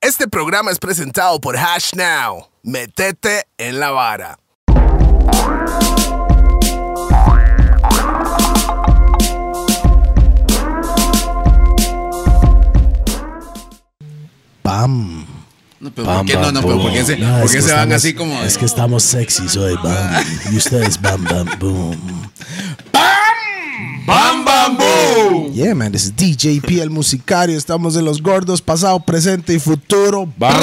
Este programa es presentado por Hash Now. Metete en la vara. Pam. No, pero ¿por qué no? No, pero ¿por qué se, No, por es qué que se van estamos- así como.? Es que estamos sexys hoy, bam. Y ustedes, bam, bam, boom. ¡Bam, bam, boom! Yeah, man, this is DJ P, el musicario. Estamos en los gordos, pasado, presente y futuro. Bam.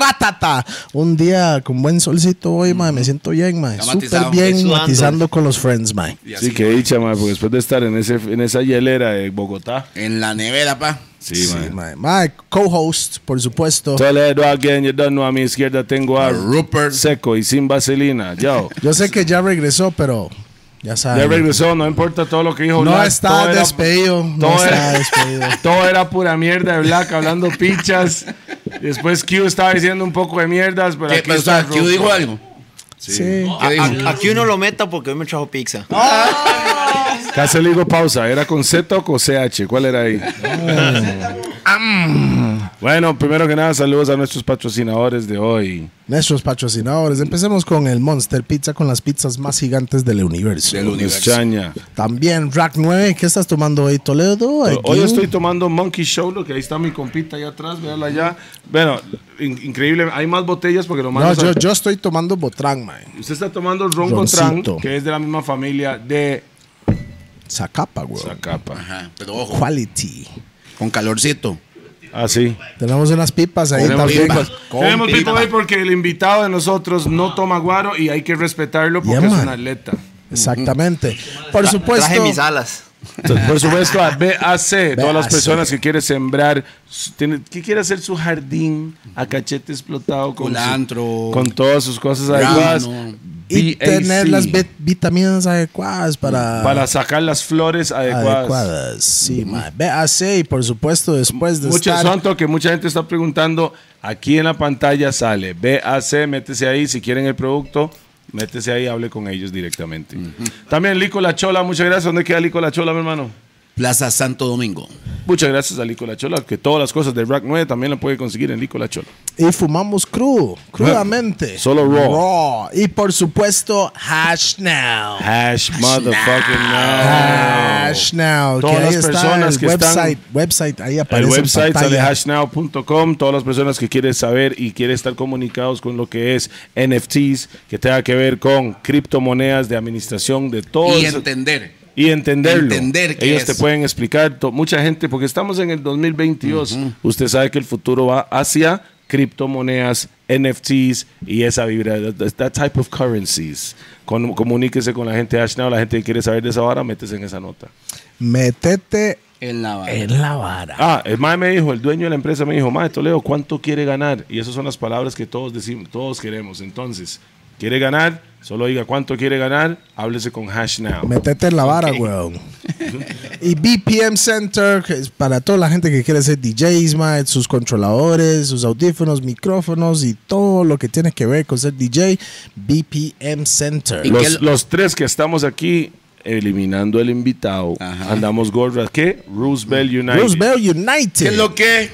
Ratata. Un día con buen solcito hoy, man. Me siento bien, man. Está Súper matizado, bien, sudando. matizando con los friends, man. Y así, Sí, que dicha, mae, porque después de estar en, ese, en esa hielera de Bogotá. En la nevera, pa. Sí, Sí, mae. man. My co-host, por supuesto. Toledo, again, you don't know, a mi izquierda tengo a Rupert. seco y sin vaselina. Yo. Yo sé que ya regresó, pero ya Ya saben. regresó, no importa todo lo que dijo. No Black, está todo era- despedido. No todo está era- despedido. Todo era pura mierda de Black hablando pichas. Después Q estaba diciendo un poco de mierdas, pero ¿Qué, aquí pero, o sea, está ¿Q Rupert. dijo algo? sí. ¿Qué dijo? A- Aquí uno lo meta porque hoy me trajo pizza. Casi le digo pausa. ¿Era con Z o con CH? ¿Cuál era ahí? Am. bueno, primero que nada, saludos a nuestros patrocinadores de hoy. Nuestros patrocinadores. Empecemos con el Monster Pizza, con las pizzas más gigantes del universo. Del universo. Chaña. También Rack 9. ¿Qué estás tomando hoy, Toledo? Hoy Aquí. estoy tomando Monkey Shoulder, que ahí está mi compita allá atrás, véanla allá. Bueno, in- increíble, hay más botellas porque lo No, más... yo, yo estoy tomando Botrán, man. Usted está tomando el Ron Roncito. Gotran, que es de la misma familia de Zacapa, güey. Zacapa. Ajá, pero ojo, Quality. con calorcito. Ah, sí. Tenemos unas pipas ahí Tenemos también. pipas. Con Tenemos pipa. pipa hoy porque el invitado de nosotros no toma guaro y hay que respetarlo porque Yeah, es man. un atleta. Exactamente. Por pues Traje supuesto. mis alas. Por supuesto, a BAC, todas las BAC. personas que quieren sembrar, su- tiene- que quiere hacer su jardín a cachete explotado con, su- Culantro. con todas sus cosas adecuadas. Grano. Y BAC. tener las vit- vitaminas adecuadas para. para sacar las flores adecuadas. adecuadas. Sí, man. BAC y por supuesto después de Mucho estar santo que mucha gente está preguntando. Aquí en la pantalla sale BAC, métese ahí. Si quieren el producto, métese ahí, hable con ellos directamente. También Lico La Chola, muchas gracias. ¿Dónde queda Lico La Chola, mi hermano? Plaza Santo Domingo. Muchas gracias a Lico La Chola, que todas las cosas de Rack 9 también la puede conseguir en Lico La Chola. y fumamos crudo, crudamente. Solo raw. Raw. Y por supuesto, hash now. Hash motherfucking Hash now. Todas que ahí las está personas el que están- website, website ahí El aparece en website sale pantalla. hashnow.com. Todas las personas que quieren saber y quieren estar comunicados con lo que es NFTs, que tenga que ver con criptomonedas de administración de todo Y Oh, eso- entender. y entenderlo. entender qué Ellos es. te pueden explicar. to- Mucha gente, porque estamos en el 2022, usted sabe que el futuro va hacia criptomonedas, NFTs y esa vibra, that, that type of currencies. Con- comuníquese con la gente de Hashnow, la gente que quiere saber de esa vara, métese en esa nota. Métete En la barra. en la vara. Ah, el mae me dijo, el dueño de la empresa me dijo, mae Toledo, ¿cuánto quiere ganar? Y esas son las palabras que todos decimos, todos queremos. Entonces, ¿quiere ganar? Solo diga cuánto quiere ganar, háblese con Hash Now. Métete en la vara, weón. y BPM Center, que es para toda la gente que quiere ser DJs, ma, sus controladores, sus audífonos, micrófonos y todo lo que tiene que ver con ser DJ, BPM Center. Y- Los, que- los tres que estamos aquí, eliminando el invitado, Ajá. andamos gorras. ¿Qué? Roosevelt United. Roosevelt United. ¿Qué es lo que?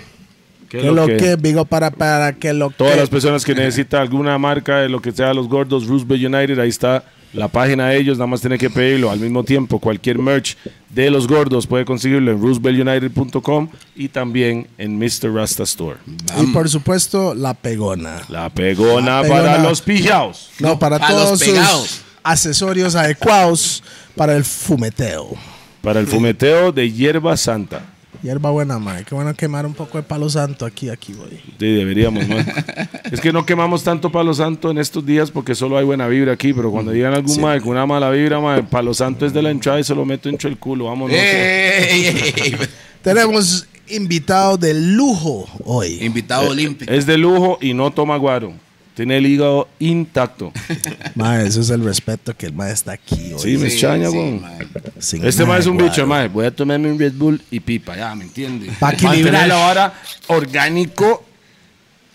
¿Qué Que lo que, Vigo para para que lo Todas que. las personas que necesitan alguna marca de lo que sea los gordos, Roosevelt United, ahí está la página de ellos, nada más tienen que pedirlo. Al mismo tiempo, cualquier merch de los gordos puede conseguirlo en rooseveltunited.com y también en Mr. Rasta Store. y por supuesto, la pegona. La pegona, La pegona. para los pijaos. No, para a los todos sus pegados. accesorios adecuados para el fumeteo. Para el fumeteo de hierba santa. Hierba buena, madre. Qué bueno quemar un poco de palo santo aquí, aquí, voy. Sí, deberíamos, ¿no? es que no quemamos tanto Palo Santo en estos días porque solo hay buena vibra aquí, pero cuando Mm, llegan algún mae con una mala vibra, mae, Palo Santo es de la entrada y se lo meto entre el culo, vámonos. Eh, ¡Ey, ey, ey, ey! Tenemos invitado de lujo hoy. Invitado olímpico. Es de lujo y no toma guaro. Tiene el hígado intacto. Mae, eso es el respeto que el mae está aquí hoy. Sí, me extraña, weón. man. Sin Este mae es un guaro. bicho, mae. Voy a tomarme un Red Bull y pipa, Ah, ya, ¿me entiendes? Pa' equilibrar. la vara orgánico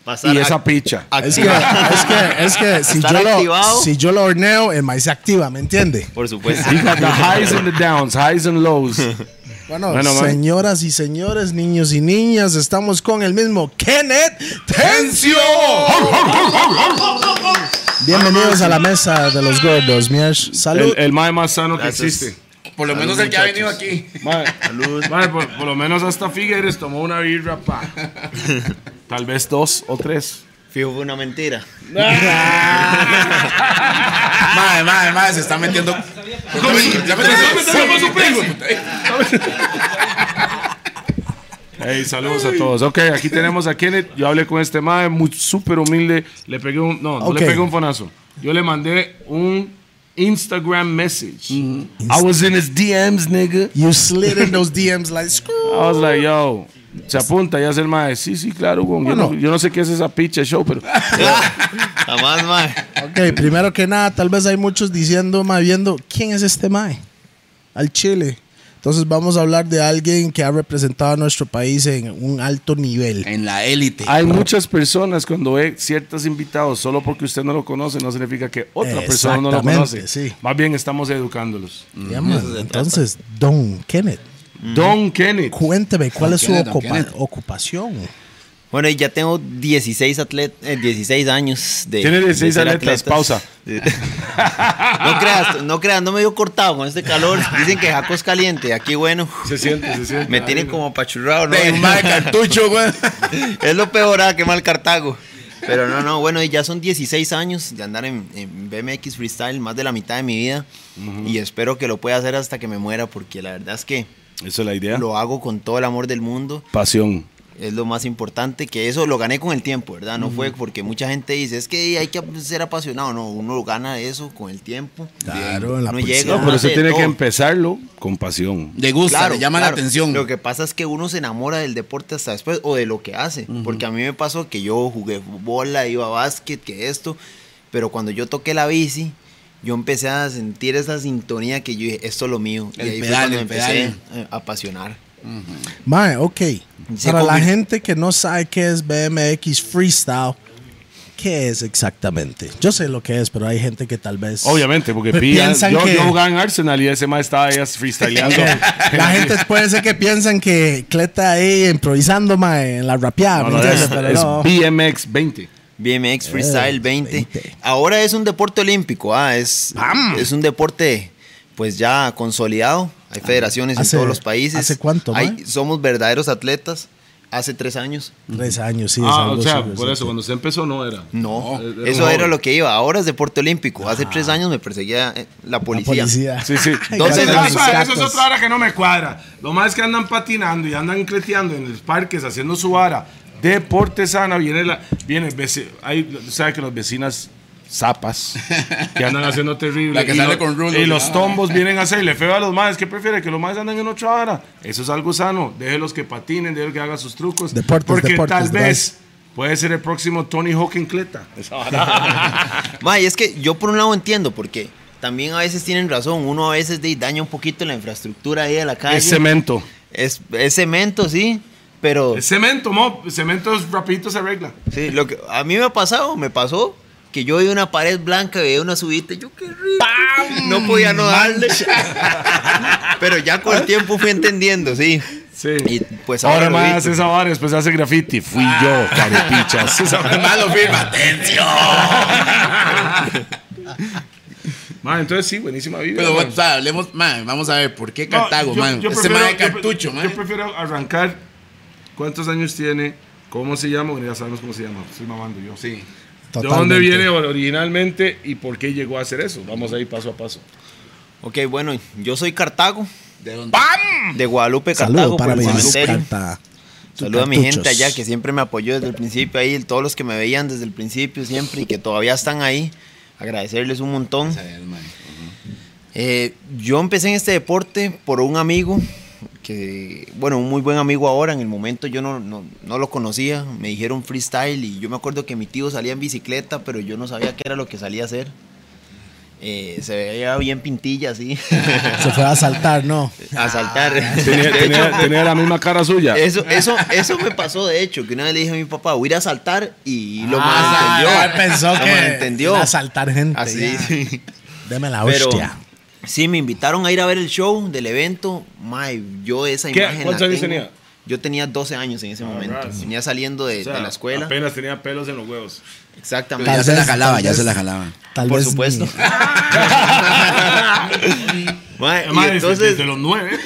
Pasar y a- esa picha. Es que, es que, es que si, Estar yo lo, activado. si yo lo horneo, el mae se activa, ¿me entiende? Por supuesto. You got the highs and the downs, highs and lows. Bueno, Bueno, man. señoras y señores, niños y niñas, estamos con el mismo Kenneth Tencio. Bienvenidos a la mesa de los gordos, Miesh. Salud. El, el mae más sano que Gracias. existe. Por lo menos el que ha venido aquí. Mae, mae, por, por lo menos hasta Figueres tomó una birra, pa. Tal vez dos o tres. Fijo, fue una mentira. Madre, madre, madre, se está metiendo. Ya me Hey, saludos a todos. Ok, aquí tenemos a Kenneth. Yo hablé con este mae, muy súper humilde. Le pegué un. No, no Ok. le pegué un fonazo. Yo le mandé un Instagram message. I was in his DMs, nigga. You slid in those DMs like screw. I was like, yo. Se apunta y hace el mae. Sí, sí, claro, weón. Yo, no, Bueno. yo no sé qué es esa picha show, pero. Jamás, mae. Ok, primero que nada, tal vez hay muchos diciendo, ma, viendo, ¿quién es este mae? Al Chile. Entonces vamos a hablar de alguien que ha representado a nuestro país en un alto nivel. En la élite. Hay muchas personas cuando ve ciertos invitados, solo porque usted no lo conoce, no significa que otra persona no lo Exactamente, conoce. sí. Más bien estamos educándolos. Mm. Ya, man. Entonces, Don Kenneth, Don Kenneth. cuénteme, ¿cuál es su Kenneth, don ocupa- Kenneth. ocupación? Bueno, y ya tengo 16, atlet eh, 16 años de. Tiene de 16 ser atletas, pausa. De- no creas, no creas, no me dio cortado con este calor. Dicen que Jaco es caliente. Aquí, bueno, Se siente, se siente. me tienen como apachurrado, ¿no? Ey, madre, cartucho, güey. es lo peor, ah, qué mal Cartago. Pero no, no, bueno, y ya son 16 años de andar en, en BMX Freestyle, más de la mitad de mi vida. Y espero que lo pueda hacer hasta que me muera, porque la verdad es que Esa es la idea. lo hago con todo el amor del mundo. Pasión. Es lo más importante, que eso lo gané con el tiempo, ¿verdad? No fue porque mucha gente dice, es que hay que ser apasionado. No, uno gana eso con el tiempo. Claro, en la Uno pulsera. llega, No, pero uno usted hace tiene que todo. empezarlo con pasión. Le gusta, le llama claro. la atención. Lo que pasa es que uno se enamora del deporte hasta después o de lo que hace. Porque a mí me pasó que yo jugué bola, iba a básquet, que esto. Pero cuando yo toqué la bici, yo empecé a sentir esa sintonía que yo dije, esto es lo mío. El y ahí pedal, fue cuando el empecé eh, a apasionar. Mae, ok. Se Para la convirtió- gente que no sabe qué es BMX Freestyle, ¿qué es exactamente? Yo sé lo que es, pero hay gente que tal vez. Obviamente, porque pi- pilla, piensan yo, que. yo jugaba en Arsenal y ese mae estaba ahí freestyleando. la gente puede ser que piensan que Cleta ahí improvisando, mae, en la rapeada. No, ¿me no, entiendes? es, Pero es no. BMX 20. BMX Freestyle Eh, 20. 20. Ahora es un deporte olímpico. Ah, es, es un deporte pues ya consolidado. Ah, Hay federaciones Hace- en todos los países. ¿hace cuánto, Hay- mae? Somos verdaderos atletas. Hace tres años. Tres años, sí. es Ah, algo o sea, súper por eso, simple. cuando usted empezó no era. No, Era un eso era joven. lo que iba. Ahora es deporte olímpico. Hace tres años me perseguía eh, la La policía. policía. Sí, sí. Entonces, Gracias a los eso, Ah, eso es gatos. otra hora que no me cuadra. Lo más es que andan patinando y andan cleteando en los parques haciendo su vara. Deporte sana, viene la. Viene, veci- hay, sabe que las vecinas zapas que andan haciendo terrible. La que y sale lo- con rulos, Y ¿no? los tombos vienen a hacerle feo a los madres. ¿Qué prefiere? Que los madres andan en otra vara. Eso es algo sano. Déjelos que patinen, déjelos que hagan sus trucos. Deportes, porque deportes, tal ¿verdad? vez puede ser el próximo Tony Hawk en cleta. Ma, y es que yo por un lado entiendo porque también a veces tienen razón. Uno a veces de- daña un poquito la infraestructura ahí de la calle. Es cemento. Es, es cemento, sí. Pero Es cemento, mo. Cemento es rapidito se arregla. sí, lo que a mí me ha pasado, me pasó que yo vi una pared blanca, veía una subida, y yo qué rico. No podía no darle. pero ya con el tiempo fui entendiendo, sí. Sí. Y pues ahora, ahora lo más evito. hace esa vara, después hace graffiti. Fui yo, carepichas. Malo firma, atención. Man, entonces sí, buenísima vida. Pero man. o sea, hablemos, man, vamos a ver, ¿por qué No, Cartago, yo- man? yo Ese man prefiero- de yo pre- cartucho, Yo man. prefiero arrancar. ¿Cuántos años tiene? ¿Cómo se llama? Bueno, ya sabemos cómo se llama. Estoy mamando yo. Sí. ¿De Totalmente. dónde viene originalmente y por qué llegó a hacer eso? Vamos ahí paso a paso. Ok, bueno, yo soy Cartago, ¿De dónde? ¡Pam! de Guadalupe Saludos Cartago. para por mi el cementerio. Carta. Saludos a mi Cartuchos. gente allá que siempre me apoyó desde el principio ahí, todos los que me veían desde el principio siempre y que todavía están ahí. Agradecerles un montón. Eh, yo empecé en este deporte por un amigo, que, bueno, un muy buen amigo ahora, en el momento yo no, no, no lo conocía, me dijeron freestyle y yo me acuerdo que mi tío salía en bicicleta, pero yo no sabía qué era lo que salía a hacer. Eh, se veía bien pintilla así, Se fue a saltar, ¿no? a saltar. Ah. Tenía, De hecho, tenía- tenía la misma cara suya. eso, eso, eso me pasó, de hecho, que una vez le dije a mi papá, voy a ir a saltar y Ah, lo Ah, malentendió. pensó Lo malentendió. A saltar gente. Así, ya. sí. Ah, Deme la Pero, hostia. Sí, me invitaron a ir a ver el show del evento. May, yo esa ¿Qué? imagen. la ¿Cuántos años tengo. tenía? Ah, Yo tenía 12 años en ese momento. right. Venía saliendo de, de la escuela. Apenas tenía pelos en los huevos. Exactamente. Tal Ya se la vez, jalaba, tal ya vez. se la jalaba. Tal Por vez supuesto. ni- Mae, y Madre, entonces los nueve.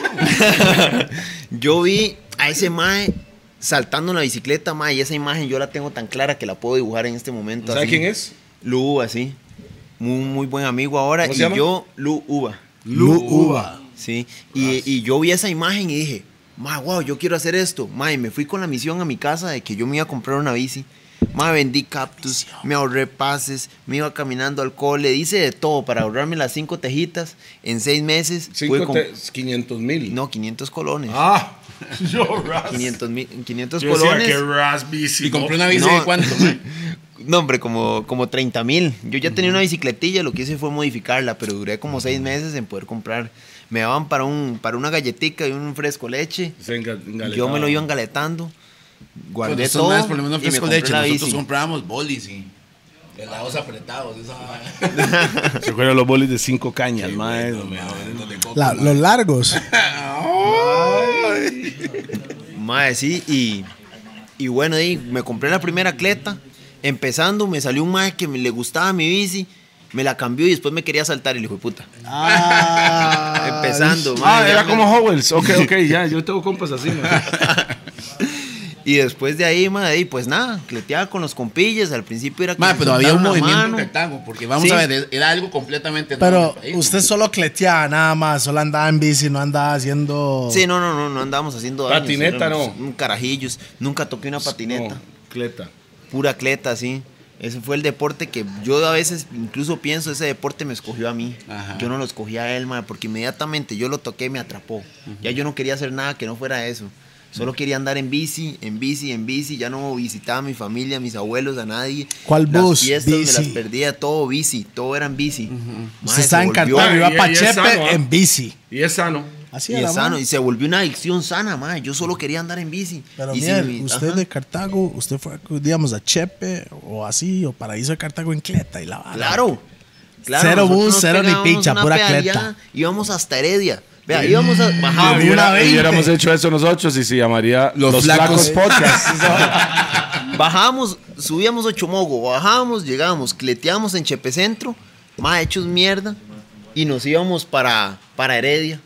yo vi a ese mae saltando en la bicicleta, mae, y esa imagen yo la tengo tan clara que la puedo dibujar en este momento. ¿Sabes así. quién es? Lu Uva, sí. Muy, muy buen amigo ahora. ¿Cómo Y se llama? yo, Lu Uva. Lu Uva. Sí, y, y yo vi esa imagen y dije, ma, wow, yo quiero hacer esto. Ma, y me fui con la misión a mi casa de que yo me iba a comprar una bici. Ma, vendí cactus, me ahorré pases, me iba caminando al cole, hice de todo para ahorrarme las cinco tejitas. En seis meses pude Cinco comp- te- 500 mil. No, 500 colones. Ah, yo, Ras. 500, mil- 500 Yo decía colones. que Ras bici. Y compré una bici No. de cuánto, mae? No, hombre, como, como 30 mil. Yo ya tenía una bicicletilla, lo que hice fue modificarla, pero duré como seis meses en poder comprar. Me daban para, un, para una galletica y un fresco leche. Se enga- engaletaba. Yo me lo iba engaletando. Guardé Cuando son todo. más, por lo menos y me fresco compré leche. la Nosotros bici. comprábamos bolis y helados apretados. Esa Se fueron los bolis de cinco cañas, mae. La- los largos. Mae, sí, y, y bueno, ahí me compré la primera atleta. Empezando, me salió un mae que me, le gustaba mi bici. Me la cambió y después me quería saltar y le dije, puta. Empezando, Ah, mae, ya era me- como Howells. Ok, ok, ya. Yo tengo compas así, mae. Y después de ahí, mae, y pues nada, cleteaba con los compillas. Al principio era que Mae, me pero había un soltaban la movimiento mano. de tango, porque vamos Sí. a ver, era algo completamente nuevo Pero en el país. usted solo cleteaba nada más, solo andaba en bici, no andaba haciendo... Sí, no, no, no, no andábamos haciendo daños, Patineta, éramos no. un Carajillos, nunca toqué una patineta. No, cleta. pura atleta, sí. Ese fue el deporte que yo a veces incluso pienso, ese deporte me escogió a mí. Ajá. Yo no lo escogí a él, mae, porque inmediatamente yo lo toqué, me atrapó. Ya yo no quería hacer nada que no fuera eso. Solo quería andar en bici, en bici, en bici. Ya no visitaba a mi familia, a mis abuelos, a nadie. ¿Cuál Las bus? fiestas me las Bici. perdía, todo bici, todo era en bici. Mae, Usted estaba se volvió- encantado, volvió- iba Y- para y es Chepe sano, ¿ah? en bici. Y es sano. Así Y era, es sano, man. y se volvió una adicción sana, mae. Yo solo quería andar en bici. Pero Y sin miren, mi- usted ajá. de Cartago, usted fue, digamos, a Chepe o así, o Paraíso de Cartago en Cleta y la vara. Claro. claro Cero nosotros bus, nos cero ni pegábamos picha, una pura pedaleada, cleta. Íbamos hasta Heredia. Vea, íbamos a. bajábamos. Ah, Una Hubiera- veinte. Hubiéramos hecho eso nosotros y se llamaría Los, Los Flacos, Flacos. Podcast. Bajábamos, subíamos Ochomogo, bajábamos, llegábamos, cleteábamos en Chepecentro, más hechos mierda, y nos íbamos para, para Heredia.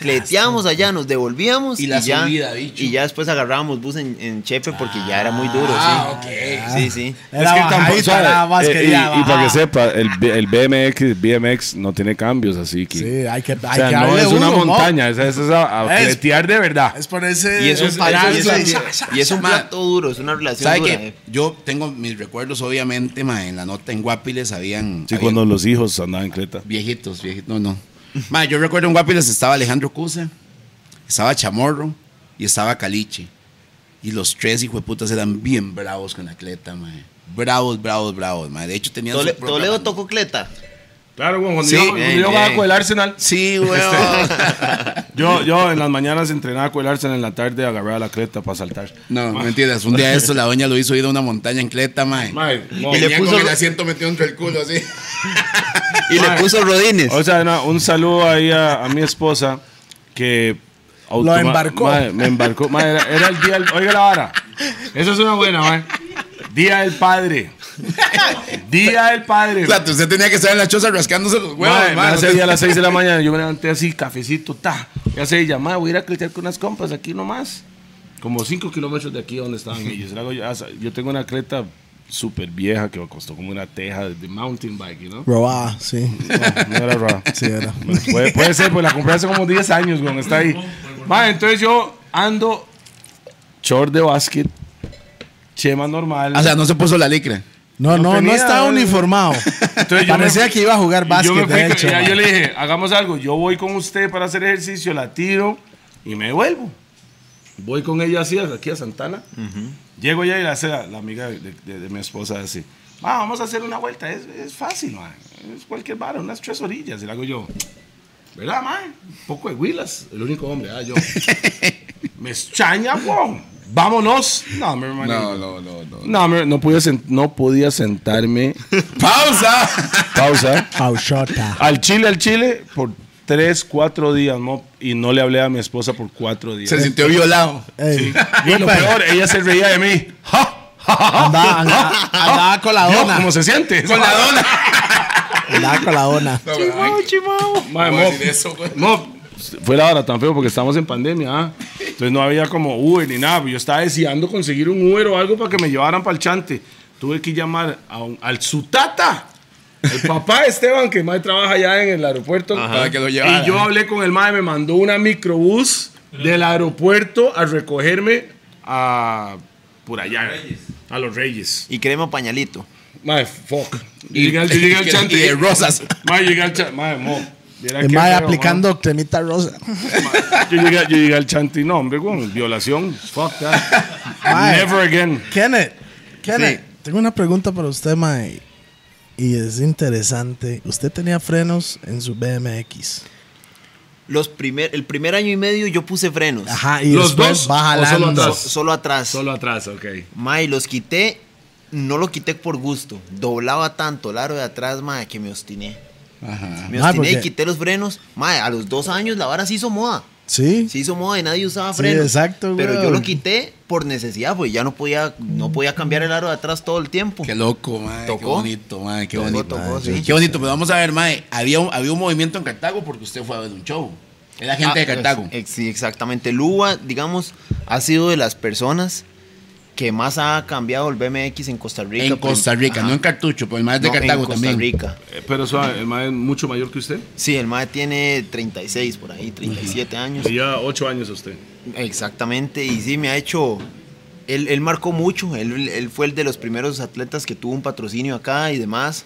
Cleteábamos allá, nos devolvíamos Y la ya, subida, bicho. y ya después agarrábamos bus en, en Chepe porque ya era muy duro, Ah, sí. ok. Sí, sí. Era Es que tampoco- bajadita, sabe, nada más eh, y, quería y para que bajar. sepa, el, B- el BMX, BMX no tiene cambios, así que. Sí, hay que, hay o sea, que no darle es una duro, ¿no? montaña, es, es, a, a Es- cletear de verdad. Es ponerse... Y es un, pararse y es y- un- y es un Ma- plato duro, es una relación ¿Sabe dura. qué? eh. Yo tengo mis recuerdos, obviamente, ma, en la nota en Guapiles habían, Sí, habían cuando los hijos andaban en cleta. viejitos, viejitos, no, no. Ma, yo recuerdo en Guapiles estaba Alejandro Cusa, estaba Chamorro y estaba Caliche. Y los tres hijueputas eran bien bravos con la cleta, ma. Bravos, bravos, bravos, ma. De hecho tenían su Tole- propia Toledo banda. tocó cleta. Claro, bueno, cuando Sí, yo, cuando bien, yo jugaba bien. con el Arsenal, Sí, weón. yo, yo en las mañanas entrenaba con el Arsenal, en la tarde agarraba la cleta para saltar. No, mentiras. Un día esto la doña lo hizo ir a una montaña en Cleta, mae. Mae, no. Y le Venía puso con el el asiento metido entre el culo así. Y le puso rodines. O sea, no, un saludo ahí a, a mi esposa que automa- embarcó. Mae, me embarcó. Mae, era, era el día del- Oiga la vara. Eso es una buena, mae. Día del padre. Día del padre. Claro, usted tenía que estar en la choza rascándose los huevos, Mae, mae. me hace No te- día a las 6 de la mañana. Yo me levanté así, cafecito, ta. Ya se ella, mae, voy a ir a crecer con unas compas aquí nomás. Como 5 kilómetros de aquí donde estaban ellos. Era algo- ya sa- Yo tengo una creta súper vieja que me costó como una teja de mountain bike, ¿no? Robá, sí. No era rara. Sí, era. Bueno, Puede, puede ser, pues la compré hace como 10 años, güey, está ahí. Ma, entonces yo ando short de básquet, chema normal. O sea, no se puso la licra. No, Yo no, tenía- no estaba uniformado. Entonces yo me Parecía fui- que iba a jugar y básquet, Yo, me fui de con- hecho, ya ma. yo le dije, hagamos algo, yo voy con usted para hacer ejercicio, la tiro y me vuelvo. Voy con ella así, aquí a Santana. Llego ya y la, hace la, la amiga de, de- de mi esposa así. "Ma, vamos a hacer una vuelta, es, es fácil, ma. es cualquier vara, unas tres orillas. Y le hago yo, ¿verdad, ma? Un poco de huilas, el único hombre, ah, yo. me eschaña, wow. Vámonos. No, mi hermano. no, no, no. No, mi- no podía, sen- no podía sentarme. ¡Pausa! Pausa. Pauchota. Al Chile, al Chile, por tres, cuatro días, mo, y no le hablé a mi esposa por cuatro días. Se sintió violado. Ey, Y lo peor, ella se reía de mí. ¡Ja! ¡Ja, ja, ja! Andaba, andaba- andaba con la Yo, dona. ¿Cómo se siente? Con la dona. Andaba con la dona. Mae, ¿Cómo Mop, decir eso, güey? Mop, fue la hora tan feo porque estamos en pandemia, ¿ah? Entonces no había como Uber ni nada. Yo estaba deseando conseguir un Uber o algo para que me llevaran para el chante. Tuve que llamar a un- al Sutata. El papá de Esteban, que más trabaja allá en el aeropuerto. ¿ah? Para que lo llevaran. Y yo hablé con el mae, me mandó una microbús del aeropuerto a recogerme a por allá, a los Reyes. Y crema pañalito. Mae, fuck. Yo llegué al, yo llegué al y- chante. y de rosas. Mae, llegué al chante. Mae, mo. Viera El Ah, qué mae feo, aplicando cremita rosa. yo llegué, yo llegué al chanti, no, hombre, con violación. Fuck that. Mae. Never again. Kenneth, Kenneth, Sí. tengo una pregunta para usted, mae. Y es interesante. Usted tenía frenos en su BMX. Los primer, el primer año y medio yo puse frenos. Ajá, y ¿Los después dos va o solo jalando. So- atrás? solo atrás. Solo atrás, ok. Mae, los quité. No lo quité por gusto. Doblaba tanto el aro de atrás, mae, que me obstiné. Me Ah, obstiné y porque- quité los frenos. Mae, a los dos años la vara se hizo moda. Sí. Se hizo moda y nadie usaba Sí, frenos. exacto, Pero weón. yo lo quité por necesidad, pues ya no podía, no podía cambiar el aro de atrás todo el tiempo. Qué loco, mae. Qué ¿Tocó? bonito, mae. Qué Tocó, bonito. tocó, mae. sí. Qué bonito. Pero vamos a ver, mae. Había un, había un movimiento en Cartago porque usted fue a ver un show. Era gente de Ah, Cartago. ex- ex- sí, exactamente. Luba, digamos, ha sido de las personas que más ha cambiado el BMX en Costa Rica. en Pues, Costa Rica, ajá. no en Cartucho, pero el mae es de No, Cartago en Costa también. Rica. Eh, Pero suave, el mae es mucho mayor que usted. Sí, el MAE tiene 36 por ahí, 37 años. Y ya ocho años a usted. Exactamente, y sí, me ha hecho... Él, él marcó mucho, él, él fue el de los primeros atletas que tuvo un patrocinio acá y demás.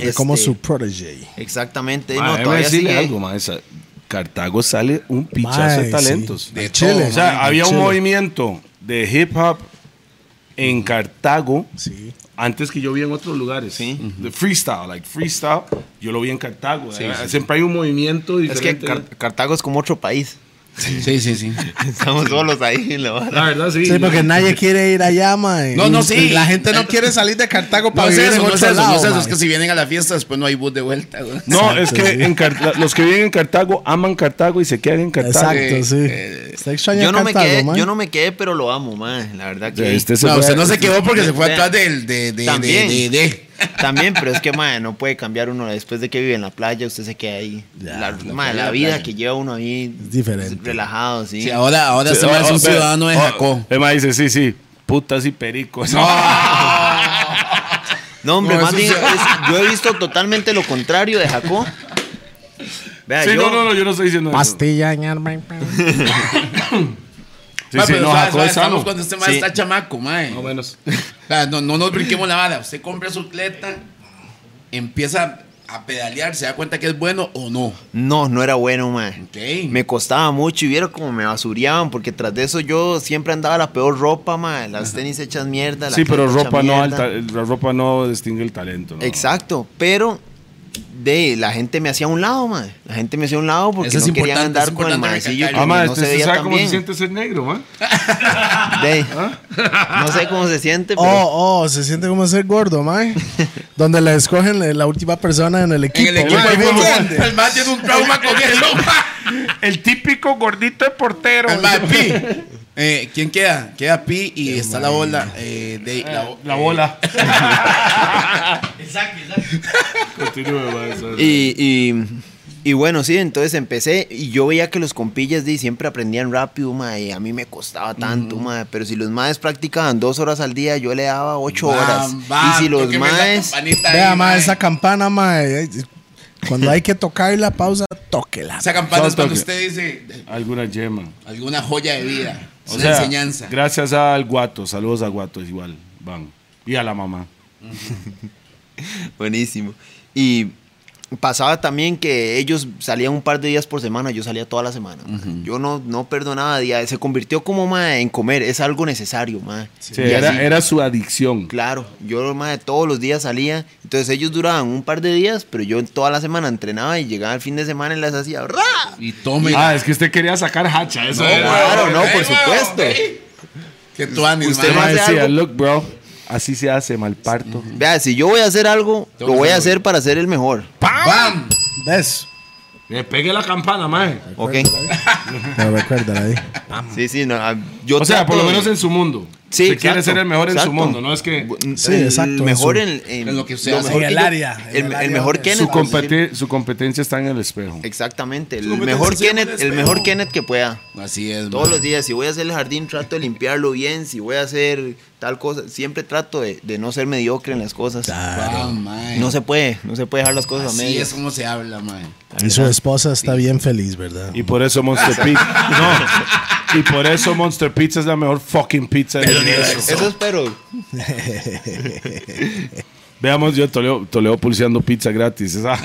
Es como Este, su protege. Exactamente, Mae, no, déjeme todavía decirle sigue. algo, mae. esa- Cartago sale un pichazo Mae, de talentos. sí. De Chile. todo, O sea, mae, había un Chile. movimiento de hip hop en Cartago Sí. antes que yo vi en otros lugares. Sí. De freestyle, like freestyle, yo lo vi en Cartago. eh. sí, Siempre hay un movimiento Es que diferente. Car- Cartago es como otro país. Sí, sí, sí. Estamos solos ahí en la barra. la verdad, sí. Sí, porque nadie quiere ir allá, mae. No, no, Y- sí. y La gente no quiere salir de Cartago No para es vivir eso, en no otro es eso, no lado, es eso. Es mae. que si vienen a la fiesta, después no hay bus de vuelta. güey. No, es Exacto, que en Car- la- los que viven en Cartago aman Cartago y se quedan en Cartago. Exacto, sí. Eh, Está extraño Yo no, me Cartago, quedé, mae. yo no me quedé, pero lo amo, man. La verdad que... Este se No, fue- usted no se quedó porque se fue Vean. atrás del. De, de, de, También. de, de- También, pero es que, madre, no puede cambiar uno. Después de que vive en la playa, usted se queda ahí. la, mae, la la vida playa. que lleva uno ahí. Es diferente. Relajado, sí. Sí, ahora ahora Sí, se me oh, hace oh, este un ciudadano de oh, Jacó. El mae dice, sí, sí, putas y pericos. No, hombre, No, más eso bien, sí- es- yo he visto totalmente lo contrario de Jacob. Vea, Sí, yo, no, no, no, yo no estoy diciendo eso. Pastilla, ñar, mae. Sí, Ma, sí, pero no, suave, Jacó suave, es sano. estamos cuando este mae Sí. está chamaco, mae. Más o menos. O sea, no, no nos brinquemos la bala. Usted compra su atleta, empieza a pedalear, se da cuenta que es bueno o no. no, no era bueno, man. Ok. Me costaba mucho y vieron cómo me basureaban, porque tras de eso yo siempre andaba la peor ropa, man. Las tenis hechas mierda. la Sí, pero camiseta hecha ropa no, mierda. alta, la ropa no distingue el talento. ¿no? Exacto, pero de la gente me hacía a un lado, man. La gente me hacía a un lado porque Eso es no querían importante, andar es con el importante maecillo que recalcar. Ah, mae, no se ¿usted veía sabe tan cómo se bien. siente ser negro, man? De- No sé cómo se siente, pero Oh, oh, se siente como ser gordo, mae. Donde le escogen eh, la última persona en el equipo. En el equipo mae, de ¿me fútbol. entiende? El mae tiene un trauma con eso, mae. El típico gordito de portero. El mae, Pi. Eh, ¿Quién queda? Queda Pi y está la bola. eh, de, la, bo- La bola. exacto, exacto. Continúe, mae, suave. Y, y- y bueno, sí, entonces empecé y yo veía que los compillas de siempre aprendían rápido, mae, y a mí me costaba tanto, mae, pero si los maes practicaban dos horas al día, yo le daba ocho Bam, horas. bam, y si los tóqueme esa maes... campanita ahí, Vea, mae, mae. esa campana, mae. eh, Cuando hay que tocar la pausa, tóquela. Esa campana es cuando Toque. usted dice Alguna gema. alguna joya de vida, O una sea, enseñanza. Gracias al Guato, saludos a Guato, igual, van. Y a la mamá. Buenísimo. Y pasaba también que ellos salían un par de días por semana, yo salía toda la semana. mae. Yo no, no perdonaba día, se convirtió como mae, en comer, es algo necesario, mae. Sí, Y era, así- era su adicción. Claro, yo más de todos los días salía, entonces ellos duraban un par de días, pero yo toda la semana entrenaba y llegaba el fin de semana y las hacía. ¡ra! Y tome. Ah, es que usted quería sacar hacha, eso No, era. güey. Claro, no, por Ey, güey, supuesto. ey. Que tú andes, Usted El va mae a hacer decía, algo. look, bro, así se hace mal parto. Vea, si yo voy a hacer algo, Tengo lo que voy a hacerlo hacer para ser el mejor. ¡Pam! ¿Ves? Le pegué la campana, mae. Ok. Pero recuerda ahí. Sí, sí. no, ah, yo O sea, por lo trato de- menos en su mundo. Se Sí, exacto, quiere ser el mejor en su exacto. mundo, no es que Sí, el exacto, en Mejor su- en, en- en lo que usted hace. mejor En que el yo- área, en El, el el área mejor donde- Kenneth. su, competi- su competencia está en el espejo. Exactamente. El competencia mejor se llama Kenneth, el el mejor espejo. Kenneth que pueda. Así es, Todos mae. los días, si voy a hacer el jardín, trato de limpiarlo bien. Si voy a hacer tal cosa, siempre trato de, de no ser mediocre en las cosas. Wow, mae. No se puede, no se puede dejar las cosas a Así medias. es como se habla, mae. Y su esposa está bien feliz, ¿verdad? Y por eso Monster Pizza. No. Y por eso Monster Pizza es la mejor fucking pizza del universo. Eso espero. Veamos yo Toledo, Toledo pulseando pizza gratis. esa-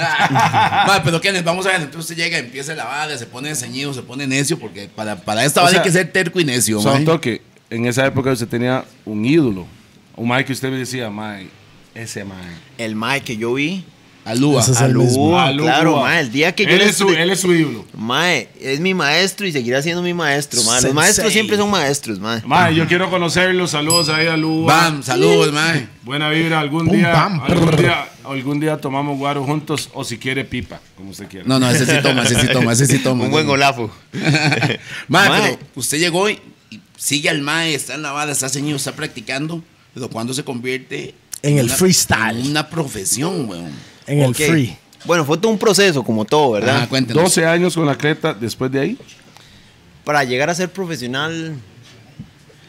Mae, pero ¿qué les vamos a ver? Entonces usted llega, empieza la vara, se pone ceñido, se pone necio, porque para, para esta O vara sea, hay que ser terco y necio, Son mae. toque. En esa época usted tenía un ídolo. Un mae que usted me decía, mae, ese mae. El mae que yo vi. Alúa. Ese es el Alú, mismo. Alú, Ah, claro, Cuba. mae. El día que yo él, le es su, escribí- él es su ídolo. Mae, es mi maestro y seguirá siendo mi maestro, mae. Los Sensei. maestros siempre son maestros, mae. Mae, yo quiero conocerlo. Saludos ahí a Lu. Bam, saludos, mae. Buena vibra. Algún, Pum, día, pam, algún, prr. día, algún día tomamos guaro juntos o si quiere pipa, como usted quiera. No, no, ese sí toma, ese sí toma, ese sí toma. Un buen golafo. Mae, Mae. pero usted llegó y y sigue al mae, está en la vara, está ceñido, está practicando, pero cuando se convierte En el freestyle. en una profesión, weón. En el Ok. free. Bueno, fue todo un proceso, como todo, ¿verdad? Ah, cuéntenos. 12 años con la creta después de ahí. Para llegar a ser profesional,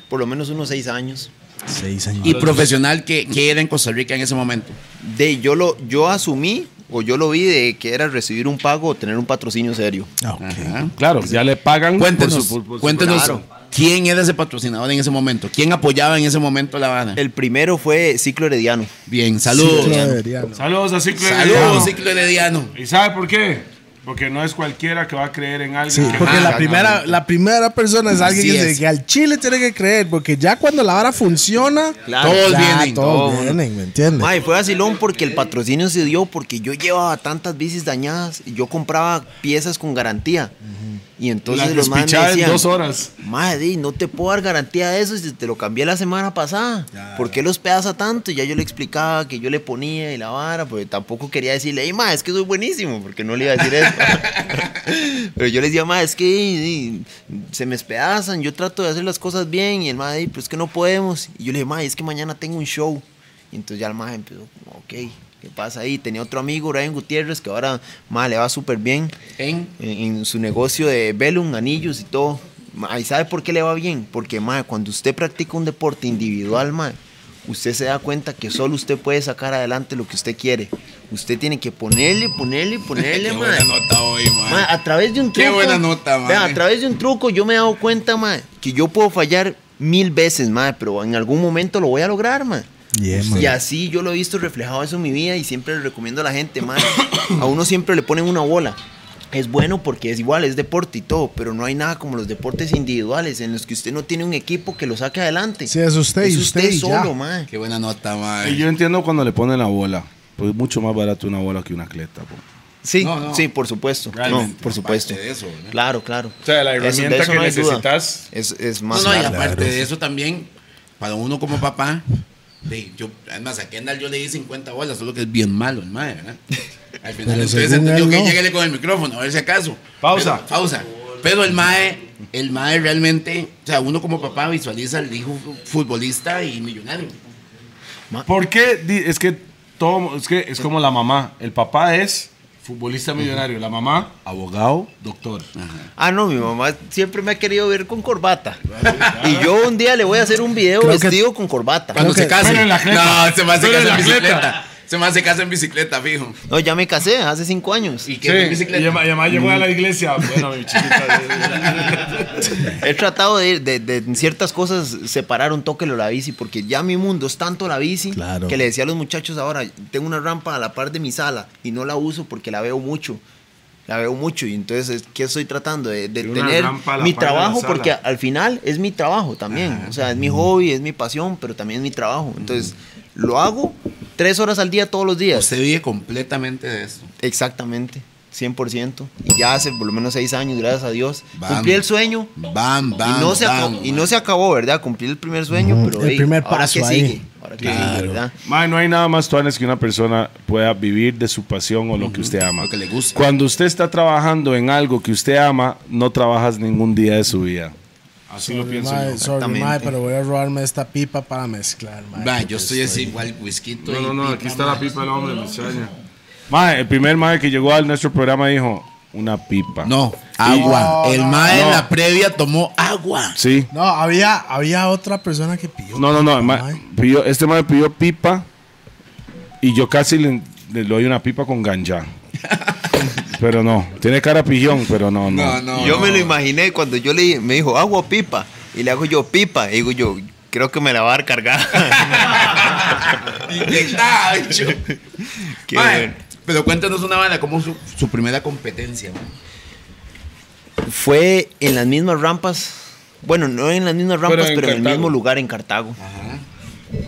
por lo menos unos seis años. Seis años. y profesional que, que era en Costa Rica en ese momento. De, yo, lo, yo asumí, o yo lo vi, de que era recibir un pago o tener un patrocinio serio. Ah, ok. Ajá. Claro, ya le pagan. Cuéntenos, por su- por su- cuéntenos claro. quién era ese patrocinador en ese momento, quién apoyaba en ese momento la vara. El primero fue Ciclo Herediano. Bien, saludos. Sí, claro, Adriano. Saludos a Ciclo Saludos, Herediano. ciclo herediano. ¿Y sabe por qué? Porque no es cualquiera que va a creer en alguien. Sí, que- porque Ah, la primera, la primera persona es alguien Así que, se- es. que al chile tiene que creer, porque ya cuando la vara funciona, Claro. Todos ya vienen, todos todos. vienen, ¿me entiendes? Mae, fue vacilón porque el patrocinio se dio porque yo llevaba tantas bicis dañadas y yo compraba piezas con garantía. Y entonces la los maes me despichada en decían, dos horas. Mae, di, no te puedo dar garantía de eso si te lo cambié la semana pasada. ¿Por qué los pedas a tanto? Y ya yo le explicaba que yo le ponía y la vara, porque tampoco quería decirle, hey, mae, es que soy buenísimo, porque no le iba a decir eso. Pero yo le decía, mae, es que di, di, se me espedazan, yo trato de hacer las cosas bien. Y el mae, di, pues es que no podemos. Y yo le dije, mae, es que mañana tengo un show. Y entonces ya el mae empezó, como, ok, ¿qué pasa ahí? Tenía otro amigo, Brian Gutiérrez, que ahora, mae, le va súper bien En en, en su negocio de velum, anillos y todo. Ma, ¿Y sabe por qué le va bien? Porque, ma, cuando usted practica un deporte individual, ma, usted se da cuenta que solo usted puede sacar adelante lo que usted quiere. Usted tiene que ponerle, ponerle, ponerle, Qué ma. buena nota hoy, mae. Ma, a través de un Qué truco. buena nota, ma. vea, a través de un truco yo me he dado cuenta, ma, que yo puedo fallar mil veces, ma, pero en algún momento lo voy a lograr, ma. Yeah, man. Y así yo lo he visto reflejado eso en mi vida y siempre le recomiendo a la gente, más a uno siempre le ponen una bola. Es bueno porque es igual, es deporte y todo, pero no hay nada como los deportes individuales en los que usted no tiene un equipo que lo saque adelante. Sí, es usted y usted y ya. solo, mae. Qué buena nota, Y mae. yo entiendo cuando le ponen la bola. Pues es mucho más barato una bola que una cleta. po. Sí, No, no. sí, por supuesto. No, Realmente, por supuesto. aparte de eso, ¿verdad? Claro, claro. O sea, la Eso- de herramienta eso que no hay duda. necesitas. es, es No, más no, y claro. aparte de eso también, para uno como papá, de- yo, además a Kendall yo le di 50 bolas, solo que es bien malo el mae, ¿verdad? Al final Pero ustedes según entendió él, que no. lléguele con el micrófono, a ver si acaso. Pausa. Pero- pausa. Pero el mae, el mae realmente, o sea, uno como papá visualiza al hijo futbolista y millonario. ¿Por qué? Di- Es que todo, es que es como la mamá. El papá es futbolista millonario. La mamá, abogado, doctor. Ah, no, mi mamá siempre me ha querido ver con corbata. Y yo un día le voy a hacer un video Creo que- vestido con corbata. Cuando Creo se que- case. Pero en la jeta. No, se me hace casa Pero en en la jeta. bicicleta. Se me hace casa en bicicleta, fijo. No, ya me casé hace cinco años. ¿Y qué Sí, en y bicicleta? además además llegó a la iglesia. Bueno, mi chiquita. He tratado de, ir- de, de en ciertas cosas separar un toque lo de la bici, porque ya mi mundo es tanto la bici Claro. que le decía a los muchachos ahora, tengo una rampa a la par de mi sala y no la uso porque la veo mucho. La veo mucho y entonces, ¿qué estoy tratando? De, de Y una tener rampa a la mi par de la trabajo, sala. porque al final es mi trabajo también. O sea, es mi hobby, es mi pasión, pero también es mi trabajo. Entonces, lo hago tres horas al día todos los días. Usted vive completamente de eso. Exactamente, 100%. Y ya hace por lo menos seis años, gracias a Dios. Vamos. Cumplí el sueño, Bam, bam, y no, se bam, acabó, y mae. no se acabó, ¿verdad? Cumplí el primer sueño, Ujú, pero Mm, el ey, primer ahora paso qué ahí. sigue, ahora que Claro. ¿verdad? Mae, no hay nada más tuanes que una persona pueda vivir de su pasión o lo que usted ama. Lo que le gusta. Cuando usted está trabajando en algo que usted ama, no trabajas ningún día de su vida. Así lo pienso. Mae, yo. sorry, Exactamente. mae, pero voy a robarme esta pipa para mezclar, mae, Ma, porque yo estoy así igual, whisky. No, no, no, aquí está la pipa del hombre, me extraña. Mae, el primer mae que llegó a nuestro programa dijo, una pipa. No, agua. No, el no, mae en no. la previa tomó agua. Sí. No, había, había otra persona que pidió. No, no, no. el pipa, mae pidió- este mae pidió pipa y yo casi le, le doy una pipa con ganja. pero no. Tiene cara pijón, pero no, no. yo me lo imaginé cuando yo le dije- me dijo agua o pipa y le hago yo pipa y digo yo creo que me la va a dar cargada. Inyectado, hecho. Qué Ma, bueno. Pero cuéntanos una banda, como su, su primera competencia? ma? Fue en las mismas rampas. Bueno, no en las mismas rampas, en pero, en, el Cartago. mismo lugar en Cartago.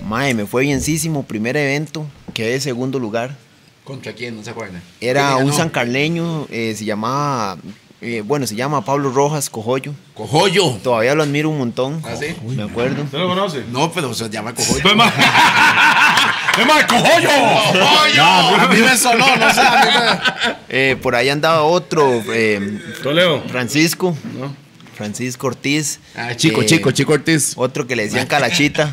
Mae, me fue bienísimo. Primer evento, quedé segundo lugar. ¿Contra quién? No se acuerdan. Era ¿Quién un ganó? sancarleño, eh, se llamaba, eh, bueno, se llama Pablo Rojas Cojollo. Cojollo. Todavía lo admiro un montón. ¿Ah, sí? Me acuerdo. ¿Usted lo conoce? No, pero se llama Cojollo. ¡Es más! ¡Es más, cojollo! ¡Cojollo! a mí me sonó, no sé. a mí me- Eh, por ahí andaba otro, eh, Toledo. Francisco. Francisco Ortiz. Ah, chico, eh, chico, chico Ortiz. Otro que le decían Calachita.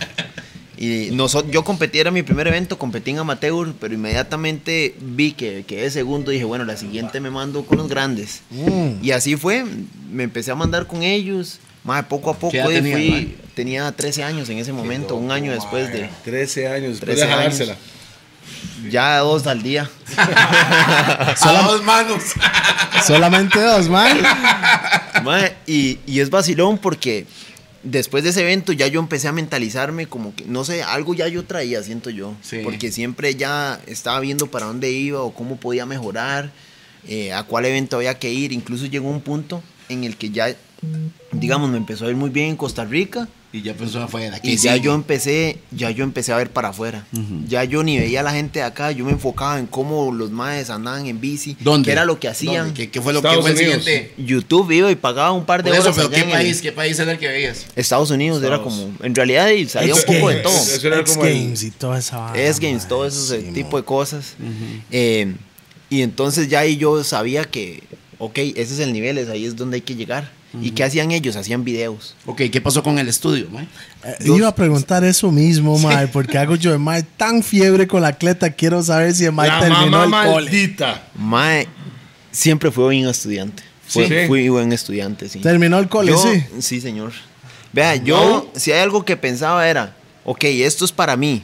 Y nosotros, yo competí, era mi primer evento, competí en amateur, pero inmediatamente vi que quedé segundo y dije, bueno, la siguiente me mando con los grandes. Mm. Y así fue, me empecé a mandar con ellos. Más poco a poco ¿Qué edad eh, tenía, fui- mae? tenía 13 años en ese momento, un año después de 13 años. 13 años. ya dos al día. A dos manos. Solamente dos, mae. Mae, y, y es vacilón porque después de ese evento ya yo empecé a mentalizarme como que, no sé, algo ya yo traía, siento yo. Sí. Porque siempre ya estaba viendo para dónde iba o cómo podía mejorar, eh, a cuál evento había que ir. Incluso llegó un punto en el que ya, digamos, me empezó a ir muy bien en Costa Rica. Y ya pensó afuera. Y ya yo empecé, ya yo empecé a ver para afuera. Ya yo ni veía a la gente de acá, yo me enfocaba en cómo los maes andaban en bici, ¿Dónde? qué era lo que hacían. ¿Dónde? ¿Qué, qué fue lo Estados que fue el Unidos. siguiente? YouTube iba y pagaba un par de Por eso, horas pero allá ¿qué en el- país? ¿Qué país era el que veías? Estados Unidos era Estados. como. En realidad y salía un X poco de Games, todo. Eso era X como el- Games y toda esa vaina, S-Games, mae. todo ese Ah, Sí, tipo mo. de cosas. Eh, y entonces ya ahí yo sabía que, ok, ese es el nivel, es ahí es donde hay que llegar. ¿Y qué hacían ellos? Hacían videos. Ok, ¿qué pasó con el estudio, mae? Eh, Iba a preguntar eso mismo, mae, porque hago yo de mae tan fiebre con la atleta, quiero saber si el mae terminó el cole. Mae, siempre fui buen estudiante. Fue- Sí. Fui buen estudiante, sí. Terminó el cole, Yo- sí. Sí, señor. Vea, yo, si hay algo que pensaba era, ok, esto es para mí,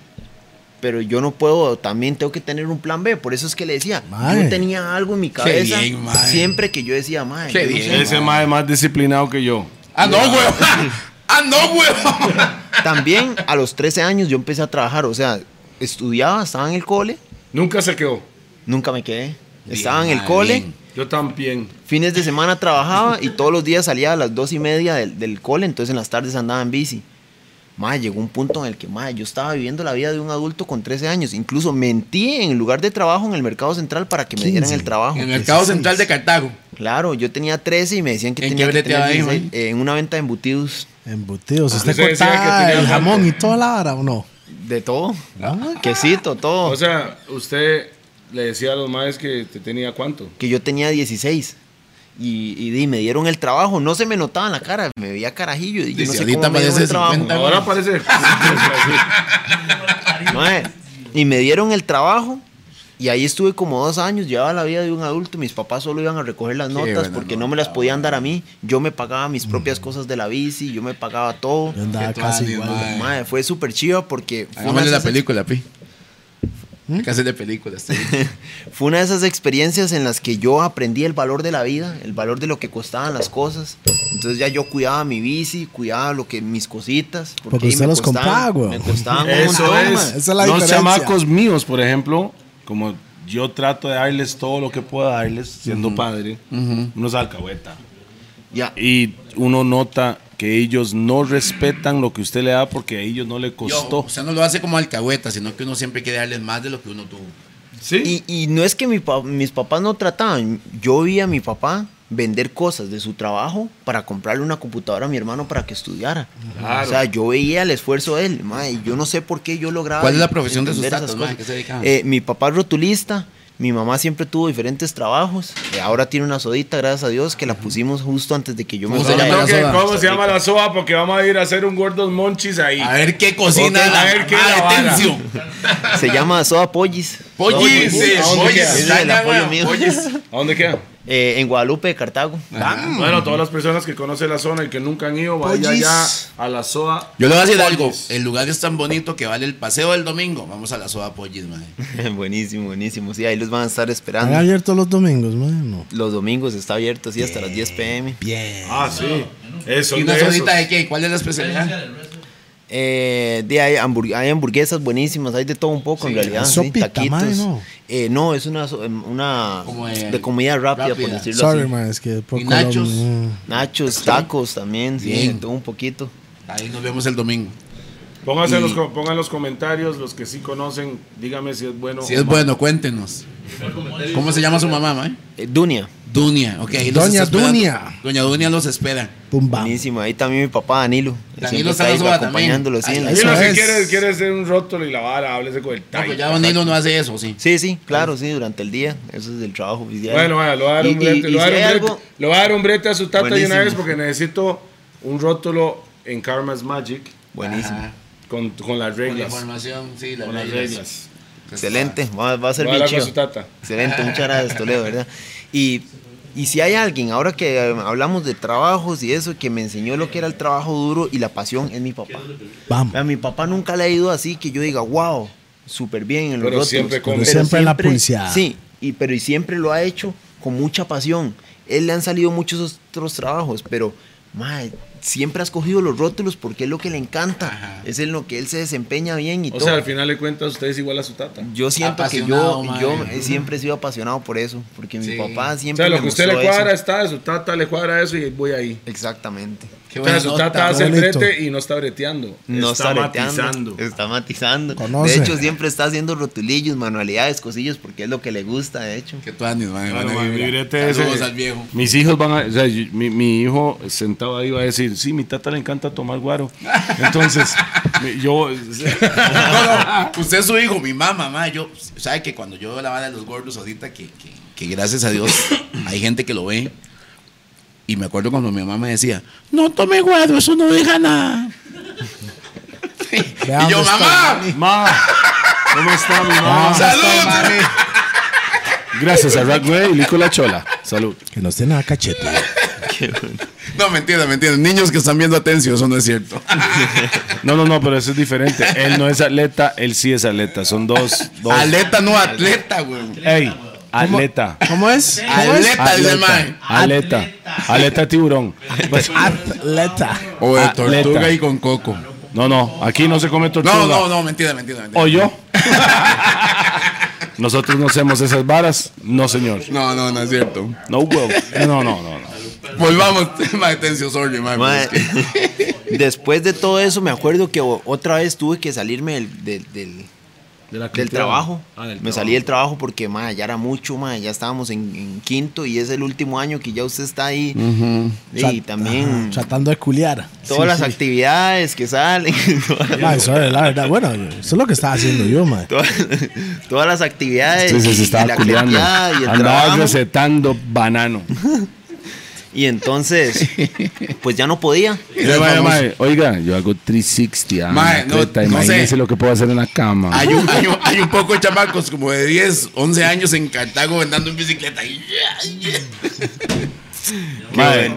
pero yo no puedo, también tengo que tener un plan B. Por eso es que le decía, Mae. yo tenía algo en mi cabeza bien, mae. siempre que yo decía, mae, Qué yo no bien. sé". Ese mae es más disciplinado que yo. Ah, no, huevo. Ah, no, huevo. También a los 13 años yo empecé a trabajar, o sea, estudiaba, estaba en el cole, Nunca se quedó. nunca me Bien, quedé. estaba en el mae, cole, bien. Yo también. fines de semana trabajaba y todos los días salía a las dos y media del, del cole, entonces en las tardes andaba en bici. Mae, llegó un punto en el que mae, yo estaba viviendo la vida de un adulto con 13 años. Incluso mentí en el lugar de trabajo en el mercado central para que me dieran 15. el trabajo. En el mercado central de Cartago. Claro, yo tenía 13 y me decían que ¿En tenía qué que breteaba tener ahí, 16, eh, en una venta de embutidos Embutidos. ¿Usted Usted decía Ah, que cortaba tenía el el jamón y toda la vara o no? Ah, de todo, quesito, todo. O sea, usted le decía a los maes que te tenía cuánto. que yo tenía 16. Y, y, di, me dieron el trabajo, no se me notaba en la cara, me veía carajillo. Y yo Dice, no sé ahorita cómo me dieron el parece trabajo. 50. Ahora parece. Mae, y me dieron el trabajo y ahí estuve como dos años, llevaba la vida de un adulto, mis papás solo iban a recoger las notas buena porque no me las podían dar a mí, yo me pagaba Mm. mis propias cosas de la bici, yo me pagaba todo. Yo andaba Qué casi tuanis, igual. mae. Mae, fue súper chiva porque fue una, Hagámosle de la esas, película, Pi. Hay que hacerle película. este. fue una de esas experiencias en las que yo aprendí el valor de la vida, el valor de lo que costaban las cosas. Entonces ya yo cuidaba mi bici, cuidaba lo que mis cositas. Porque ahí usted me los costaban- compraba, güey. Me costaban un Eso montón, es. mae. Esa es la los diferencia. chamacos míos, por ejemplo, como yo trato de darles todo lo que puedo darles, siendo padre, unos alcahueta. Ya. Y uno nota que ellos no respetan lo que usted le da porque a ellos no le Yo, costó. o sea, no lo hace como alcahueta, sino que uno siempre quiere darles más de lo que uno tuvo. sí. Y, y no es que mi pa- mis papás no trataban. Yo vi a mi papá, vender cosas de su trabajo para comprarle una computadora a mi hermano para que estudiara. Claro. O sea, yo veía el esfuerzo de él, mae, y yo no sé por qué yo lograba. ¿Cuál es la profesión de sus entender tatas, esas mae? cosas. ¿Qué se dedicaban? Eh, mi papá es rotulista, mi mamá siempre tuvo diferentes trabajos, eh, ahora tiene una sodita, gracias a Dios, que la pusimos justo antes de que yo me ¿Cómo se fuera. llama la Ok, soda? ¿Cómo se llama la soa? Porque vamos a ir a hacer un gordos monchis ahí. A ver qué cocina Ok, la a ver qué mamá la de vara. Tencio. Se llama Soda Pollis. Pollis, Pollis, eh, ¿a dónde pollis, queda? Ese es saca, el apoyo weón, mío. pollis. ¿A dónde queda? Eh, en Guadalupe de Cartago. Ah. Bueno, todas las personas que conocen la zona y que nunca han ido, vaya Pollis. allá a la soa. Yo le voy a decir algo. Pollis. El lugar es tan bonito que vale el paseo del domingo. Vamos a la soda pollis, mae. buenísimo, buenísimo. Sí, ahí los van a estar ¿Han esperando. abierto los domingos, mano? Los domingos está abierto, sí, hasta las 10 pm. Bien. Ah, sí. Eso, ¿Y de una esos. sodita de qué? ¿Cuál es la especialidad? Eh, de, hay, hamburg- hay hamburguesas buenísimas, hay de todo un poco en realidad. sí, sopita, taquitos. madre, ¿no? Eh, no, es una, so- em, una Como de- de, comida rápida, por rápida. decirlo Sorry, así. man, es que poco. nachos? lo- mm. Nachos, tacos también, sí, Bien. de todo un poquito. Ahí nos vemos el domingo. Pónganse Y- los, co- pongan los comentarios, los que sí conocen, dígame si es bueno. Si es o malo. bueno, cuéntenos. ¿Cómo se llama su mamá, mae? Eh, Dunia, Dunia, ok. ahí los Doña está esperando. Dunia. Doña Dunia los espera. Pumba. buenísima. Ahí también mi papá Danilo. Danilo siempre está ahí Salazar también. acompañándolo. sí, Ahí en la- está. Y no Eso se es. quiere, quiere hacer un rótulo y la vara, háblese con el No, time. pues ya Danilo no hace eso, sí. Sí, sí, claro, sí, durante el día. Eso es el trabajo oficial. Bueno, vaya, lo voy a dar Y- un y- brete. y Lo voy a si hay dar un brete- algo- lo voy a dar un brete a su tata de una Buenísimo. vez porque necesito un rótulo en Karma's Magic Buenísimo. Ajá. con, con las Con la reglas. información, sí, las Con las reglas. Excelente, Pues, va, va a ser Voy a bien hablar con chido. su tata. Excelente, muchas gracias Toledo, ¿verdad? Y, y si hay alguien, ahora que eh, hablamos de trabajos y eso, que me enseñó lo que era el trabajo duro y la pasión, es mi papá. Vamos. A mi papá nunca le ha ido así que yo diga, wow, súper bien en los Pero rótulos". siempre con- Pero siempre en la pulseada. Sí, y, pero y siempre lo ha hecho con mucha pasión. Él le han salido muchos otros trabajos, pero mae, siempre ha escogido los rótulos porque es lo que le encanta. Es en lo que él se desempeña bien y O todo. sea, al final le cuentas ustedes igual a su tata. Yo siento que Apasionado, yo, madre. yo he siempre he sido apasionado por eso, porque mi Sí. papá O siempre sea, lo me que usted le mostró cuadra eso. está, su tata le cuadra eso y voy ahí. Exactamente. Qué O sea, buena su nota, tata hace el bonito. brete y no está breteando. No está, breteando, matizando. Está matizando. Conoce. De hecho, siempre está haciendo rotulillos, manualidades, cosillas, porque es lo que le gusta, de hecho. Qué tuanis, mae, Claro, buena mae, vibra. mi brete ese. Saludos al viejo. Mis hijos van a, o sea, yo- mi, mi hijo sentado ahí va a decir, sí, mi tata le encanta tomar guaro. Entonces, mi- yo, No, no, usted es su hijo, mi mamá, mamá. Yo, sabe que cuando yo veo la banda de los gordos ahorita, que, que, que gracias a Dios hay gente que lo ve. Y me acuerdo cuando mi mamá me decía, no tome guado, eso no deja nada. Vea y yo, dónde está, mamá, ma, ¿cómo está mi mamá? Ah, salud. Gracias a Ragway y Nicola Chola. Salud. Que nos tiene a cachete. No, mentira, mentira. Niños que están viendo atención, eso no es cierto. No, no, no, pero eso es diferente. Él no es atleta, él sí es atleta. Son dos, dos. Atleta, no atleta, güey. Ey, atleta. ¿Cómo es? ¿Cómo es? Atleta, el de mae. Aleta. Aleta tiburón. Pues, Atleta. O de Atleta. tortuga y con coco. no, no, aquí no se come tortuga. No, no, no, mentira, mentira. mentira. O yo. Nosotros no hacemos esas varas. No, señor. No, no, no es cierto. No, huevo. No, no, no. no. Volvamos, tema de Tencio, sorry, mae, pero Mae, es que- Después de todo eso, me acuerdo que o- otra vez tuve que salirme del, del- del- del trabajo. Ah, me salí del trabajo porque mae, ya era mucho, mae, ya estábamos en, en quinto y es el último año que ya usted está ahí. Y Chat- también Ajá, Tratando de culiar. todas las actividades que salen. todas- Ma, eso es la verdad. Bueno, yo- eso es lo que estaba haciendo yo, man. todas, todas las actividades Entonces se y estaba la culiando. claqueada y el Andaba trabajo. recetando banano. Y entonces, pues ya no podía. Ese Mae, famoso- mae, oiga, yo hago 360. ah, Mae, una no- teta, no imagínese sé. lo que puedo hacer en la cama. Hay un, hay, un, hay un poco de chamacos como de 10, 11 años en Cartago andando en bicicleta. Y- Mae,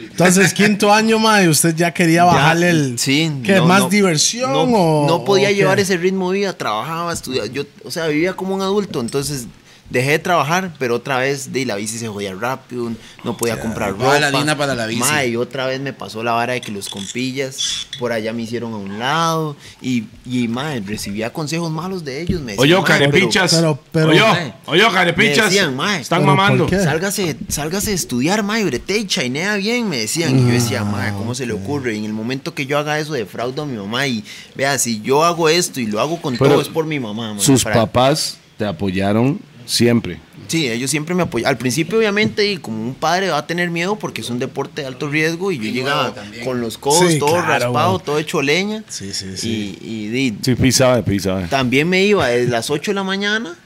Entonces, quinto año, man, usted ya quería Ya, bajarle el. sí, ¿Qué? no, ¿Más no, diversión no, o.? No podía o qué? llevar ese ritmo de vida, trabajaba, estudiaba. Yo, o sea, vivía como un adulto, entonces dejé de trabajar, pero otra vez de la bici se jodía rápido, no podía comprar toda ropa. la harina para la bici. Mae, y otra vez me pasó la vara de que los compillas por allá me hicieron a un lado y, y mae, recibía consejos malos de ellos. Me decían, Oye, "Mae, pero- carepichas. pero- pero- Oye, Mae. oye, carepichas. Me decían, mae, Están ¿pero por mamando. qué? Sálgase, sálgase de estudiar, mae, brete y chainea bien, me decían. Y yo Ah, decía, mae, ¿cómo se le ocurre? Y en el momento que yo haga eso, defraudo a mi mamá. Y vea, si yo hago esto y lo hago con Pero todo, es por mi mamá, mae, Sus para- papás te apoyaron siempre. Sí, ellos siempre me apoyaron. Al principio, obviamente, y como un padre va a tener miedo porque es un deporte de alto riesgo y yo llegaba con los codos Sí, todo claro, raspado, güey. todo hecho leña. Sí, sí, sí. Y, y di- Sí, pisaba, pisaba. también me iba desde las 8 de la mañana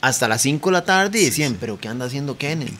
hasta las 5 de la tarde y decían, pero ¿qué anda haciendo Kenneth?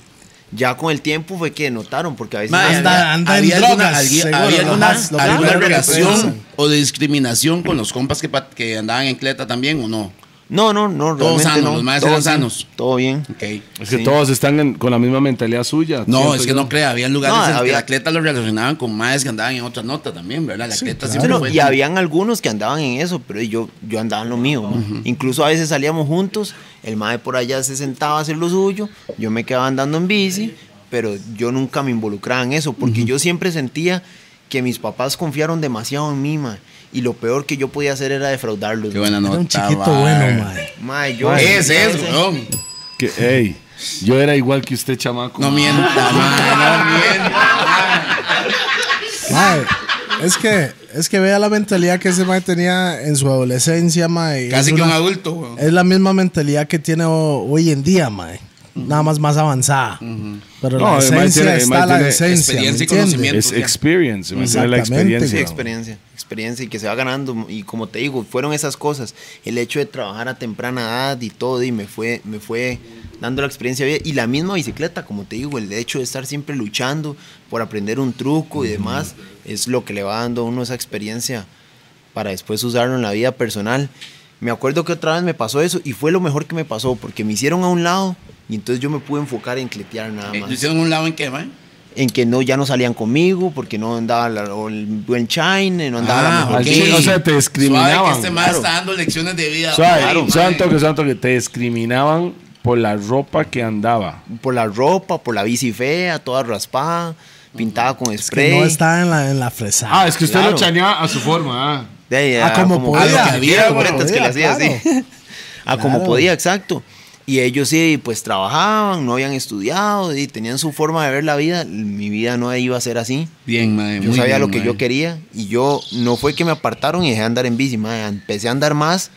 Ya con el tiempo fue que notaron, porque a veces... Mae, Anda- había- anda en había drogas, alguna, seguro, había lo alguna, más- lo alguna primero que piensan. relación o discriminación con los compas que, pa- que andaban en cleta también o no. No, no, no, realmente Todos sanos, no. los maes Todo eran bien, sanos. Todo bien. Ok. Es que Sí. todos están en- con la misma mentalidad suya. No, siento es que yo. no crea, había lugares No, en que había- la cleta lo relacionaban con maes que andaban en otra nota también, ¿verdad? La cleta siempre Bueno, fue y como- habían algunos que andaban en eso, pero yo, yo andaba en lo mío. ¿no? Incluso a veces salíamos juntos, el mae por allá se sentaba a hacer lo suyo, yo me quedaba andando en bici, pero yo nunca me involucraba en eso, porque yo siempre sentía que mis papás confiaron demasiado en mí, mae, y lo peor que yo podía hacer era defraudarlos. Qué buena Era nota. un chiquito va. bueno, mae. Mae, yo- Ese es, Ese- weón. Que, ey, yo era igual que usted, chamaco. No mienta, mae, no mienta. Mae, Es que, es que vea la mentalidad que ese mae tenía en su adolescencia, mae. Casi Es que un una- adulto, weón. Es la misma mentalidad que tiene ho- hoy en día, mae. Nada más más avanzada. Pero No, la el mae esencia tiene- el está la mae tiene esencia. experiencia ¿me y conocimiento. entiende? Es experience, me sale la Exactamente, Sí, experiencia. güey. experiencia, experiencia y que se va ganando. Y como te digo, fueron esas cosas. El hecho de trabajar a temprana edad y todo, y me fue, me fue dando la experiencia. de vida. Y la misma bicicleta, como te digo, el hecho de estar siempre luchando por aprender un truco y demás, es lo que le va dando a uno esa experiencia para después usarlo en la vida personal. Me acuerdo que otra vez me pasó eso y fue lo mejor que me pasó porque me hicieron a un lado y entonces yo me pude enfocar en cletear nada Eh, más ¿lo hicieron un lado en qué, mae? en que no ya no salían conmigo porque no andaba la- o el buen Chine, no andaba la Ah, mejor al ok. que- chile, o sea, te discriminaban. Suave que este mae Claro. está dando lecciones de vida. Suave, Claro, mae. santo que santo que te discriminaban por la ropa que andaba. por la ropa, por la bici fea, toda raspada, pintada con spray. Que no está en la, en la fresada. Ah, es que usted lo chaneaba a su forma. De ahí Ah, como podía, a lo que como había, podía, boletas que le hacía así. A como Claro. podía, exacto. Y ellos sí, pues trabajaban, no habían estudiado y tenían su forma de ver la vida. Mi vida no iba a ser así. Bien, mae. Yo muy sabía bien, lo que mae. yo quería y yo no fue que me apartaron y dejé de andar en bici, mae. empecé a andar más,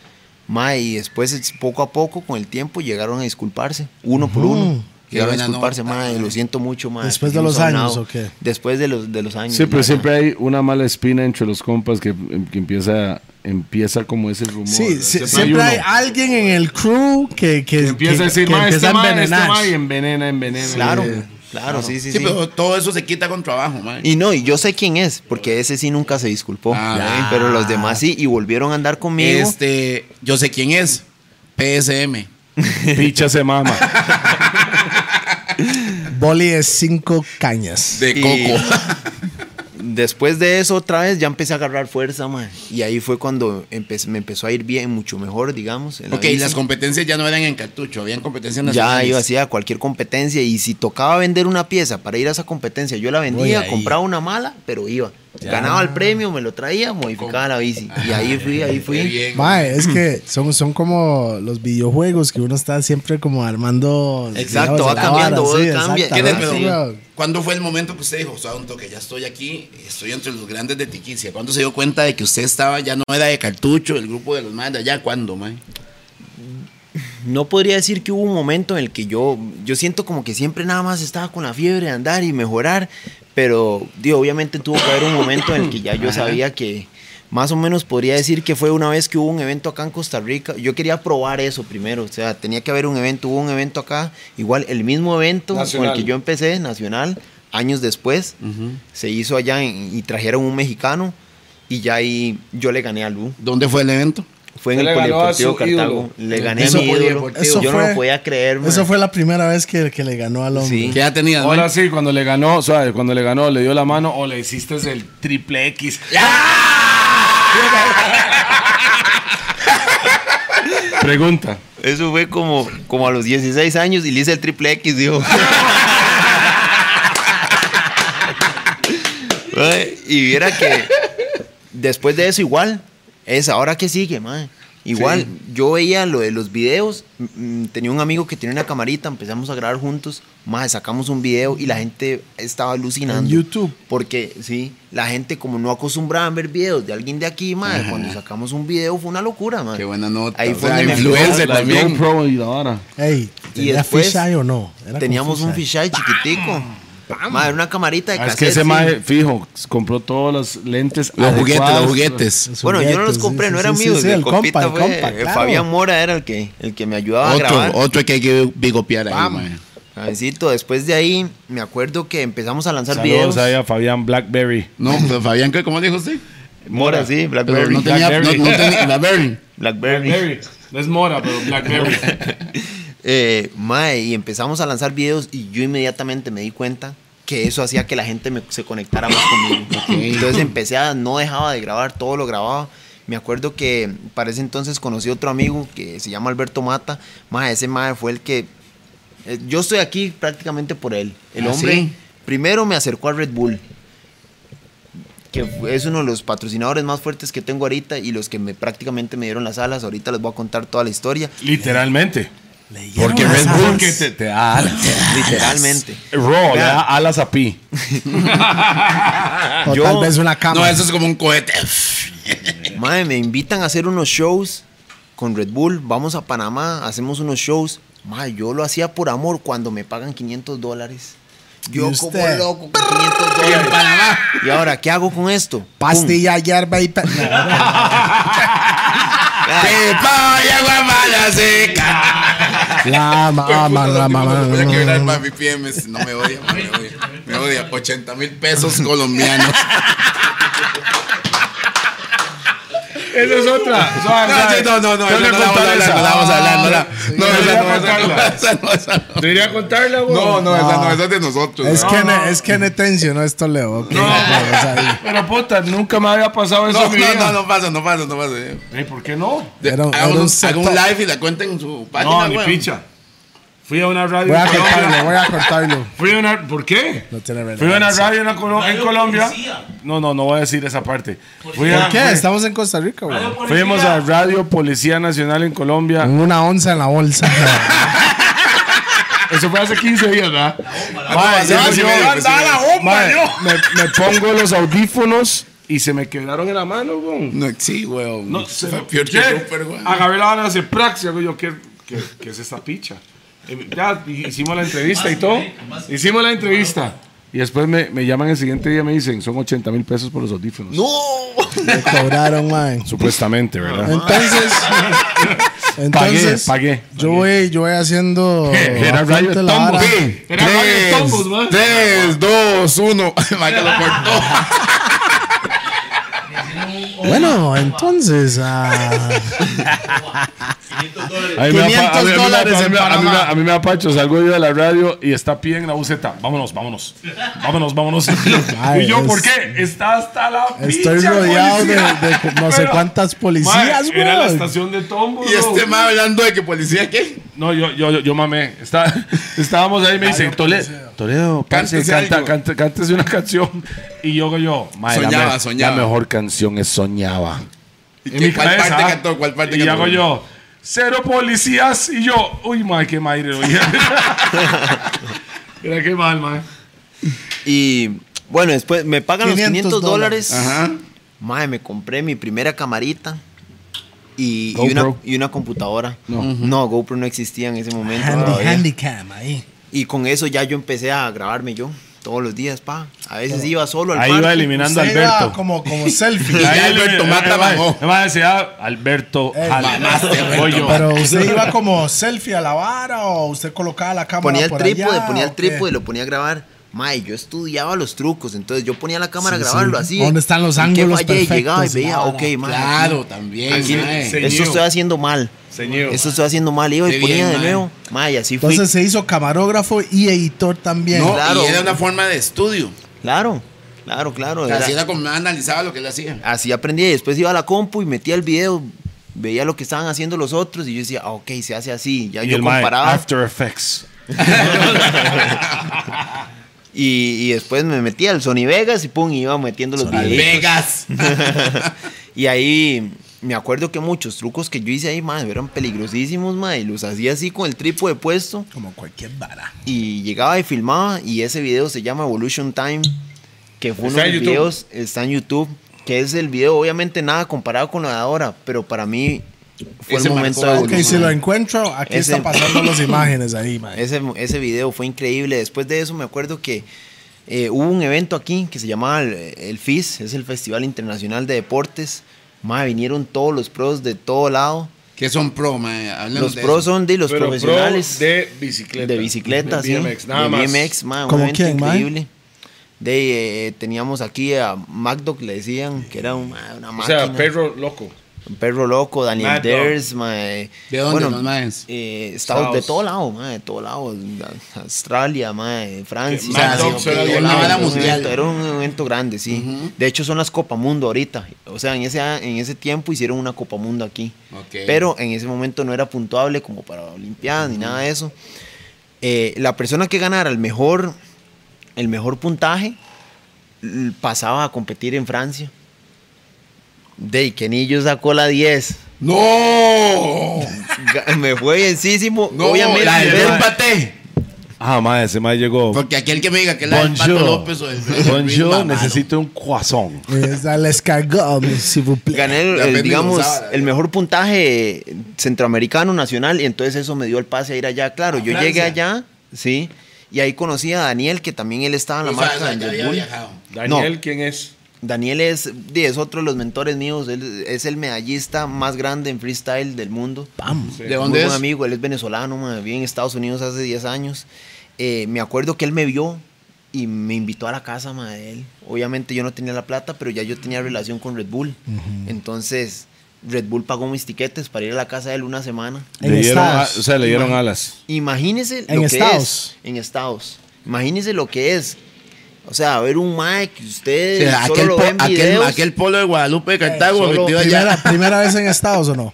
mae, y después es- poco a poco con el tiempo llegaron a disculparse, uno por uno. Qué Llegaron a buena disculparse, nota, mae, mae. lo siento mucho, mae. ¿Después de hemos los años hablado. o qué? Después de los, de los años. Sí, pero mae. siempre hay una mala espina entre los compas que, que empieza, empieza como ese rumor. Sí, sí, Siempre siempre hay uno alguien en el crew que, que, que empieza que- a decir, que "Ma, empieza este a mae, este envenenar. mae", y envenena, envenena. Claro, Eh, claro, sí, sí, Sí, sí. pero todo eso se quita con trabajo, mae. Y no, y yo sé quién es, porque ese sí nunca se disculpó. Ah, Ya, ven. pero los demás sí, y volvieron a andar conmigo. Este, yo sé quién es. PSM. Picha se mama. Boli es cinco cañas. De Y- coco. Después de eso, otra vez ya empecé a agarrar fuerza, mae. Y ahí fue cuando empe- me empezó a ir bien, mucho mejor, digamos. en la ok, y bici. las competencias ya no eran en cartucho, habían competencias Ya nacionales. yo hacía cualquier competencia y si tocaba vender una pieza para ir a esa competencia, yo la vendía, compraba una mala, pero iba. Ganaba el premio, me lo traía, modificaba la bici. Y ahí fui, ahí Qué fui. bien. Mae, es que son, son como los videojuegos que uno está siempre como armando. Exacto, digamos, va la cambiando, vara, vos sí, cambia. exacto, ¿Qué Ah, te- ¿verdad? pero, sí. ¿Cuándo fue el momento que usted dijo, Santo, que ya estoy aquí, estoy entre los grandes de Tiquicia? ¿Cuándo se dio cuenta de que usted estaba, ya no era de cartucho, el grupo de los más de allá? ¿Cuándo, mae? No podría decir que hubo un momento en el que yo, yo siento como que siempre nada más estaba con la fiebre de andar y mejorar, pero digo, obviamente tuvo que haber un momento en el que ya yo sabía que más o menos podría decir que fue una vez que hubo un evento acá en Costa Rica. Yo quería probar eso primero, o sea, tenía que haber un evento, hubo un evento acá, igual el mismo evento con el que yo empecé, nacional, años después, se hizo allá en- y trajeron un mexicano y ya ahí yo le gané a Lu. ¿Dónde fue el evento? Fue en Usted el le ganó a Polideportivo su Cartago. ídolo. Le gané Eso a mi fue- ídolo. eso Yo no fue- lo podía creer, man. Eso fue la primera vez que, que le ganó al hombre. Sí. ¿Qué edad tenías, mae? Ahora sí, cuando le ganó, suave, cuando le ganó, le dio la mano o le hiciste el triple X. Pregunta. Eso fue como, como a los 16 años y le hice el triple X, dijo. Mae, y viera que después de eso igual, es ahora que sigue, mae. Igual, yo veía lo de los videos. mm, Tenía un amigo que tenía una camarita, empezamos a grabar juntos. Más, sacamos un video y la gente estaba alucinando. En YouTube. Porque, sí, la gente como no acostumbraba a ver videos de alguien de aquí, madre, cuando sacamos un video fue una locura, madre. Qué buena nota. Ahí O fue sea, donde me- influencer La también. GoPro y la vara. Ey, Y ¿tenía después fisheye o no? Era con Teníamos un fisheye chiquitico. Madre, una camarita de Ah, cassette. es que ese sí. mae, fijo, compró todas las lentes. Los juguetes, los adecuadas. juguetes. Los Bueno, yo no juguetes, los sí, compré, sí, no eran sí, míos. sí, sí, el, el compita compa, el fue- compa, eh, claro. Fabián Mora era el que, el que me ayudaba a Otro, grabar. otro que hay que bigopear ahí, mae. Javencito, después de ahí, me acuerdo que empezamos a lanzar Saludos videos. ahí a Fabián Blackberry. No, pero Fabián, ¿qué- ¿cómo dijo usted? Mora, sí, Pero Blackberry. no tenía, no, Blackberry. no tenía, la Berry. Blackberry. No es mora, pero Blackberry. Eh, mae, y empezamos a lanzar videos y yo inmediatamente me di cuenta que eso hacía que la gente me- se conectara más conmigo. Entonces empecé a, no dejaba de grabar, todo lo grababa. Me acuerdo que para ese entonces conocí otro amigo que se llama Alberto Mata. Mae, ese mae fue el que... eh, yo estoy aquí prácticamente por él. El ¿Ah, hombre sí? primero me acercó a Red Bull. que es uno de los patrocinadores más fuertes que tengo ahorita y los que me prácticamente me dieron las alas. Ahorita les voy a contar toda la historia. Literalmente. Porque Red Bull Porque te, te da alas. Literalmente. Raw, le da alas a Pi. O Yo- tal vez una cámara. No, eso es como un cohete. Ah. Madre, me invitan a hacer unos shows con Red Bull. Vamos a Panamá, hacemos unos shows. Madre, yo lo hacía por amor cuando me pagan 500 dólares. Yo ¿Y como usted? loco con 500 dólares. Y ahora, ¿qué hago con esto? Pum. Pastilla, hierba y... pe- No, Ah, ¡Vaya agua mala seca! La Ah, mamá, la mamá. Voy a quebrar para mi pie, me- No me odia, me odia. Me odia. 80 mil pesos colombianos. Esa es otra. No, no, no, no, Yo esa le no la vamos a contaré hablar, esa. no la vamos a hablar, no la- no, Yo esa le no, voy a esa no, contarla. esa no, esa no. Debería contarla, güey. No, no, esa no, esa es de nosotros. Es ¿no? que es Kenneth Tencio, no es Toledo. ok, no, pues, ahí. Pero puta, nunca me había pasado eso No, en mi no, vida. no, no pasa, no pasa, no pasa. eh. Ey, ¿Por qué no? De- Era un- haga era un un- set haga un top. live y la cuenta en su página. No, ni weón. picha. Fui a una radio. Voy a en Colombia. contarlo, voy a contarlo. Fui a una. ¿Por qué? No tiene Fui a una relevancia. radio en, la Colo- en Colombia. No, no, no voy a decir esa parte. Fui a- ¿Por qué? Estamos en Costa Rica, güey. Fuimos a Radio Policía Nacional en Colombia. Con una onza en la bolsa. Eso fue hace 15 días, ¿verdad? bomba, Mae, se va, llego se yo, me va a dar la bomba, pues mae, yo. Me, me pongo los audífonos y se me quedaron en la mano, güey. No, sí, weón. No, se Fue me peor que ¿Qué? Rupert, weón. Agarré la vara hace praxis. Hago yo, ¿qué, qué, qué es esta picha? Eh, Ya hi- hicimos la entrevista y todo. Hicimos la entrevista. Y después me, me llaman el siguiente día y me dicen, son 80 mil pesos por los audífonos. Me cobraron, man. Supuestamente, pues, ¿verdad? Entonces, entonces pagué, Yo voy, yo voy haciendo. Era bastante radio la Tombo. vara. Sí. Era Tres, Mario Tombos, man. Tres, dos, uno. Michael lo cortó. Bueno, entonces. ah, A mí me da pa- a mí- a mí me 500 da pa- dólares a en mí me- a mí me- Panamá. A mí me da pacho, salgo yo de la radio y está pie en la buceta. Vámonos, vámonos. Vámonos, vámonos. Ay, y yo, es- ¿por qué? Está hasta la Estoy pincha rodeado de- policía. de no sé cuántas policías, Mae, Era la weón. estación de Tombo. Y este más hablando de que policía, ¿qué? No, yo, yo, yo, yo mamé. Está, estábamos ahí y me dicen, Toledo, pues, Toledo, parce, Cántese canta, algo. canta- cántese una canción. Y yo, yo, mae, la Soñaba, me- soñaba. La mejor canción es Soñaba. ¿Y En mi qué- ¿Cuál cabeza, parte ah, cantó? ¿Cuál parte Y cantó? hago yo, cero policías y yo, uy, mae, qué madre. oye. Mira qué mal, mae. y bueno, después me pagan 500 los 500 dólares. Ajá. Madre, me compré mi primera camarita. Y, y una, GoPro. y una computadora. No. GoPro no existía en ese momento. Handy, todavía. handicam ahí. Y con eso ya yo empecé a grabarme yo todos los días, pa. A veces iba solo al Ahí parque. va eliminando a Usted iba Alberto. Como, como selfie. Y ya Ahí Alberto elimina- Mata eh, mae, bajó. eh, mae, decía, Alberto Eh, jala. mamaste, Voy yo. Pero usted iba como selfie a la vara o usted colocaba la cámara. Ponía el por trípode, allá, ponía el ¿o qué? trípode, lo ponía a grabar. Mae, yo estudiaba los trucos, entonces yo ponía la cámara Sí, a grabarlo sí. así. ¿Dónde están los ¿En qué ángulos fallé? Llegaba y perfectos? veía, La ok, vara, mae. Claro, también. aquí- mae. se- esto Señor. estoy haciendo mal. Señor. Esto estoy haciendo mal. Iba y Qué ponía bien, de mae. nuevo. Mae, y así fui. Entonces se hizo camarógrafo y editor también. No, Claro. y era una forma de estudio. claro, claro, claro. O sea, era- así era como analizaba lo que él hacía. así aprendí. Y después iba a la compu y metía el video, veía lo que estaban haciendo los otros y yo decía, ah, ok, se hace así. Ya Y yo el mae, comparaba. ah. After Effects. Y, y después me metía al Sony Vegas y pum, iba metiendo los Al videos. Vegas. y ahí me acuerdo que muchos trucos que yo hice ahí, madre, eran peligrosísimos, madre, y los hacía así con el trípode puesto. Como cualquier vara. Y llegaba y filmaba, y ese video se llama Evolution Time, que fue uno Está de en los YouTube. videos, está en YouTube, que es el video, obviamente nada comparado con lo de ahora, pero para mí fue Ese el momento de marcó algo. Ok, evolución. si lo encuentro, aquí Ese- está pasando las imágenes ahí, man. Ese, ese video fue increíble. Después de eso me acuerdo que eh, hubo un evento aquí que se llamaba el, el FIS, es el Festival Internacional de Deportes. Mae, vinieron todos los pros de todo lado. Que son pro, mae. Háblenos los de pros eso. son de los Pero pro profesionales de bicicleta. de bicicleta, De sí, BMX, nada de más. BMX, mae, un ¿Cómo evento quién, mae? increíble. De, eh, teníamos aquí a MacDoc, le decían que era un- mae, una O máquina. sea, perro loco. Un Perro Loco, Daniel Mad Dog. Ders, mae. ¿De dónde los maes? eh, Estados, de Estados. todo lado, mae, de todo lado. Australia, mae, Francia. Que Mad Dog sí, suena sí, bien era grande, un sí. evento, Era un evento grande, sí. De hecho, son las Copa Mundo ahorita. O sea, en ese, en ese tiempo hicieron una Copa Mundo aquí. Ok. Pero en ese momento no era puntuable como para Olimpiadas ni nada de eso. Eh, la persona que ganara el mejor, el mejor puntaje l- pasaba a competir en Francia. De Kenillo sacó la 10. ¡No! Ga- Me fue bienísimo. ¡No! Obviamente, la del ver- Ben Paté. Ah, madre, ese madre llegó. Porque aquel que me diga que es la del Pato Bonjour. López o del Bonjour, necesito un croissant. Es la escargot, si vous plaît. gané, el- La el, peli digamos, usaba, la- el mejor puntaje centroamericano nacional. Y entonces eso me dio el pase a ir allá. Claro, yo llegué Francia? allá, sí. Y ahí conocí a Daniel, que también él estaba en la O sea, marca o sea, de ya Red había Bull. viajado. Daniel, No. ¿quién es? Daniel es, di, es otro de los mentores míos. Él es el medallista más grande en freestyle del mundo. Vamos. ¿De dónde Muy es? buen amigo, él es venezolano, man, vive en Estados Unidos hace 10 años. Eh, me acuerdo que él me vio y me invitó a la casa man, de él. Obviamente yo no tenía la plata, pero ya yo tenía relación con Red Bull. Entonces, Red Bull pagó mis tiquetes para ir a la casa de él una semana. En Le dieron, a- o Estados. sea, le dieron alas. Imagínese lo En que Estados. es. En Estados. Imagínese lo que es. O sea, ver un Mike que O ustedes sea, solo aquel, lo po- ven aquel, videos. aquel polo de Guadalupe de Cartago solo- metido allá. Primera, primera vez en Estados o no?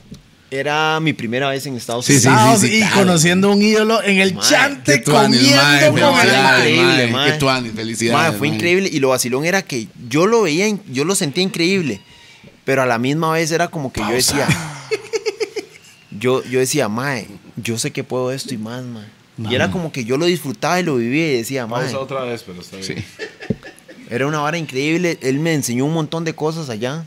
Era mi primera vez en Estados Sí, sí, Unidos. Estados sí, sí, y claro. conociendo un ídolo en el Mae, chante tuanis, mae, comiendo con el felicidades. mae. Ah, Increíble, mae. Qué tuanis, felicidades. Mae, fue mae. increíble y lo vacilón era que yo lo veía, in- yo lo sentía increíble, pero a la misma vez era como que yo decía, yo, yo decía, mae, yo sé que puedo esto y más, mae. Y era como que yo lo disfrutaba y lo vivía y decía, mae, otra vez, pero está bien. era una vara increíble, él me enseñó un montón de cosas allá.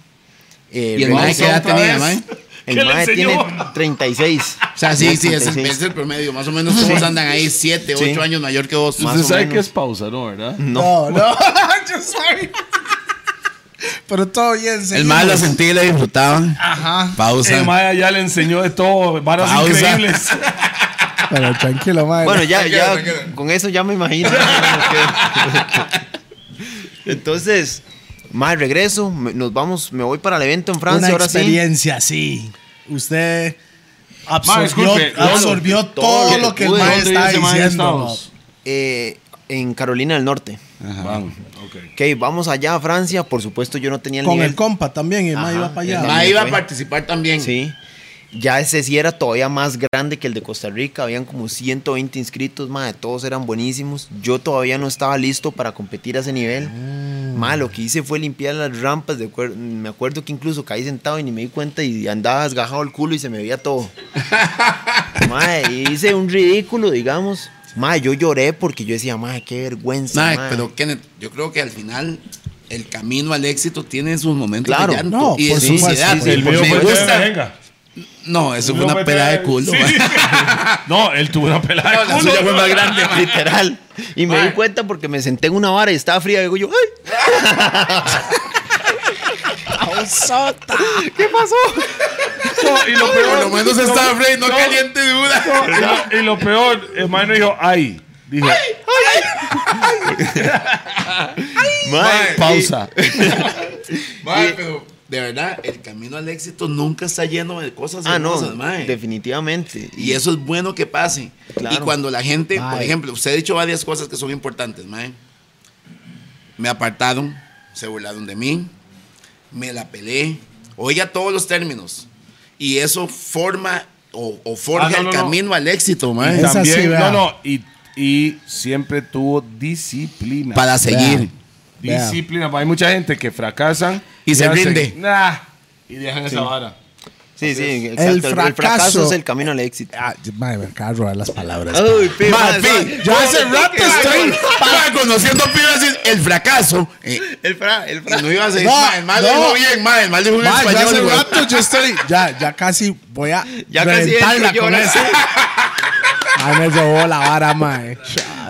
Eh, ¿Y el realmente- mae qué edad otra tenía, vez. mae? el ¿Qué le mae enseñó? tiene 36. O sea, sí, sí, es el, 36. es el promedio. Más o menos todos andan ahí 7, Sí. 8 años mayor que vos. Más Usted o sabe menos. que es pausa, ¿no? ¿Verdad? No, no, yo sabía. Pero todo bien, El seguimos. mae la sentí y la disfrutaba. Ajá. El Pausa. mae ya le enseñó de todo, varas Pausa. increíbles. Pero tranquilo, mae. Bueno, ya, Tranquilo, ya, tranquilo. con eso ya me imagino. Entonces, más regreso, me- nos vamos, me voy para el evento en Francia Una ahora sí. experiencia, sí. Usted absorbió, Mae, disculpe, ¿dónde- absorbió todo lo que el pude? mae ¿Dónde estaba vive ese mae de diciendo. Estados? eh, en Carolina del Norte. Van, ok. Ok, vamos allá a Francia. Por supuesto, yo no tenía ¿no? el Con nivel. el compa también, el mae Ajá, iba para el allá. mae- Mae iba a fue. participar también. Sí. Ya ese sí era todavía más grande que el de Costa Rica. Habían como 120 inscritos, madre. Todos eran buenísimos. Yo todavía no estaba listo para competir a ese nivel. Mm. Madre, lo que hice fue limpiar las rampas. de acuer- me acuerdo que incluso caí sentado y ni me di cuenta y andaba desgajado el culo y se me veía todo. madre, hice un ridículo, digamos. Madre, yo lloré porque yo decía, madre, qué vergüenza. Mae, mae". pero Kenneth, yo creo que al final el camino al éxito tiene sus momentos Claro. de llanto No, y por de supuesto. felicidad. Sí, El Por mío me fue gusta- de venga. No, eso fue El mío ¿eh? una pelada de culo. Sí. mae. No, él tuvo una pelada No, de la culo. suya fue más ¿eh? grande. mae. Literal. Y me di cuenta porque me senté en una vara y estaba fría. Y digo yo, ¡ay! ¿Qué pasó? No, y lo peor. Por lo menos estaba Frey, no no. caliente de una. no, y lo peor, el mae no dijo, ay. Dijo, Mae, pausa. Mae, pero de verdad, el camino al éxito nunca está lleno de cosas Ah, no, hermosas, mae. definitivamente. Y eso es bueno que pase. Claro. Y cuando la gente, por Mae. ejemplo, usted ha dicho varias cosas que son importantes, mae. Me apartaron, se burlaron de mí, me la peleé. Oiga todos los términos. Y eso forma o, o forja Ah, no, no, el no. camino al éxito, mae. Es Esa sí, También, no, vea. no, y, y siempre tuvo disciplina. Para seguir. Vea. Vea. Disciplina. Hay mucha gente que fracasan Y se hacen, rinde. "Nah", y dejan esa vara. Sí, sí, El exacto. El, el fracaso, fracaso es el camino al éxito. Ah, madre, me acaba de robar las palabras. Uy, pi, Ma, ma, pi, ma, yo hace rato estoy. Para conociendo pibes es el fracaso. Eh, El fra, el fra. no iba a decir, No, ma, el mal no. dijo bien, ma, el mal dijo en Ma, yo español. hace güey. rato yo estoy. Ya, ya casi voy a. Ya casi reventarla entro yo con ahora. eso. Ay, me robó la vara, mae.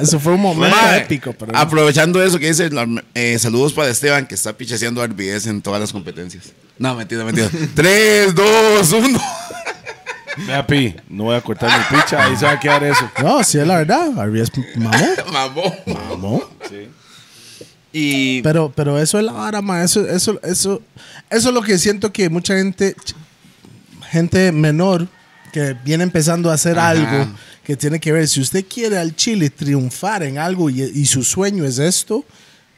Eso fue un momento Ma, épico, pero. no. aprovechando eso que dice, la- eh, saludos para Esteban que está pichaseando RBS en todas las competencias. No, mentira, mentira. 3, 2, 1. Vea, Pi, no voy a cortar mi picha, ahí se va a quedar eso. No, sí, es la verdad. Arias mamó. Mamó. Mamó. Y Pero, pero eso es la vara, ma. Eso, eso, eso, eso es lo que siento que mucha gente, ch- gente menor que viene empezando a hacer algo que tiene que ver. Si usted quiere al Chile triunfar en algo y, y su sueño es esto,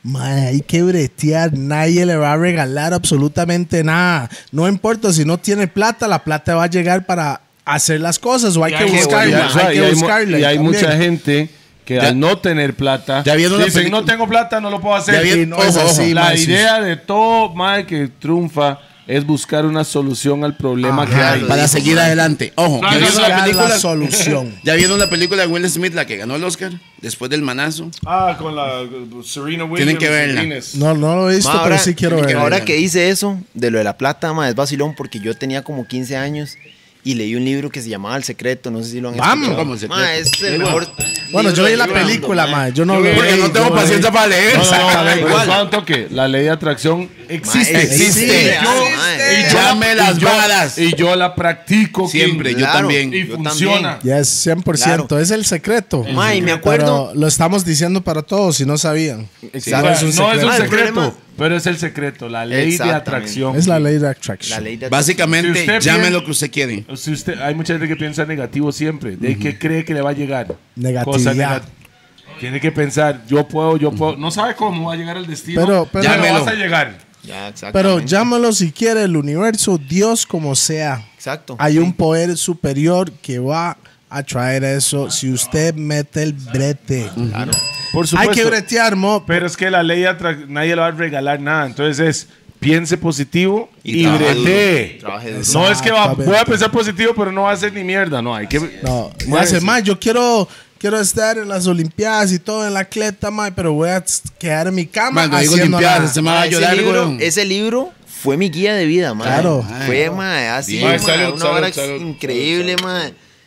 ma, hay que bretear. Nadie le va a regalar absolutamente nada. No importa si no tiene plata, la plata va a llegar para hacer las cosas o hay que hay que Y, buscarla. o sea, Hay y que hay, mu- buscarla. y hay también. mucha gente que al no tener plata, ya vieron la dicen, pelicu- no tengo plata, no lo puedo Ya hacer. vieron- Y no es ojo, así, ojo. la Mae, sí. idea de todo mae que triunfa es buscar una solución al problema que Ajá, hay. Ah, Para seguir adelante. Ojo, ya Buscar vieron la la película. solución. Ya vieron la película de Will Smith, la que ganó el Oscar, después del manazo. Ah, con la Serena Williams. Tienen que verla. No, no lo he visto, ma, pero ahora, sí quiero que ver. ahora que hice eso, de lo de la plata, ma, es vacilón porque yo tenía como 15 años y leí un libro que se llamaba El Secreto, no sé si lo han Vamos. escuchado. ¿Cómo El Secreto? Ma, es el Digo, mejor Bueno, yo libro vi la del mundo, película, ma. ma. Yo no lo Porque vi, no yo tengo lo vi. paciencia para leer. No, no, no, Exactamente. pero Igual. ¿cuánto que la ley de atracción existe. Ma, existe. Y yo- Existe. y yo Ya la- me y las yo- varas. Y yo la practico. Kim. Siempre, yo Claro. también. Y Yo funciona. también. Yes, 100%. Claro. Es el secreto. Ma, y me acuerdo- Pero lo estamos diciendo para todos si no sabían. Exacto. No es un no es un secreto. Ah, el secreto, problema- pero es el secreto, la ley de Exactamente. atracción. Es la ley de attraction. La ley de Si Básicamente, usted llame piensa- lo que usted quiere. Si usted, hay mucha gente que piensa negativo siempre, de que cree que le va a llegar. Negatividad. Cosa nega- Tiene que pensar, yo puedo, yo puedo. No sabe cómo va a llegar el destino. Pero- pero- vas Llámelo. a llegar. Ya, Pero exactamente. llámalo si quiere, el universo, Dios como sea. Exacto. Hay un poder superior que va a traer eso si usted mete el brete. Por Hay supuesto. que bretear, mo. Pero es que la ley de atrac- nadie le va a regalar nada. Entonces es, piense positivo Y y, trabaje duro. brete. Trabaje duro. No es que va, Exactamente. voy a pensar positivo, pero no va a hacer ni mierda. No, hay que. No, y Muévese. hace más, yo quiero quiero estar en las olimpiadas y todo en la cleta, mae, pero voy a tss, quedar en mi cama Man, cuando digo haciendo limpiar, nada. se me va este Ma, a ese llorar, libro- güey. Ese libro fue mi guía de vida, ma. Claro. Fue, ma, así, Bien. ma, Salud, una salud, hora salud, increíble, ma.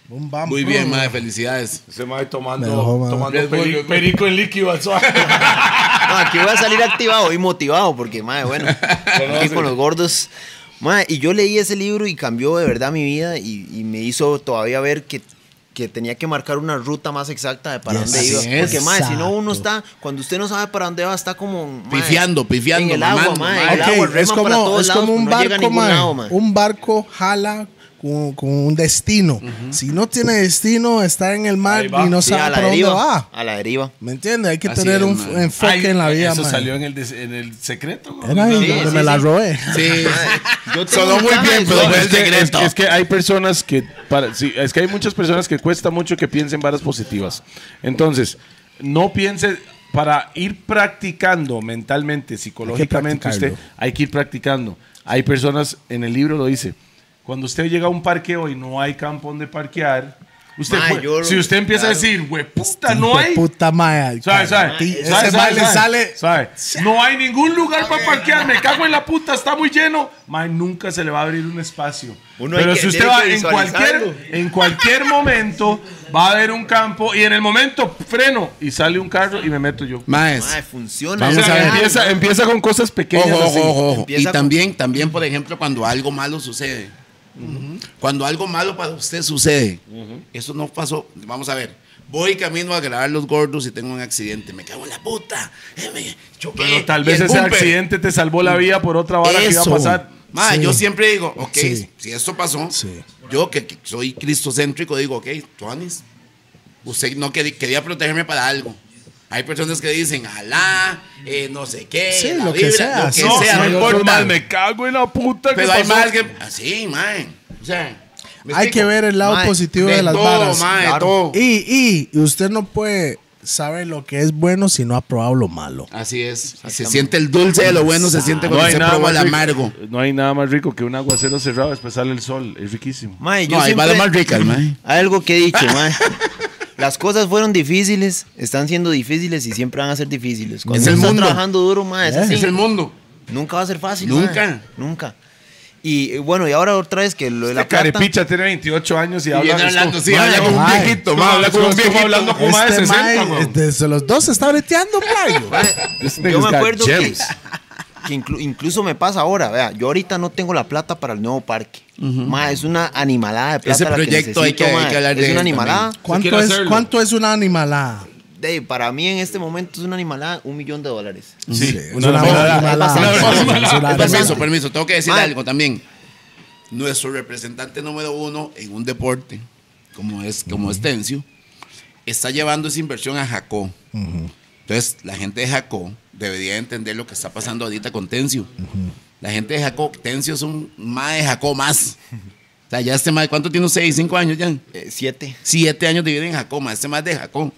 Bum, bam, Muy bum. bien, madre, felicidades. Se va tomando, Me dejó, man. tomando Red Bull, peri- Red Bull. perico en líquido al suave. No, aquí voy a salir activado y motivado porque, madre, bueno, aquí con los gordos. Madre, y yo leí ese libro y cambió de verdad mi vida y, y me hizo todavía ver que, que tenía que marcar una ruta más exacta de para Yes. dónde iba. Así es. Porque, madre, si no uno Exacto. está, cuando usted no sabe para dónde va, está como... mae, Pifiando, pifiando, En el agua, mamando, mae, mae. en Ah, el Ok, agua, es reman para como, todos es lados, como un no llega a barco, ningún mae. lado, mae. Un barco jala con, con un destino. Si no tiene destino, está en el mar Ahí va. y no Sí, sabe a la para dónde deriva, va. a la deriva. ¿Me entiendes? Hay que Así tener es, un mae. enfoque Ay, en la vida, Eso mae. salió en el, des- en el secreto. güey. Era ahí Sí, donde sí, me la sí. robé. Sí. Yo tengo ¿eh? Sonó un muy cambio bien, de pero sueño. fue Es el que, es, secreto. que- es que hay personas que para, sí, es que hay muchas personas que cuesta mucho que piensen varas positivas. Entonces, no piense para ir practicando mentalmente, psicológicamente, practicarlo. usted hay que ir practicando. Hay personas en el libro lo dice. Cuando usted llega a un parqueo y no hay campo donde parquear, usted Ma, fue- yo lo- si usted empieza a claro. decir, "Hue puta, no hay." Puta mae. Sabe, sabe, Ti- sabe, Ese sabe, mae le sabe, sale. sabe. No hay ningún lugar para parquear. Me cago en la puta, está muy lleno. Mae, nunca se le va a abrir un espacio. Uno hay Pero que- si usted tiene va que en cualquier, visualizarlo. en cualquier momento, va a haber un campo y en el momento freno y sale un carro y me meto yo. Maes. Mae, funciona. Vamos O sea, a ver. empieza, empieza con cosas pequeñas. Ojo, así. ojo, ojo, ojo. Empieza Y con- también, también, por ejemplo, cuando algo malo sucede. Cuando algo malo para usted sucede. Eso no pasó. Vamos a ver. Voy camino a grabar los gordos y tengo un accidente. Me cago en la puta. Eh, me choqué. Pero tal Y vez el ese bumper. accidente te salvó la vida por otra vara que iba a Eso. pasar. Ma, Sí. Yo siempre digo, ok, Sí. si esto pasó, Sí. yo que, que soy cristocéntrico, digo, ok, Tuanis, usted no quería, quería protegerme para algo. Hay personas que dicen, alá, eh, no sé qué, Sí, la lo que vibra, sea, lo sí, que sí, sea, no hay otros, importa. mae, me cago en la puta. que Pero hay pasó. más que. Así, man. O sea, ¿me Hay explico? que ver el lado Mae, positivo de de las todo, varas. mae, de Claro. todo. Y, y usted no puede sabe lo que es bueno si no ha probado lo malo. Así es. Se siente el dulce de lo bueno, se siente cuando se prueba el rico- amargo. no hay nada más rico que un aguacero cerrado después sale el sol. Es riquísimo. Mae, yo No, ahí va la siempre- más rica, el mae. Algo que he dicho, mae. Las cosas fueron difíciles, están siendo difíciles y siempre van a ser difíciles. Cuando Es el uno está mundo. trabajando duro, mae, es así. Es el mundo. Nunca va a ser fácil. Nunca. mae, Nunca. Y eh, bueno, y ahora otra vez que lo de la Este La plata. carepicha tiene 28 años y, habla viene es hablando, como- sí, habla Mae, como un mae, viejito, es mae, como- habla como es un como viejito. hablando como mae de Este 60, mae, weón. desde los dos se está breteando, playo. This nigga's Yo me got acuerdo que, gems. que inclu- incluso me pasa ahora, vea, yo ahorita no tengo la plata para el nuevo parque. Mae, es una animalada de plata Ese la que proyecto hay que- necesito, hay mae. que hablar de Es él una animalada. también. ¿Cuánto quiero es, hacerlo. ¿Cuánto es una animalada? De- para mí en este momento es una animalada, un millón de dólares. Sí, es una una animalada. animalada. Es una Una animalada. animalada. Permiso, permiso. Tengo que decir Mae. algo también. Nuestro representante número uno en un deporte, como es, como es Tencio, está llevando esa inversión a Jacó. Entonces, la gente de Jacó debería entender lo que está pasando ahorita con Tencio. La gente de Jacó, Tencio es un más de Jacó más. O sea, ya este más, ¿cuánto tiene usted? ¿Cinco años ya? Eh, siete. siete años de vivir en Jacó, más este más de Jacó.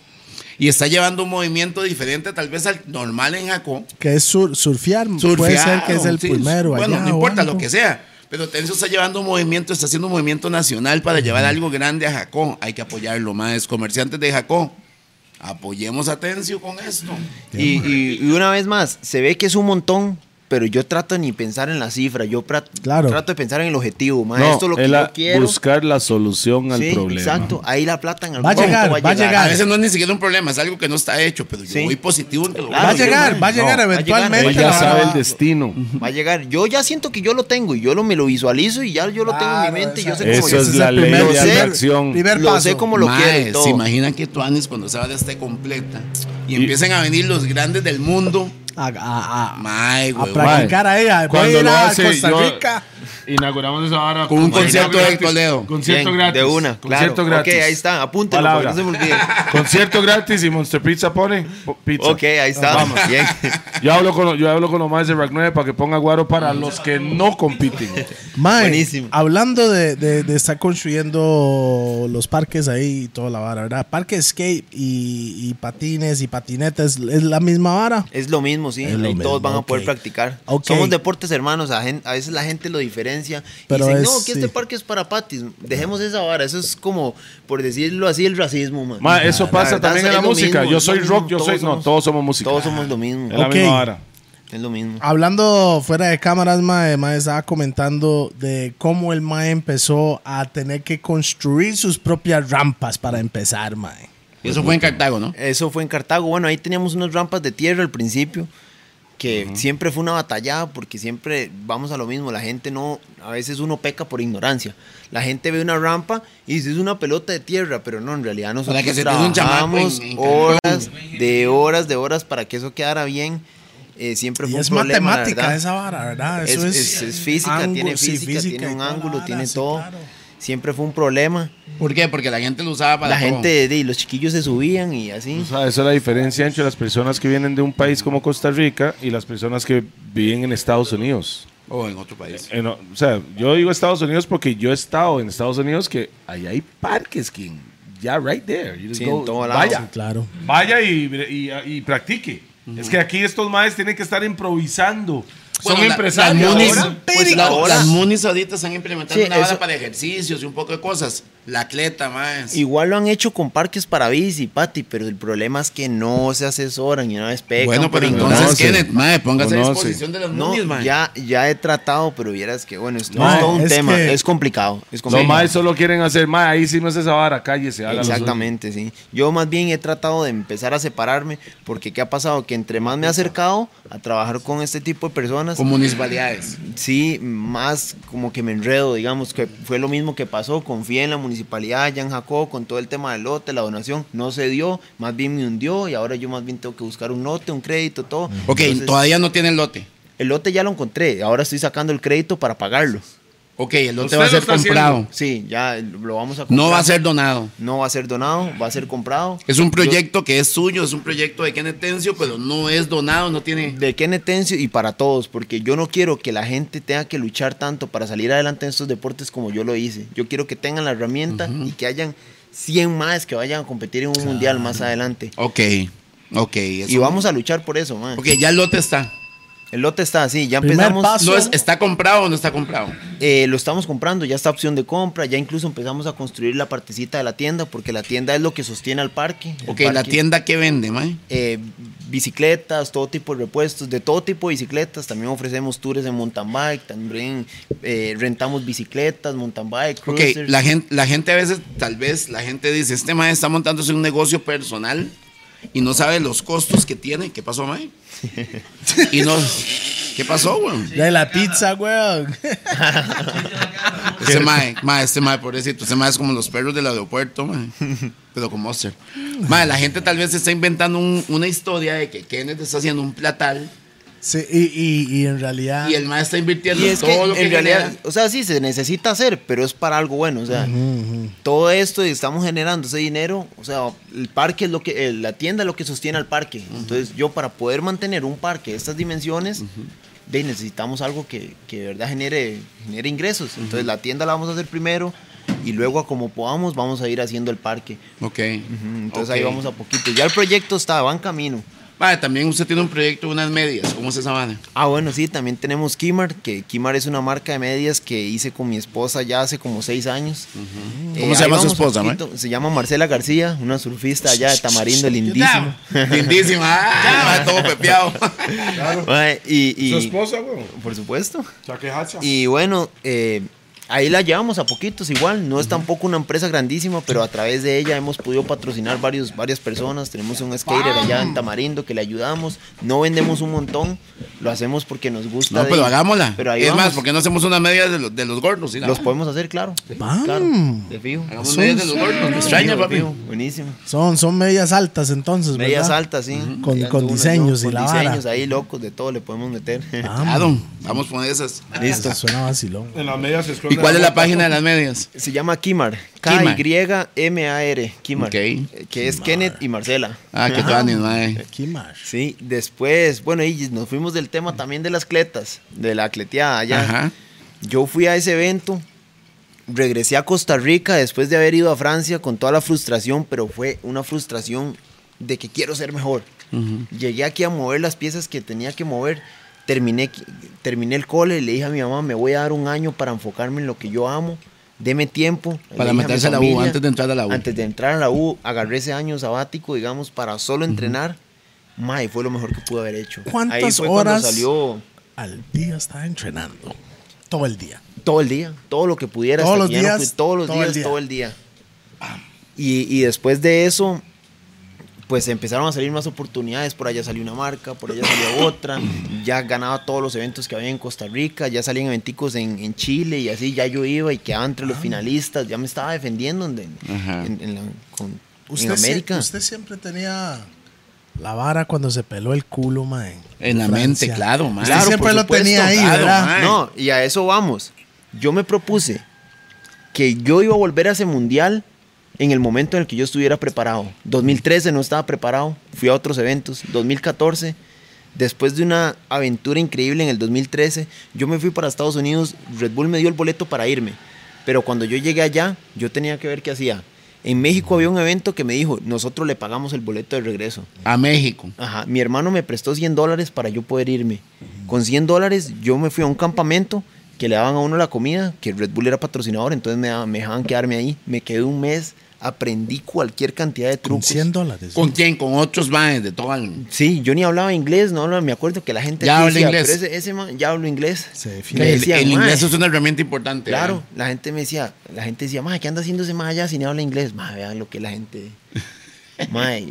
Y está llevando un movimiento diferente tal vez al normal en Jacó. Que es sur- surfear. Puede Surfear, ser que es el sí, primero. Bueno, allá no o importa algo. lo que sea. Pero Tencio está llevando un movimiento, está haciendo un movimiento nacional para llevar algo grande a Jacó. Hay que apoyarlo más. Comerciantes de Jacó, apoyemos a Tencio con esto. Y, y- y una vez más, se ve que es un montón, pero yo trato de ni pensar en la cifra, yo pra- Claro. trato de pensar en el objetivo, mae, No, esto es lo que es la- yo quiero. buscar la solución al Sí, problema. Exacto, ahí la plata en algún Va a momento llegar, va a A llegar. veces no es ni siquiera un problema, es algo que no está hecho, pero yo Sí. voy positivo en que lo Claro, va a logre. llegar, va a llegar No, va a llegar. eventualmente. Él ya la- sabe el destino. Va a llegar. Yo ya siento que yo lo tengo y yo lo, me lo visualizo y ya yo lo tengo en mi mente y yo sé esa- cómo Eso yo- es Ese la el ley primer- de primer- atracción. primer Lo paso. sé cómo lo Mae, quiere y todo. se imagina que Tuanis cuando esa vara esté este completa y, empiecen a venir los grandes del mundo. A, a- a- Mae, a güey, practicar ahí. a- Voy a ir lo a hace, Costa yo- Rica. Inauguramos esa vara Con un como concierto gratis. de Toledo. Concierto Bien, gratis. De una, Concierto claro. gratis. Ok, ahí está, apúntenlo Palabra. para que no se me olvide. Concierto gratis y Monster Pizza pone po- pizza. ok, ahí está. Vamos. Bien. Yo hablo con los, yo hablo con los más de Rack 9 para que ponga guaro para los que no compiten. Mae, Buenísimo. hablando de, de, de estar construyendo los parques ahí y toda la vara, ¿verdad? Parque de skate y, y patines y patinetas, ¿es la misma vara? Es lo mismo, sí. Es lo ahí mismo, todos van a poder ok. practicar. Ok. Somos deportes hermanos. A, gen- a veces la gente lo diferencia. Pero y dicen, es- no, que este sí. parque es para patis. Dejemos esa vara. Eso es como, por decirlo así, el racismo, man. Ma, eso La pasa verdad, también en es la lo música. mismo, yo es lo soy mismo, rock, yo soy. No, todos somos música. Todos somos lo mismo. Es la Ok. misma vara. Es lo mismo. Hablando fuera de cámaras, Mae, Mae estaba comentando de cómo el Mae empezó a tener que construir sus propias rampas para empezar, Mae. Y eso fue en Cartago, ¿no? Eso fue en Cartago. Bueno, ahí teníamos unas rampas de tierra al principio, que siempre fue una batallada porque siempre vamos a lo mismo. La gente no, a veces uno peca por ignorancia. La gente ve una rampa y dice es una pelota de tierra, pero no, en realidad nosotros que se te hace un chamaco en- trabajamos en Cancún. horas de horas de horas para que eso quedara bien. Eh, siempre Y fue es un problema, la matemática verdad. esa vara, ¿verdad? Es, Eso es- es física, tiene ángulo, sí, física, tiene y un toda la ángulo, vara, tiene sí, todo. claro. Siempre fue un problema. ¿Por qué? Porque la gente lo usaba para la todo. gente, de, los chiquillos se subían y así. O sea, esa es la diferencia entre las personas que vienen de un país como Costa Rica y las personas que viven en Estados Unidos. O en otro país. En- o sea, yo digo Estados Unidos porque yo he estado en Estados Unidos que ahí hay parques, que Ya, right there. You just Sí, go- en todo lado. vaya, Claro. vaya y, y- y practique. Es que aquí estos maes tienen que estar improvisando. Bueno, Son la- las empresarios. munis- ahora. pues, la- ahora- las munis ahorita están implementando Sí, una vara eso- para ejercicios y un poco de cosas. La atleta más. Igual lo han hecho con parques para bici, Pati, pero el problema es que no se asesoran y una vez pegan. bueno, pero por entonces, ignorancia. conoce, Kenneth, mae, póngase a conoce. disposición de las munis, No, mae. ya, ya he tratado, pero vieras que, bueno, esto Mae, es todo un es tema, que- es complicado. Es Los complicado. maes solo quieren hacer, mae, ahí sí no es esa vara, cállese. haga lo suyo". Exactamente, sí. Yo más bien he tratado de empezar a separarme, porque ¿qué ha pasado? Que entre más me he acercado a trabajar con este tipo de personas, Con municipalidades. sí, más como que me enredo, digamos, que fue lo mismo que pasó, confié en la municipalidad, ya en Jacob, con todo el tema del lote, la donación, no se dio, más bien me hundió y ahora yo más bien tengo que buscar un lote, un crédito, todo. Ok, Entonces, todavía no tienen lote. el lote ya lo encontré, ahora estoy sacando el crédito para pagarlo. Ok, el lote Usted va a lo ser está comprado. haciendo. Sí, ya lo vamos a comprar. No va a ser donado. No va a ser donado, va a ser comprado. Es un proyecto que es suyo, es un proyecto de Kenneth Tencio, pero no es donado, no tiene... de Kenneth Tencio y para todos, porque yo no quiero que la gente tenga que luchar tanto para salir adelante en estos deportes como yo lo hice. Yo quiero que tengan la herramienta y que hayan 100 más que vayan a competir en un mundial más adelante. Ok, ok. eso- Y vamos a luchar por eso, mae. Ok, ya el lote está. El lote está así, ya Primer empezamos. paso. No es, ¿Está comprado o no está comprado? eh, lo estamos comprando, ya está opción de compra, ya incluso empezamos a construir la partecita de la tienda, porque la tienda es lo que sostiene al parque. El Ok, la parque, tienda que vende, mae. eh, bicicletas, todo tipo de repuestos, de todo tipo de bicicletas. También ofrecemos tours en mountain bike, también eh, rentamos bicicletas, mountain bike, Ok, cruisers. la gente, la gente a veces, tal vez, la gente dice, este mae está montándose un negocio personal y no sabe los costos que tiene. ¿Qué pasó, mae? y no... ¿Qué pasó, weón? De la pizza, weón. Ese mae, mae, este mae, pobrecito. Ese mae es como los perros del aeropuerto, mae. Pero con Monster. Mae, la gente tal vez se está inventando un- una historia de que Kenneth está haciendo un platal Sí, y, y, y en realidad. y el mae está invirtiendo Y es que, todo lo que en genera. realidad, o sea, sí se necesita hacer, pero es para algo bueno, o sea, todo esto y estamos generando ese dinero, o sea, el parque es lo que, eh, la tienda es lo que sostiene al parque, entonces yo para poder mantener un parque de estas dimensiones, de ahí necesitamos algo que, que de verdad genere, genere ingresos, entonces la tienda la vamos a hacer primero y luego a como podamos vamos a ir haciendo el parque, Ok. Ujú, entonces ahí ok. vamos a poquito, ya el proyecto está, va en camino. Mae, también usted tiene un proyecto, unas medias. ¿Cómo es esa vara? Ah, bueno, sí, también tenemos Kimar, que Kimar es una marca de medias que hice con mi esposa ya hace como seis años. Eh, ¿Cómo se ahí llama su vamos esposa, un poquito. Se llama Marcela García, una surfista allá de Tamarindo, lindísima. Lindísima. Ah, mae, todo pepeado. Mae, y, y- Su esposa, güey. Por supuesto. La quejacha. Y bueno, eh, ahí la llevamos a poquitos igual. No es tampoco una empresa grandísima, pero a través de ella hemos podido patrocinar varios, varias personas. Tenemos un skater allá en Tamarindo que le ayudamos. No vendemos un montón, lo hacemos porque nos gusta. no, de- pero hagámosla. Pero ahí es vamos. más, ¿por qué no hacemos unas medias de los, de los gordos? y la Los vara? podemos hacer, claro. Bam. Claro, de fijo. Hagamos medias de los gordos. Me De extraña, fijo, de papi. fijo, Buenísimo. Son, son medias altas entonces, ¿verdad? Medias altas, sí. Con- Ya con tú, uno, diseños yo, y la Con vara. diseños ahí locos, de todo le podemos meter. Claro, vamos a poner esas. Listo. Ah, Suena vacilón. En las medias se ¿Y cuál es la página de las medias? Se llama Kimar. Kimar. K-Y-M-A-R. Kimar. Ok. eh, Que es Kenneth y Marcela. Ah, que Tony, mae. Qué mash. Sí, después, bueno, y nos fuimos del tema también de las cletas, de la atleteada allá. Ajá. Yo fui a ese evento, regresé a Costa Rica después de haber ido a Francia con toda la frustración, pero fue una frustración de que quiero ser mejor. Llegué aquí a mover las piezas que tenía que mover, terminé, terminé el cole, le dije a mi mamá, me voy a dar un año para enfocarme en lo que yo amo, deme tiempo. Le Para dije mi meterse a la U, familia, antes de entrar a la U. Antes de entrar a la U, agarré ese año sabático, digamos, para solo entrenar. Mae, fue lo mejor que pude haber hecho. Ahí ¿Cuántas fue cuando horas? salió Al día está entrenando. Todo el día. todo el día, todo lo que pudiera. Todos hasta los que ya no días, fui- todos los todo el días, día. todo el día. Y, y después de eso, pues empezaron a salir más oportunidades. Por allá salió una marca, por allá salió otra. Ya ganaba todos los eventos que había en Costa Rica, ya salían eventicos en, en Chile y así. Ya yo iba y quedaba entre Ah. los finalistas. Ya me estaba defendiendo en, en- Ajá. en- en la- con- Usted, en sie- América. usted siempre tenía la vara cuando se peló el culo, man. En la mente, claro, mae. Usted Claro, siempre por lo supuesto, tenía ahí, claro, ¿verdad? mae. No, y a eso vamos. Yo me propuse que yo iba a volver a ese mundial en el momento en el que yo estuviera preparado. 2013 no estaba preparado, fui a otros eventos. 2014, después de una aventura increíble en el 2013, yo me fui para Estados Unidos, Red Bull me dio el boleto para irme. Pero cuando yo llegué allá, yo tenía que ver qué hacía. En México había un evento que me dijo, nosotros le pagamos el boleto de regreso. A México. Ajá, mi hermano me prestó 100 dólares para yo poder irme. Con 100 dólares yo me fui a un campamento que le daban a uno la comida, que Red Bull era patrocinador, entonces me, daban- me dejaban quedarme ahí. Me quedé un mes, aprendí cualquier cantidad de Con trucos. 100 dólares. ¿Con quién? Con otros maes de todo el... Sí, yo ni hablaba inglés, no hablaba, me acuerdo que la gente Ya aquí habla decía, inglés. "Pero Ese, ese man ya hablo inglés. Se Me defiende. El, decían, el "Mae". inglés es una herramienta importante. Claro, ¿verdad? la gente me decía, la gente decía, "Mae, ¿qué anda haciendo ese más allá si no habla inglés? Mae, vean lo que la gente. Mae,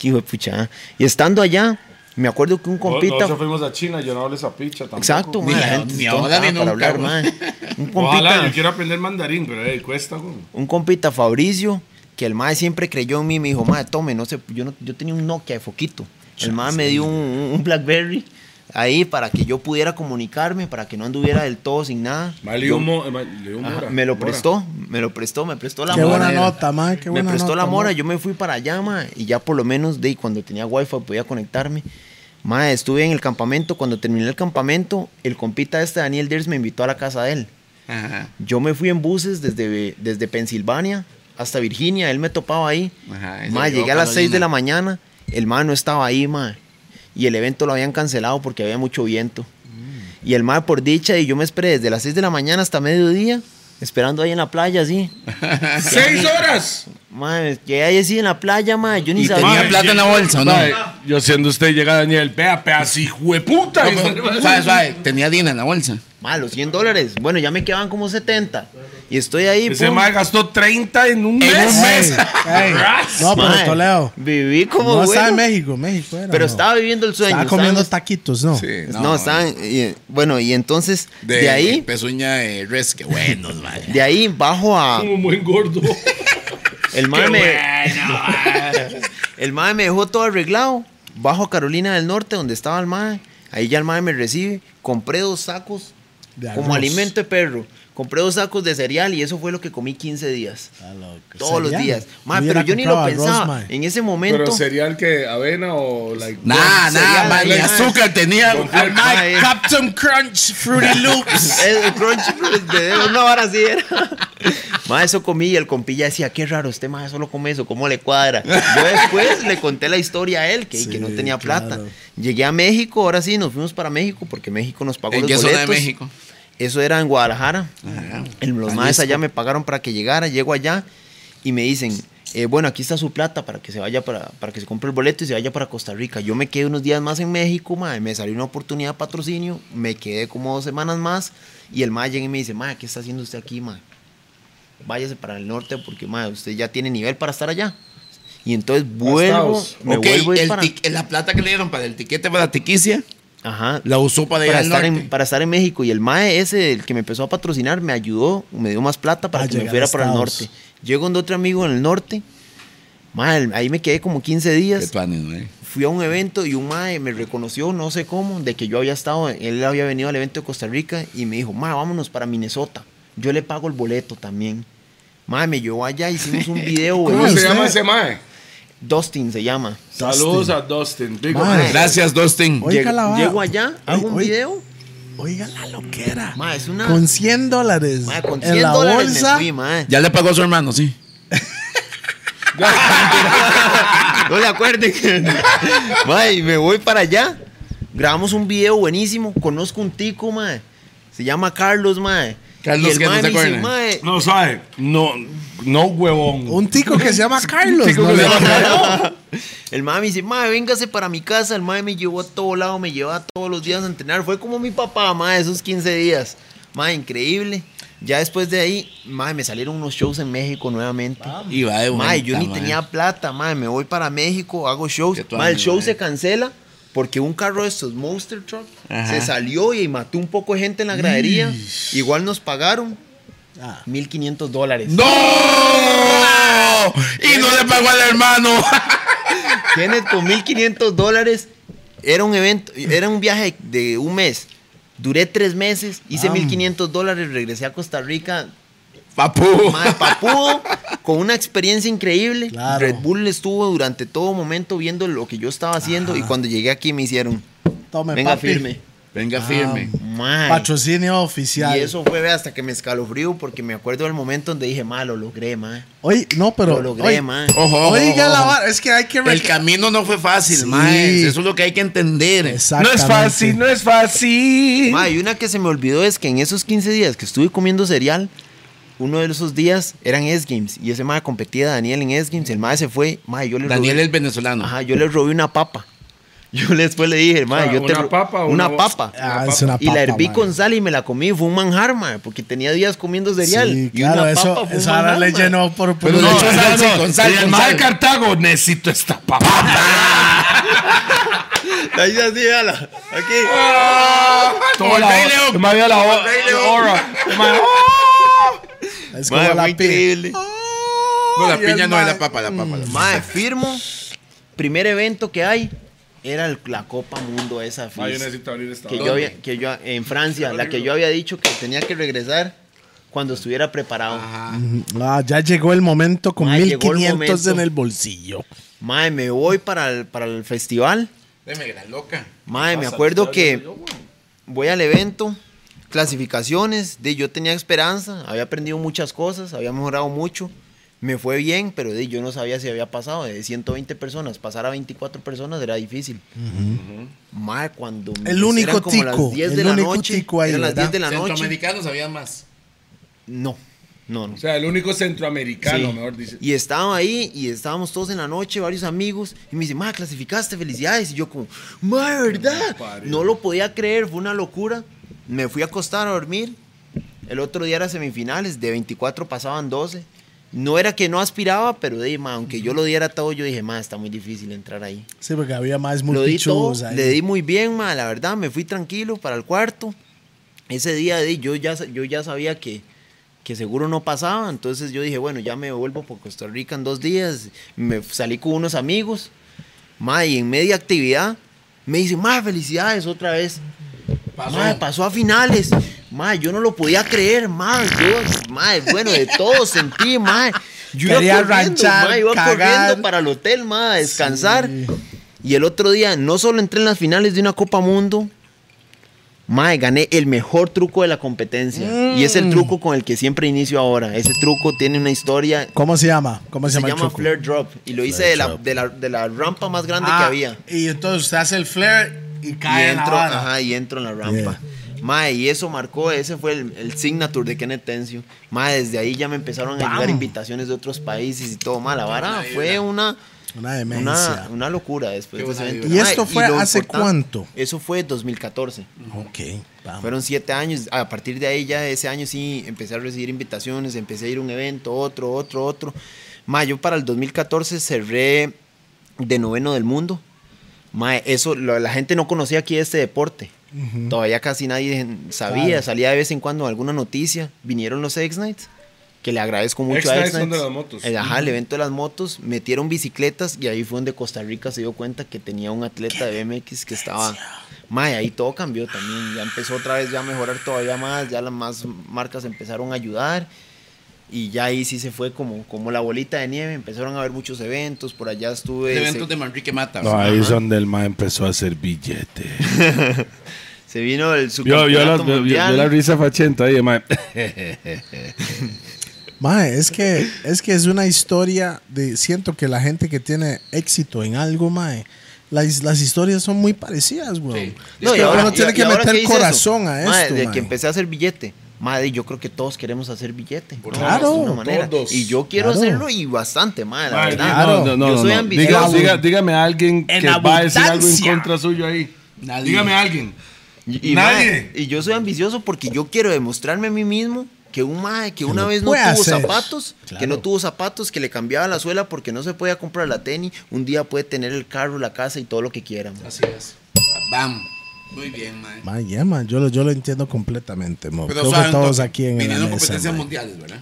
qué hijo de pucha. ¿eh? Y estando allá, me acuerdo que un compita. Nosotros fuimos a China, yo no hablé esa picha tampoco. Exacto, Ni mae, la la- gente ni es tonta ahora ni nunca, para hablar, güey. mae. Un Ojalá, yo compita, quiero aprender mandarín, pero eh, cuesta, güey. un compita Fabricio, que el mae siempre creyó en mí, me dijo, mae, tome, no sé, yo, no, yo tenía un Nokia de foquito. El mae me dio un, un Blackberry ahí para que yo pudiera comunicarme, para que no anduviera del todo sin nada. Mae, le Yo- dio un mo- eh, mae, le dio un Ajá, mora, me lo mora. prestó, me lo prestó, me prestó la Qué mora. buena nota, man. Qué buena me prestó nota, la mora, mae. yo me fui para allá, ma, y ya por lo menos de ahí, cuando tenía wifi podía conectarme. Ma, estuve en el campamento, cuando terminé el campamento, el compita este Daniel Dears me invitó a la casa de él. Ajá. Yo me fui en buses desde, desde Pensilvania hasta Virginia, él me topaba ahí. Ajá, y se Ma, llevó llegué a las 6 de Carolina. la mañana, el man no estaba ahí, ma. Y el evento lo habían cancelado porque había mucho viento. Mm. Y el ma, por dicha, y yo me esperé desde las 6 de la mañana hasta mediodía, esperando ahí en la playa, así. ¡Seis horas! Ma, llegué ahí así en la playa, ma, yo ni Y sabía. tenía plata en la bolsa, ¿o ¿no? Mae, Yo siendo usted llega Daniel, vea, vea, si jueputa. No, pero, suave, suave, tenía Dina en la bolsa. Ma, los 100 dólares. Bueno, ya me quedaban como 70. Y estoy ahí. Ese pum. mae gastó 30 en un mes. Ey, ey. No, pero Ma, Toledo. Viví como. No estaba bueno, en México, México era. Pero no. estaba viviendo el sueño. Estaba estaba- comiendo taquitos, ¿no? No, estaban. y- bueno, y entonces, de, ahí, Pezuña de res, que buenos, mae. de ahí bajo a. Un buen gordo. El mae me, el mae me dejó todo arreglado. Bajo a Carolina del Norte, donde estaba el mae. Ahí ya el mae me recibe. Compré dos sacos De como arroz. alimento de perro. Compré dos sacos de cereal y eso fue lo que comí 15 días. Todos los Ah, Cereal. días. Mae, Yo pero hubiera yo ni lo comprado arroz, pensaba. mae. en ese momento. Pero cereal que avena o like. Nah, Con cereal, nah, mae, ni mae. azúcar tenía. Al mae, Mae. Captain Crunch, Fruity Loops. El crunch pues, de dedo, una vara así era. Ma, eso comí y el compilla decía, qué raro, este ma solo come eso, ¿cómo le cuadra? Yo después le conté la historia a él, que, que no Sí, tenía claro. plata. Llegué a México, ahora sí, nos fuimos para México, porque México nos pagó ¿En los qué zona de boletos. México? Eso era en Guadalajara. Ah, El- los maes Jalisco. allá me pagaron para que llegara, llego allá y me dicen, eh, bueno, aquí está su plata para que se vaya para, para que se compre el boleto y se vaya para Costa Rica. Yo me quedé unos días más en México, mae, me salió una oportunidad de patrocinio, me quedé como dos semanas más y el mae llega y me dice, mae, ¿qué está haciendo usted aquí, mae? Váyase para el norte porque, mae, usted ya tiene nivel para estar allá. Y entonces vuelvo, Estados. me ok, vuelvo a ir el para- tic- la plata que le dieron para el tiquete para la tiquicia, Ajá, la usó para, ir para al estar, norte. en, para estar en México. Y el MAE ese, el que me empezó a patrocinar, me ayudó, me dio más plata para A que me llegar fuera a para el Estados. norte. Llego donde otro amigo en el norte. Mae, ahí me quedé como 15 Qué días. tuanes, mae. Fui a un evento y un mae me reconoció, no sé cómo, de que yo había estado, él había venido al evento de Costa Rica y me dijo, mae, vámonos para Minnesota. Yo le pago el boleto también. Mae, me llevó allá, hicimos un video, ¿Cómo Mae, se güey. usted- Este. llama ese mae? Dustin se llama. Saludos a Dustin. eh, Big up. Mae. Gracias, Dustin. Oiga Llego- la vara. llego allá, hago un Oiga- video. Oiga la loquera. Mae, es una... Con 100 dólares. mae, con en 100 la dólares me bolsa. fui, mae. Ya le pagó a su hermano, sí. No se acuerden. Mae, y me voy para allá. Grabamos un video buenísimo. Conozco un tico, mae. Se llama Carlos, mae. Carlos, y el ¿qué? ¿No mae se me dice, acuerdan? mae, No sabe. No, no huevón. Un tico que se llama Carlos. Tico no que le- se llama El mae me dice, mae, véngase para mi casa. El mae me llevó a todo lado, me llevaba todos los días a entrenar. Fue como mi papá, mae, esos 15 días. Mae, increíble. Ya después de ahí, mae, me salieron unos shows en México nuevamente. Y va de Mae, yo vuelta, ni mae. tenía plata, mae, me voy para México, hago shows. Qué tuanis, Mae, el show mae. se cancela porque un carro de estos Monster Truck se salió y mató un poco de gente en la gradería. Igual nos pagaron Ah, 1500 dólares. ¡No! Y no le pagó al hermano. Kenneth con 1500 dólares. Era un evento, era un viaje de un mes. Duré tres meses, hice 1500 dólares, regresé a Costa Rica Papu. Mae, papudo, con una experiencia increíble. Claro. Red Bull estuvo durante todo momento viendo lo que yo estaba haciendo y cuando llegué aquí me hicieron, Tome, venga papi. firme. Venga Ah, firme. Mae, Patrocinio oficial. Y eso fue vea, hasta que me escalofrío porque me acuerdo del momento donde dije, ma, lo logré, ma. Oye, no, pero. Lo logré, oye, ma. Ojo, ojo, Oiga la ojo. vara. Es que hay que. El rec- camino no fue fácil, Sí. mae. Eso es lo que hay que entender. No es Exactamente. fácil, no es fácil. Ma, y una que se me olvidó es que en esos 15 días que estuve comiendo cereal, uno de esos días eran S-Games y ese mae competía a Daniel en S-Games. El mae se fue, ma, yo le Daniel robé- el venezolano. Ajá, yo le robé una papa. Yo después le dije, ma, sea, yo te ¿una ro- papa o una, una- papa. Ah, es una Y la herví papa, con mae. sal y me la comí. Fue un manjar, mae, porque tenía días comiendo cereal. Sí, y una claro, eso, papa fue un eso ahora manjar, le mae. llenó por. por Pero un- no, no, no, no, con sal, Y el con mae sal. de Cartago, necesito esta papa. Ahí así, véala. Aquí. Ah, Como el Rey León. Me había la hora. ah. Es Mae, como la fue pi- increíble. No, la Y el piña no es la mae- papa, la papa. la papa. Mae, firmo. Primer evento que hay era el- la Copa Mundo esa fiesta. yo necesito abrir esta que hora. yo había- que yo en Francia, la que yo había dicho que tenía que regresar cuando estuviera preparado. Ah, ya llegó el momento con Ma, llegó el 1500 momento. en el bolsillo. Mae, me voy para el, para el festival. Deme gran loca. Mae, me acuerdo que voy al evento, clasificaciones, de yo tenía esperanza, había aprendido muchas cosas, había mejorado mucho, Me fue bien, pero de, yo no sabía si había pasado. De 120 personas, pasar a 24 personas era difícil. Mae, cuando me- El único eran como tico, las 10 el de la único noche, tico ahí, eran las ¿verdad? 10 de la noche. Centroamericanos habían más. No, no, no. O sea, el único centroamericano, Sí. mejor dice. Y estaban ahí y estábamos todos en la noche, varios amigos, y me dice, ma, clasificaste, felicidades. Y yo como, ma, ¿verdad? No lo podía creer, fue una locura. Me fui a acostar a dormir. El otro día era semifinales, de 24 pasaban 12. No era que no aspiraba, pero de, ma, aunque yo lo diera todo, yo dije, ma, está muy difícil entrar ahí. Sí, porque había más Lo di todo, multichubos ahí. le di muy bien, ma, la verdad, me fui tranquilo para el cuarto. Ese día di, yo ya, sa- yo ya sabía que, que seguro no pasaba, entonces yo dije, bueno, ya me vuelvo por Costa Rica en dos días. Me f- salí con unos amigos, ma, y en media actividad me dice, ma, felicidades otra vez. Pasó. pasó a finales. Ma, yo no lo podía creer, ma, yo, ma, bueno, de todo sentí, ma. Yo iba Quería corriendo, ranchar, ma, iba cagar. corriendo para el hotel, ma, a descansar. Y el otro día, no solo entré en las finales de una Copa Mundo, Mae, gané el mejor truco de la competencia. Y es el Mm. truco con el que siempre inicio ahora. Ese truco tiene una historia. ¿Cómo se llama? ¿Cómo se, Se llama? el llama truco? Flare Drop. Y lo hice de la, de la- de la rampa más grande que Ah, había. Y entonces usted hace el flare y cae y en la entro, vara. ajá, y entro en la rampa. Mae, y eso marcó, ese fue el, el signature de Kenneth Tencio. Mae, desde ahí ya me empezaron a llegar invitaciones de otros países y todo. Mae, la vara fue una, Una una, demencia. una locura después de ese evento. vibra. ¿Y esto fue lo hace importante- cuánto? Eso fue 2014. Ok, vamos. Fueron siete años. A partir de ahí, ya de ese año sí, empecé a recibir invitaciones, empecé a ir a un evento, otro, otro, otro. Ma, yo para el 2014 cerré de noveno del mundo. Ma, eso, lo- la gente no conocía aquí este deporte. Todavía casi nadie sabía. Salía de vez en cuando alguna noticia. Vinieron los X-Nights, que le agradezco mucho a X-Nights X-Nights. son de las motos. El- Ajá, el evento de las motos. Metieron bicicletas y ahí fue donde Costa Rica se dio cuenta que tenía un atleta de BMX que estaba... Mae, ahí todo cambió también. Ya empezó otra vez ya a mejorar todavía más. Ya las más marcas empezaron a ayudar. Y ya ahí sí se fue como, como la bolita de nieve. Empezaron a haber muchos eventos. Por allá estuve. eventos se- de Manrique Mata. No, ahí es donde el ma empezó a hacer billetes. Se vino el Yo, yo, la, subcampeonato yo- yo mundial. la risa fachenta ahí, ma. Mae, es que, es que es una historia de. Siento que la gente que tiene éxito en algo, mae. Las, las historias son muy parecidas, güey. No, y Pero ahora- uno tiene y- que y ahora meter que el hice corazón eso, a madre, esto. de mae. que empecé a hacer billete. Madre, yo creo que todos queremos hacer billete. ¿no? Claro. De alguna manera. Todos. Y yo quiero Claro. hacerlo y bastante, madre, la Madre, verdad. No, no, no. yo no, no. soy Diga- ambicioso. diga- dígame a alguien que En va a decir algo en abundancia. contra suyo ahí. Nadie. Dígame a alguien. Y, y, Nadie. mae, y yo soy ambicioso porque yo quiero demostrarme a mí mismo que un mae que una lo vez no tuvo puede hacer. zapatos, que no tuvo zapatos, que le cambiaba la suela porque no se podía comprar la tenis, un día puede tener el carro, la casa y todo lo que quiera. mae. Así es. Bam. Muy bien, mae. Mae, yeah, man, yo, lo, yo lo entiendo completamente, mo. Pero Creo que saben, todos to- aquí en la vinieron mesa, competencias mae. mundiales, ¿verdad?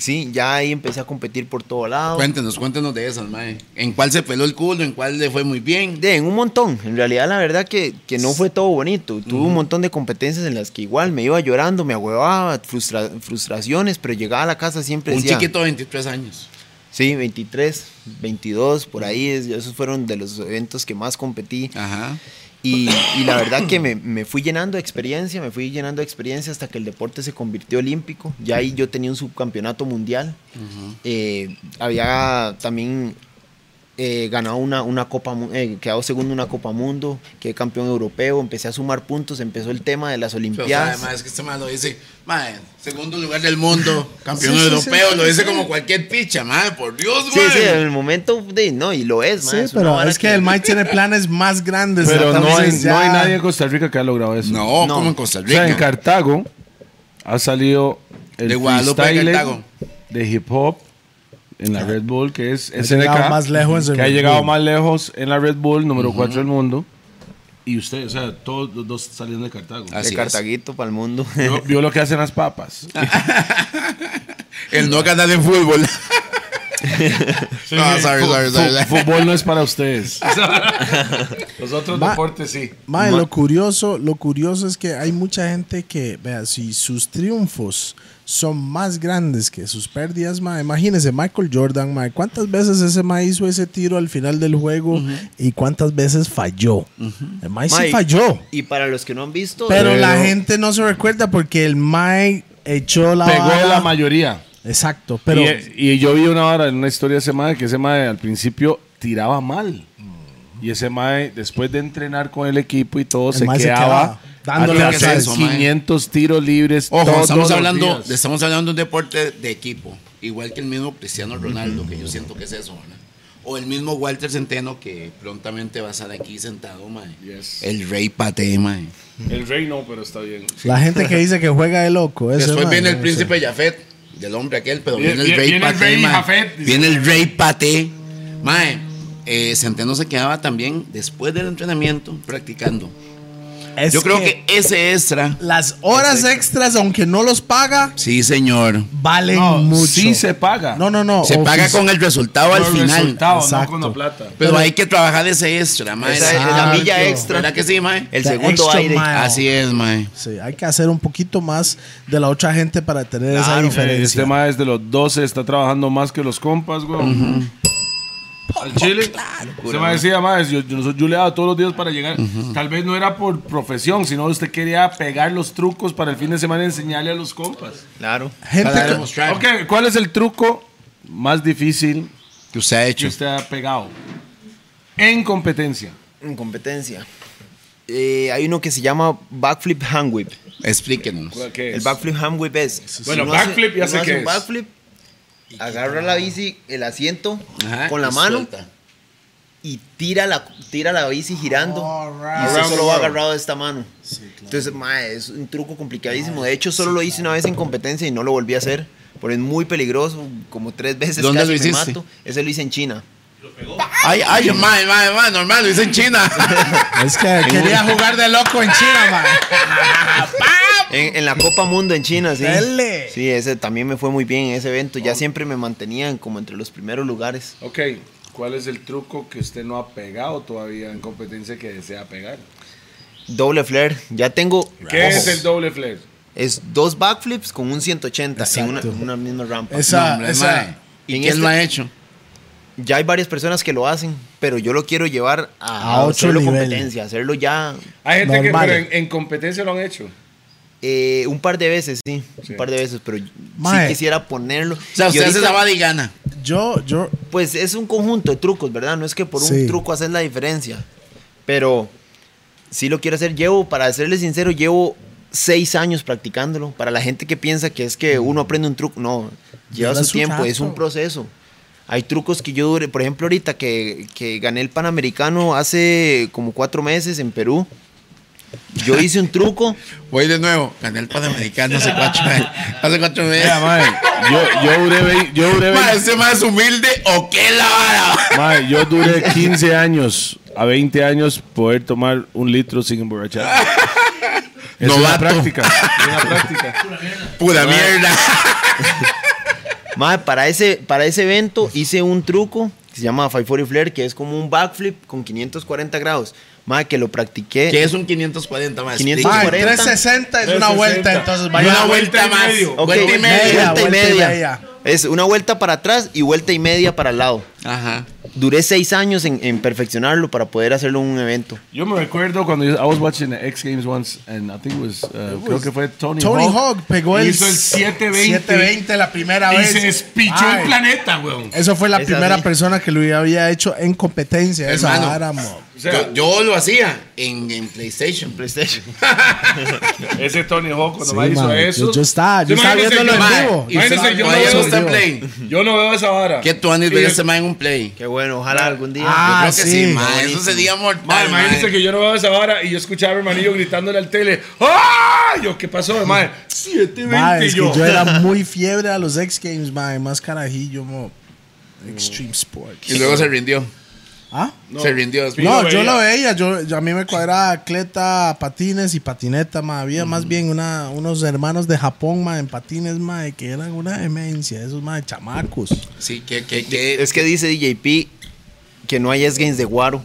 Sí, ya ahí empecé a competir por todo lado. Cuéntenos, cuéntenos de esas, mae. ¿En cuál se peló el culo? ¿En cuál le fue muy bien? De, en un montón. En realidad, la verdad que, que no fue todo bonito. Tuve un montón de competencias en las que igual me iba llorando, me agüevaba, frustra- frustraciones, pero llegaba a la casa siempre Un decía, chiquito de 23 años. Sí, 23, 22, por ahí. es- Esos fueron de los eventos que más competí. Ajá. Y, y la verdad que me, me fui llenando de experiencia, me fui llenando de experiencia hasta que el deporte se convirtió olímpico. Ya ahí yo tenía un subcampeonato mundial. Eh, había también eh, ganado una, una Copa, Mu- eh, quedado segundo en una Copa Mundo, quedé campeón europeo, empecé a sumar puntos, empezó el tema de las Pero, o sea, Olimpiadas. además, que este mae lo dice, mae, segundo lugar del mundo, campeón Sí, sí, europeo, sí, lo sí, dice sí. como cualquier picha, mae, por Dios, sí, mae. sí, en el momento, de, no, y lo es, Sí, mae, es una pero vara es que el Mike tiene planes más grandes. Pero no hay, entonces no hay ya- nadie en Costa Rica que ha logrado eso. No, No. como en Costa O sea, en Rica. Cartago ha salido el De Guadalupe a freestyler Cartago. de hip hop en la Red Bull, que es Ha SNK, llegado más lejos en que ha Red llegado Bull. más lejos en la Red Bull, número 4 del mundo. Y usted, o sea, todos los dos salieron de Cartago. Así de es. Cartaguito para el mundo. Vio, vio lo que hacen las papas. El no ganar en fútbol. no, sorry, sorry, sorry. Fu- Fútbol no es para ustedes. Los otros Ma- deportes sí. Mae, lo curioso, lo curioso es que hay mucha gente que, vea, si sus triunfos son más grandes que sus pérdidas, mae, imagínese Michael Jordan, mae, cuántas veces ese mae hizo ese tiro al final del juego y cuántas veces falló. El mae, Mae, sí falló, Y para los que no han visto, pero, pero- la gente no se recuerda porque el mae echó la Pegó bala. la mayoría. Exacto, pero y, y yo vi una hora en una historia de ese mae que ese mae al principio tiraba mal. Y ese mae, después de entrenar con el equipo y todo, se mae quedaba, se quedaba dándole lo a que hacer sabe, mae. 500 tiros libres. Ojo, todos estamos los hablando, días. estamos hablando de un deporte de equipo, igual que el mismo Cristiano Ronaldo, que yo siento que es eso, ¿verdad? O el mismo Walter Centeno, que prontamente va a estar aquí sentado, mae. Yes. El rey pate, mae. El rey no, pero está bien. la gente que dice que juega de loco. ese Después mae, viene el no príncipe Jafet, del hombre aquel, pero Viene- viene, el rey viene el Paté. rey mae. Jafet, dice. Viene el rey Paté. Mae, eh, Centeno se quedaba también después del entrenamiento practicando. sé. Es Yo creo que ese extra. las horas extras, aunque no los paga, Sí, señor. valen No, mucho. sí se paga. No, no, no. Se ofici- paga con el resultado al Por final. resultado, Exacto. no con la plata. Pero, hay que trabajar ese extra, mae. Esa es la milla Exacto. extra. ¿Verdad que sí, mae? El The segundo extra aire. mile. Así es, mae. Sí, hay que hacer un poquito más de la otra gente para tener esa Claro, Eh, diferencia. Este mae desde los 12 está trabajando más que los compas, güey. Al Chile. Se me decía, mae, yo, yo, yo le daba todos los días para llegar. Tal vez no era por profesión, sino usted quería pegar los trucos para el fin de semana y enseñarle a los compas. Claro. gente Para que- demostrar Ok, ¿cuál es el truco más difícil que usted ha que hecho. usted ha pegado? En competencia. En competencia. Eh, hay uno que se llama backflip hand whip. Explíquenos. El backflip hand whip es. Bueno, uno hace- backflip ya uno sé hace qué un es. backflip, agarra la bici, el asiento Ajá, con la y mano suelta. y tira la, tira la bici girando. Alright. Y usted Around the solo va world. agarrado de esta mano. Entonces, mae, es un truco complicadísimo. De hecho, solo lo hice una vez en competencia y no lo volví a hacer. Porque es muy peligroso, como tres veces ¿Dónde casi lo me hiciste? mato. Ese lo hice en China. Ay, ay, mae, mae, mae, normal, lo hice en China. Es que quería jugar de loco en China, man. En, en la Copa Mundo en China, sí. Dele. Sí, ese también me fue muy bien en ese evento. Ya siempre me mantenían como entre los primeros lugares. Ok, ¿cuál es el truco que usted no ha pegado todavía en competencia que desea pegar? Doble flare. Ya tengo. ¿Qué Ojo, es el doble flare? es dos backflips con un 180 en una, Exacto. una misma rampa. Esa, Hombre, mae. esa. ¿Y En quién este- lo ha hecho? Ya hay varias personas que lo hacen, pero yo lo quiero llevar a, A a otro hacerlo nivel. competencia, hacerlo ya Hay gente que Normal. pero en, en competencia lo han hecho. eh, un par de veces, sí, Sí. un par de veces, pero Mae. sí quisiera ponerlo. O sea, Y usted hace ahorita, la badigana. Yo, yo, Pues es un conjunto de trucos, ¿verdad? No es que por Sí. un truco haces la diferencia, pero sí lo quiero hacer. Llevo, para serle sincero, llevo seis años practicándolo. Para la gente que piensa que es que uno aprende un truco, no, Mm. lleva Lleva su su tiempo, es rato. un proceso. Hay trucos que yo duré, por ejemplo, ahorita que, que gané el Panamericano hace como cuatro meses en Perú. Yo hice un truco. Voy de nuevo. Gané el Panamericano hace cuatro meses. Hace cuatro meses. yo, yo duré, vei- yo duré, Mae, vei- ¿Ese mae es humilde o qué la vara? Mae, yo duré 15 años a 20 años poder tomar un litro sin emborrachar. Es una Novato. práctica. es una práctica. Pura mierda. Mae, para ese, para ese evento hice un truco que se llama 540 Flare, que es como un backflip con 540 grados. Mae, que lo practiqué. Que es un 540 más. 540. Mae, 40. 360 es una vuelta, entonces vaya. Una vuelta y más. medio. Ok, Vuelta y media. vuelta y vuelta y media. media. Es una vuelta para atrás y vuelta y media para al lado. Ajá. Duré seis años en, en perfeccionarlo para poder hacerlo en un evento. Yo me recuerdo cuando yo, I was watching the X Games once and I think it was, uh, creo que fue Tony, Tony Hawk. Hawk pegó el, Hizo el 720. 720 la primera Y vez. se despichó Ay, el planeta, weón. Eso fue la Esa primera sí. persona que lo había hecho en competencia. Esa Hermano. vara, mo. O sea, yo, yo lo hacía en, en PlayStation. PlayStation. ese Tony Hawk cuando Sí, me hizo mae, eso. yo- yo estaba- yo Sí, estaba imagínese, viéndolo en yo- Mae, vivo. Y usted, Imagínese, yo mae, no eso veo- está en play. Yo no veo esa vara. ¿Qué tú andes Y ver yo- ese mae en un play? Qué bueno, ojalá algún día. Ah, Yo creo que sí, sí. mae. Eso Buenísimo. sería Mae, mortal. imagínense mae. que yo no veo esa vara y yo escuchaba a mi hermanillo gritándole al tele. ¡Ah! Yo, ¿qué pasó, mae? 720 Mae, es que yo. yo era muy fiebre a los X Games, mae, más carajillo, mo. Extreme Sports. Y luego se rindió. ¿Ah? se rindió. después. No, lo yo veía. lo veía, yo, yo- a mí me cuadraba atleta, patines y patineta, ma. había Mm. más bien una, unos hermanos de Japón ma, en patines ma, que eran una demencia, esos ma, chamacos. Sí, que, que, que. Es que dice DJP que no hay S-Games de Guaro.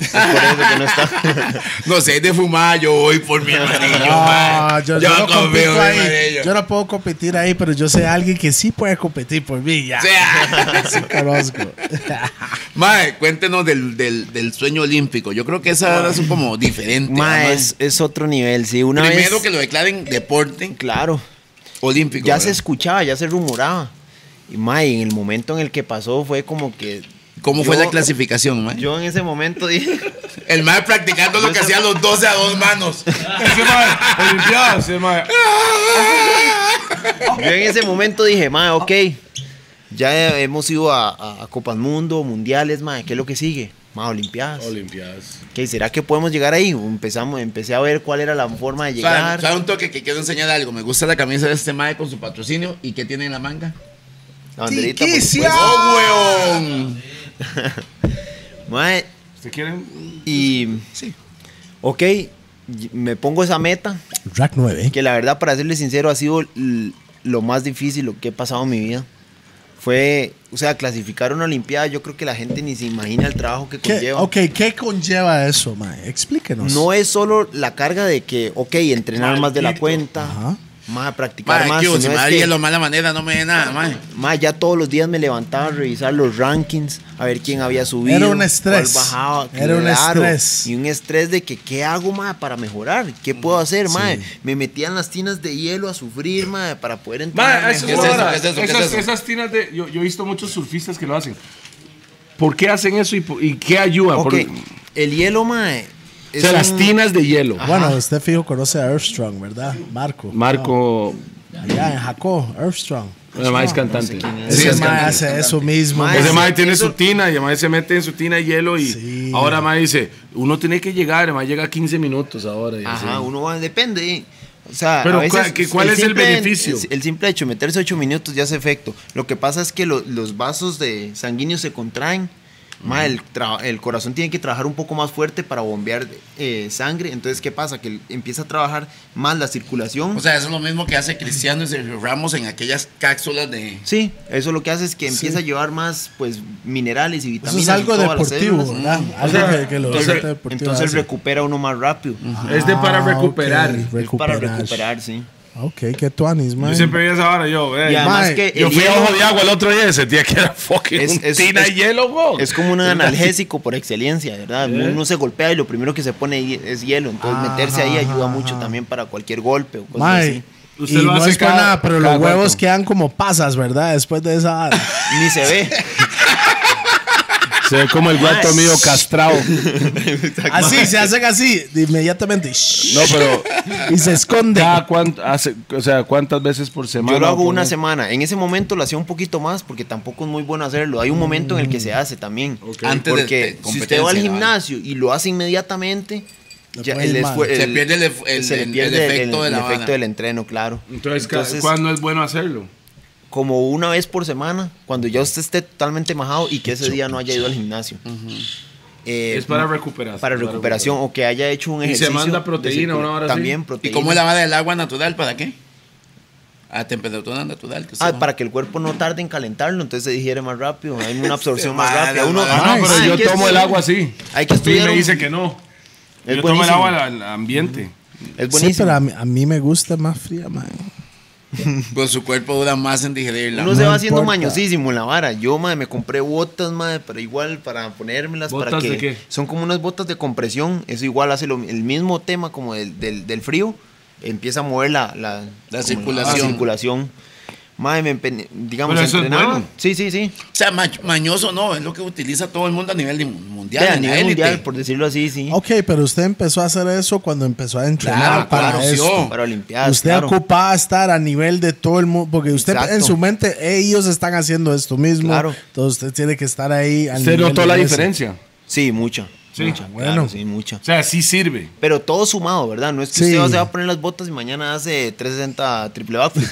Es por eso que no está. No sé, de fumar, yo voy por mi amarillo, Ah, mae. yo, yo no confío en compito mi ahí, amarillo. yo no puedo competir ahí, pero yo sé a alguien que sí puede competir por mí, ya. O sea, Sí, conozco. mae, cuéntenos del, del, del sueño olímpico. Yo creo que esa era su como diferente. Ma, mae. es, es otro nivel, sí. Una Primero vez, que lo declaren deporte. Claro. Olímpico. ya ¿verdad? se escuchaba, ya se rumoraba. Y mae, en el momento en el que pasó fue como que. ¿Cómo fue yo- la clasificación, mae? Yo en ese momento dije. El mae practicando lo que hacía a los 12 a dos manos. Ese mae, Olimpiadas, ese mae. Yo en ese momento dije, ma, ok, ya hemos ido a, a- a Copas Mundo, Mundiales, ma, ¿qué es lo que sigue? Ma, Olimpiadas. Olimpiadas. ¿Qué, ¿Será que podemos llegar ahí? Empezamos, empecé a ver cuál era la forma de Suave, llegar. suave un toque que quiero enseñar algo. Me gusta la camisa de este mae con su patrocinio. ¿Y qué tiene en la manga? La banderita, por Tiquicia. supuesto. ¡Oh, weón! Ma, ¿Usted quiere? un- y, ok, y- me pongo esa meta, Rack 9. que la verdad, para serle sincero, ha sido l- lo más difícil lo que he pasado en mi vida. Fue, o sea, clasificar una Olimpiada, yo creo que la gente ni se imagina el trabajo que ¿Qué, conlleva. ok, ¿qué conlleva eso, mae? Explíquenos. No es solo la carga de que, ok, entrenar más de la cuenta, Ajá. más practicar Mae, más. qué hubo, sino si es me da que, hielo, mala manera, no me dé nada, mae. ma, ya todos los días me levantaba a revisar los rankings, a ver quién había subido. Era un cuál estrés. bajaba, Era un claro, estrés. Y un estrés de que, ¿qué hago, ma, para mejorar? ¿Qué puedo hacer, ma? Me metía en las tinas de hielo a sufrir, ma, para poder entrar. Mae, eso ¿Qué es es eso? ahora. ¿Qué es eso? ¿Qué es Esas- eso? Esas tinas de. Yo yo he visto muchos surfistas que lo hacen. ¿Por qué hacen eso y, por- y qué ayuda? Ok, Ah, Por- el hielo, ma, es o sea, las un- tinas de hielo. Bueno, usted fijo conoce a Earthstrong, ¿verdad? Marco. Marco, No, allá en Jaco, Earthstrong. el mae es cantante. Ese es mae cantante, hace eso mismo. pues. Mae, mae. Ese mae tiene su tina y el mae se mete en su tina de hielo y Sí. ahora mae dice, uno tiene que llegar, el mae llega a 15 minutos ahora. y Ajá, así. uno va, depende. O sea, Pero a veces ¿cuál- que- cuál es el simple- beneficio? El, el simple hecho de meterse 8 minutos ya hace efecto. Lo que pasa es que lo- los vasos de sanguíneos se contraen. ma, el, tra- el corazón tiene que trabajar un poco más fuerte para bombear eh, sangre. Entonces, ¿qué pasa? Que el- empieza a trabajar más la circulación. O sea, eso es lo mismo que hace Cristiano y Sergio Ramos en aquellas cápsulas de. sí, eso lo que hace es que empieza a llevar más pues minerales Eso y vitaminas. es algo en todas las deportivo, células. ¿verdad? Algo que, que los Entonces, gente deportiva entonces hace. recupera uno más rápido. Es de para Ah, recuperar. ok, Yo Es Para recuperar. recuperar, sí. Ok, qué tuanis, mae. siempre vi esa vara yo, eh. Y además mae, que Yo el fui a hielo- ojo de agua el otro día y sentía que era fucking Es- un es- tina de es- hielo, güey. Es como un analgésico por excelencia, ¿verdad? Uno se golpea y lo primero que se pone ahí es hielo. Entonces, ¿Eh? Ajá, meterse ahí ayuda mucho ajá. también para cualquier golpe o cosas Mae, así. Usted y no lo hace es por cada- nada, pero cada los huevos cuánto. quedan como pasas, ¿verdad? Después de esa. vara. Ni se ve. Se ve como el guato mío castrado. así, se hacen así, de inmediatamente. shh, No, pero Y se esconde. cada cuánto, hace, o sea, ¿cuántas veces por semana? Yo lo hago Por una mes? semana. En ese momento lo hacía un poquito más porque tampoco es muy bueno hacerlo. Hay un momento en el que Mm. se hace también. Antes de- de porque si usted va al competencia, ¿no? gimnasio y lo hace inmediatamente, Le ya puede el ir mal. esfuer- Se el- pierde el ef- el- se le el- pierde el efecto de el la efecto vana. del entreno, claro. Entonces, ca- ¿cuándo es bueno hacerlo? como una vez por semana, cuando ya usted esté totalmente majado y que ese día no haya ido al gimnasio. Eh, Es para recuperación. Para recuperación o que haya hecho un Y se ejercicio. manda de proteína, circula- una hora así. También ¿Y proteína. cómo es la vara del agua natural? ¿Para qué? A temperatura natural. Que Ah, para que el cuerpo no tarde en calentarlo, entonces se digiere más rápido, hay una absorción más mala, rápida. Uno, mala. Ah, Ah, no, hay pero que yo tomo el estudiar. agua así. Hay que Y estudiar. me un- dice que no. Es yo tomo el buenísimo. agua al, al ambiente. Es Sí, buenísimo. pero a mí, a mí me gusta más fría, mae. Pues su cuerpo dura más en digerirla. uno se no va haciendo importa. mañosísimo en la vara. Yo, madre, me compré botas, madre, pero igual para ponérmelas. para ¿Botas que de qué? Son como unas botas de compresión. Eso igual hace lo- el mismo tema como del, del- del frío. Empieza a mover la, la, como circulación. circulación. Madre, me empe- digamos, Pero eso es entrenaba. bueno. Sí, sí, sí. O sea, ma- mañoso no, es lo que utiliza todo el mundo a nivel de mu- mundial. De a en la nivel élite. mundial, por decirlo así, sí. Ok, pero usted empezó a hacer eso cuando empezó a entrenar Claro, Ah, para claro, sí, esto. oh. Para Olimpiadas. usted claro. ocupaba estar a nivel de todo el mundo, porque usted Exacto. en su mente, ellos están haciendo esto mismo. Claro. Entonces usted tiene que estar ahí. al ¿Usted nivel notó de la eso. diferencia? Sí, mucha. Sí. mucha, Bueno. claro, sí, mucha. O sea, sí sirve. Pero todo sumado, ¿verdad? No es que Sí. usted va- se va a poner las botas y mañana hace 360 triple backflip.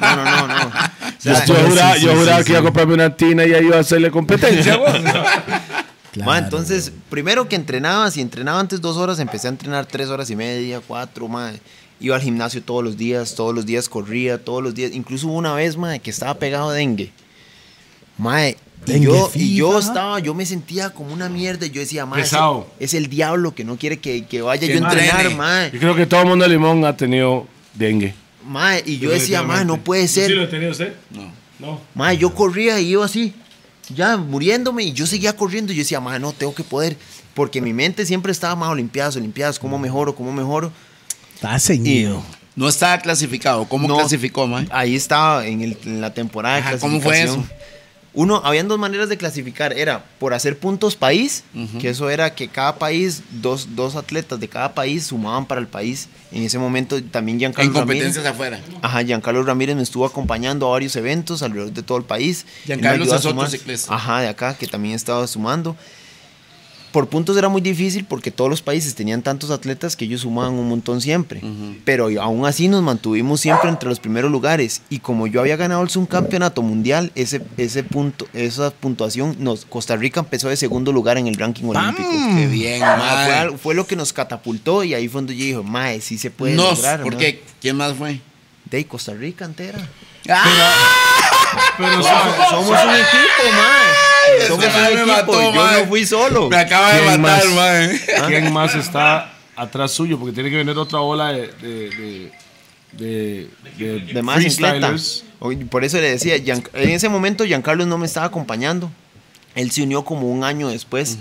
No, no, no, no. O sea, yo juraba, sí, yo sí, juraba sí, que iba a comprarme una tina y ahí iba a hacerle competencia. güey. Claro. Ma, entonces, primero que entrenaba, si entrenaba antes dos horas, empecé a entrenar tres horas y media, cuatro, ma. Iba al gimnasio todos los días, todos los días corría, todos los días. Incluso hubo una vez, ma, que estaba pegado a dengue. Ma, y Dengue yo, y yo fever. estaba, yo me sentía como una mierda. y Yo decía, ma, ese- Pesado. es el diablo que no quiere que, que vaya Que yo a entrenar, entrene. ma. Yo creo que todo el mundo de Limón ha tenido dengue. Ma, y yo decía, ma, no puede ser. tenía usted? No. Mae, yo corría y iba así, ya muriéndome, y yo seguía corriendo. Y yo decía, mae, no, tengo que poder. Mm. Porque mi mente siempre estaba más Olimpiadas, Olimpiadas, ¿cómo mejoro? ¿Cómo mejoro? Está Y ceñido. No estaba clasificado. ¿Cómo No, Ah, clasificó, mae? Ahí estaba en, el- en la temporada de Ajá, ¿cómo fue clasificación. eso? Uno, habían dos maneras de clasificar. Era por hacer puntos país, que eso era que cada país, dos, dos atletas de cada país sumaban para el país. En ese momento también Giancarlo En competencias Ramírez. afuera. Ajá, Giancarlo Ramírez me estuvo acompañando a varios eventos alrededor de todo el país. Giancarlo Él me ayudó a es otro sumar. ciclista. Ajá, de acá, que también estaba sumando. Por puntos era muy difícil porque todos los países tenían tantos atletas que ellos sumaban un montón siempre. Pero aún así nos mantuvimos siempre entre los primeros lugares. Y como yo había ganado el subcampeonato mundial, ese, ese punto, esa puntuación, nos, Costa Rica empezó de segundo lugar en el ranking olímpico. Qué bien, Ah, mae. fue, al- fue lo que nos catapultó y ahí fue donde yo dije, mae, sí se puede Nos, lograr. mae". porque ¿quién más fue? ¡Ah! De Costa Rica entera. Pero Somos, suave, somos un equipo, mae. Somos Este un mae me equipo. mató, yo mae. no fui solo. Me acaba de ¿Quién matar, más? ¿Ah? mae. ¿Quién más está atrás suyo? Porque tiene que venir otra ola de. de, de de, de De más atleta. freestylers. Oye, Por eso le decía, Gian- en ese momento Giancarlo no me estaba acompañando. Él se unió como un año después.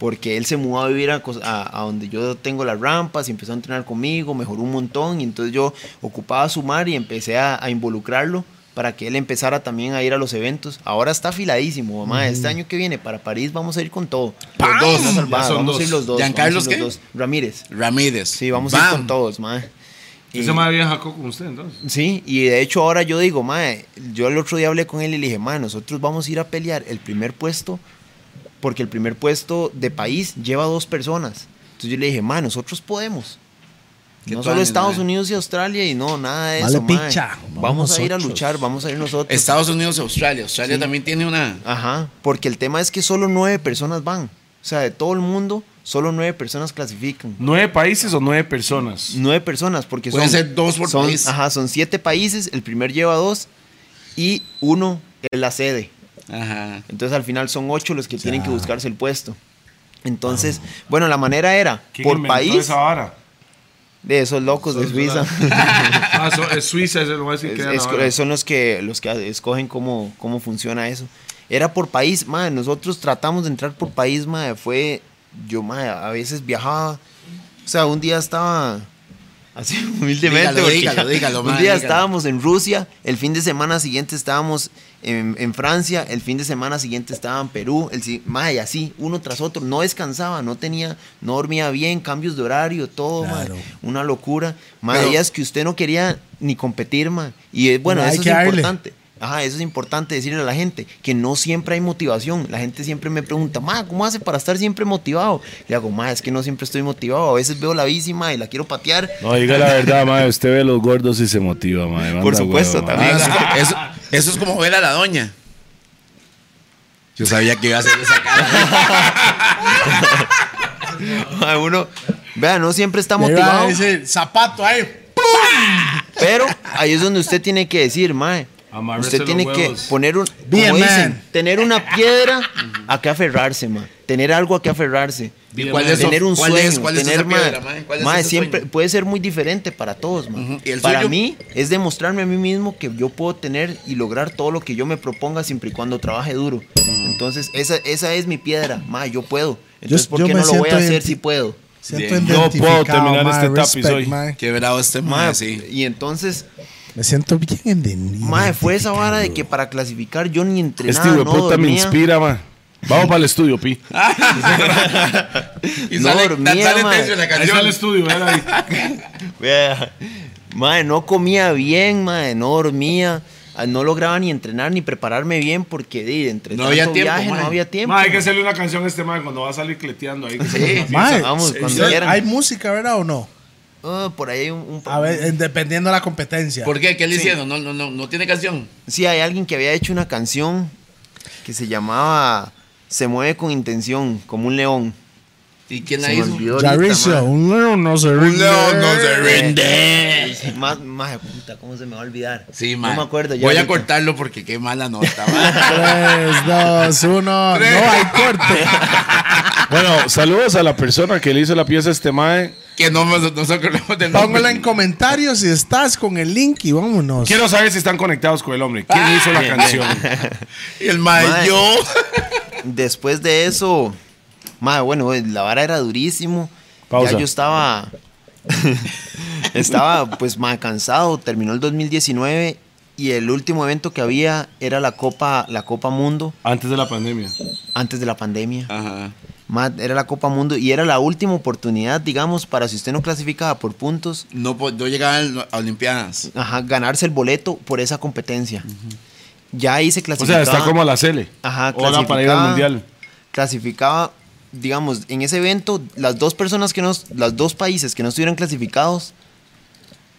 Porque él se mudó a vivir a, cos- a- a donde yo tengo las rampas y empezó a entrenar conmigo, mejoró un montón. Y entonces yo ocupaba sumar y empecé a, a involucrarlo para que él empezara también a ir a los eventos. Ahora está afiladísimo, mamá. Este año que viene para París vamos a ir con todo. ¡Pam! dos, Ya vamos son a ir dos. los dos. ¿Giancarlo vamos a ir qué? los dos. Ramírez. Ramírez. Sí, vamos a ir con todos, mae. Y- Ese más viajó con usted, entonces. Sí, y de hecho ahora yo digo, mae, yo el otro día hablé con él y le dije, mae, nosotros vamos a ir a pelear el primer puesto, porque el primer puesto de país lleva dos personas. Entonces yo le dije, mae, nosotros podemos. Qué No solo tuanis, Estados mae. Unidos y Australia y no, nada de Vale, eso. mae. picha, Vamos, vamos a ir a nosotros. luchar, vamos a ir nosotros. Estados Unidos y Australia. Australia Sí. también tiene una. Ajá, porque el tema es que solo nueve personas van. O sea, de todo el mundo, solo nueve personas clasifican. ¿Nueve países o nueve personas? Nueve personas, porque Pueden son. ser dos por son- país. Ajá, son siete países. El primer lleva dos y uno es la sede. Ajá. Entonces al final son ocho los que tienen que buscarse el puesto. Ah. Entonces, bueno, la manera era ¿Quién por inventó país esa vara? de esos locos de Suiza. Ah, so- es Suiza, es el más que Es- queda es- ahora. son los que los que escogen cómo, cómo funciona eso. Era por país, madre. Nosotros tratamos de entrar por país, madre. Fue. Yo, madre, a veces viajaba. O sea, un día estaba. Así humildemente. Dígalo, porque dígalo, dígalo, Un madre, día dígalo. estábamos en Rusia. El fin de semana siguiente estábamos en, en Francia. El fin de semana siguiente estaba en Perú. El, si- madre, y así, uno tras otro. No descansaba, no tenía. No dormía bien, cambios de horario, todo, madre. Claro. Una locura. Madre, Pero- días que usted no quería ni competir, madre. Y es, bueno, Hay eso es que darle. importante. Ajá, eso es importante decirle a la gente, que no siempre hay motivación. La gente siempre me pregunta, ma, ¿cómo hace para estar siempre motivado? Le hago, ma, es que no siempre estoy motivado. A veces veo la bici, ma, y la quiero patear. No, diga la verdad, madre. Usted ve los gordos y se motiva, madre. Manda Por supuesto, huevo, mae. también. Eso, eso- eso es como ver a la doña. Yo sabía que iba a hacer esa cara. Ma, uno, vea, no siempre está Le iba a motivado, Ese zapato ahí. pero ahí es donde usted tiene que decir, ma, Amarrarse usted los tiene que huevos. poner un, Be a como dicen, man. tener una piedra a que aferrarse, ma, tener algo a que aferrarse. ¿Y cuál es eso? tener un ¿Cuál sueño, es- cuál es tener esa piedra, mae, mae? ¿Cuál es mae, ese siempre sueño? puede ser muy diferente para todos, mae. Ujú. ¿Y el Para suyo? mí es demostrarme a mí mismo que yo puedo tener y lograr todo lo que yo me proponga siempre y cuando trabaje duro. Mm. Entonces, esa, esa es mi piedra, mae, yo puedo. Entonces, ¿por yo qué me no lo voy a siento hacer identi- si puedo? Siento Bien. Yo puedo identificado, terminar mae, este tapiz respect, hoy. mae. Qué bravo este Mae, mae, sí. y entonces, Me siento bien identificado. mae, fue esa vara de que para clasificar yo ni entrenaba, Este hijo de no puta me dormía. inspira, madre. Vamos para el estudio, Pi. Y No sale, dormía, sale mae. tenso en la Ahí canción. está el estudio, ¿verdad? Ahí. Vea, Mae, no comía bien, mae, no dormía, ah, no lograba ni entrenar ni prepararme bien porque di, entre No tanto había tiempo, viaje mae. no había tiempo. Mae, hay que mae. hacerle una canción a este madre cuando va a salir cleteando ahí. que se Sí. ponga así. Mae, Vamos, cuando usted- quieran. ¿Hay música, verdad o no? Ah, por ahí hay un, un- A ver, eh, dependiendo de la competencia. ¿Por qué? ¿Qué le hicieron? No, no, no, no tiene canción. Sí, hay alguien que había hecho una canción que se llamaba Se mueve con intención, como un león. ¿Y quién la Se me hizo? olvidó ahorita, Jaricio, mae. un león no se rinde. rinde. Eh. Más, mae, puta, ¿cómo se me va a olvidar? Sí, mae. mae. No me acuerdo. ya Voy a ahorita. cortarlo porque qué mala nota, mae. 3, 2, 1. No hay corte. Bueno, saludos a la persona que le hizo la pieza a este mae. Que no nos no se acordamos del nombre. Póngala en comentarios si estás con el link y vámonos. Quiero saber si están conectados con el hombre. ¿Quién Ah, hizo la canción? Y el mae, Mae. yo. después de eso, mae, bueno, la vara era durísimo. Pausa. Ya yo estaba. Estaba pues más cansado, terminó el 2019 y el último evento que había era la Copa, la Copa Mundo Antes de la pandemia. antes de la pandemia. Ajá. Ma, era la Copa Mundo y era la última oportunidad, digamos, para si usted no clasificaba por puntos, No, pues, po- no llegaban a Olimpiadas. ajá, ganarse el boleto por esa competencia. Ya ahí se O clasificaba. sea, está como la Cele. Ajá, Hola para ir al clasificaba- mundial. Clasificaba, digamos, en ese evento, las dos personas que nos, las dos países que no estuvieran clasificados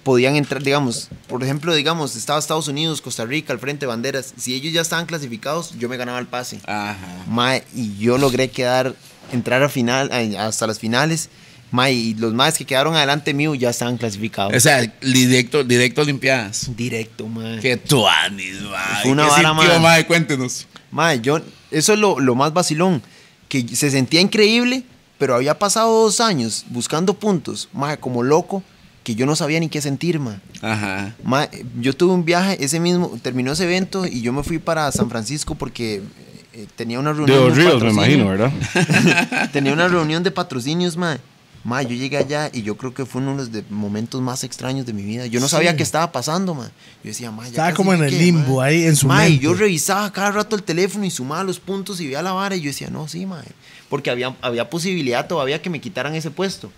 podían entrar, digamos, por ejemplo, digamos, estaba Estados Unidos, Costa Rica, al frente banderas. Si ellos ya estaban clasificados, yo me ganaba el pase. Ajá. Mae, y yo logré quedar, entrar a final, a- hasta las finales. Mae, y los más que quedaron adelante mío ya estaban clasificados. O sea, directo, directo a Olimpiadas. Directo, mae. Qué tuanis, mae. Fue una ¿Qué vara, sintió, mae. mae? Cuéntenos. Mae, yo, eso es lo, lo más vacilón, que se sentía increíble, pero había pasado dos años buscando puntos, mae, como loco, que yo no sabía ni qué sentir, mae. Ajá. Mae, yo tuve un viaje, ese mismo, terminó ese evento y yo me fui para San Francisco porque eh, tenía una reunión. De un los ríos, me patrocinio. imagino, ¿verdad? Tenía una reunión de patrocinios, mae. Mae, yo llegué allá y yo creo que fue uno de los de- momentos más extraños de mi vida. Yo no sabía qué estaba pasando, mae. Yo decía, mae, ya Estaba casi como en el llegué, limbo, mae". ahí en su Mae, y mente. yo revisaba cada rato el teléfono y sumaba los puntos y veía la vara y yo decía, no, sí, mae. Porque había, había posibilidad todavía que me quitaran ese puesto.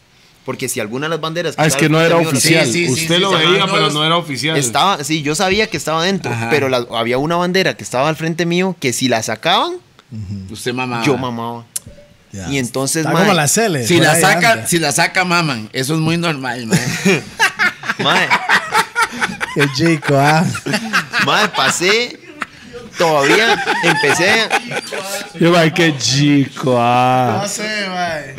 Porque si alguna de las banderas... Ah, es que no era tenía las- oficial. Sí, sí, sí, Usted sí, lo sí, veía, ajá, pero no, no era oficial. Estaba, sí, yo sabía que estaba dentro, Ajá. pero la- había una bandera que estaba al frente mío que si la sacaban, Usted Ah. mamá. yo mamaba. Ya. Y entonces, Está mae, como la Cele. Si por la ahí saca, anda. si la saca, maman. Eso es muy normal, mae. mae, Qué chico, ah. Madre, pasé. Todavía empecé. Yo, ay, qué chico. ah. No sé, mae.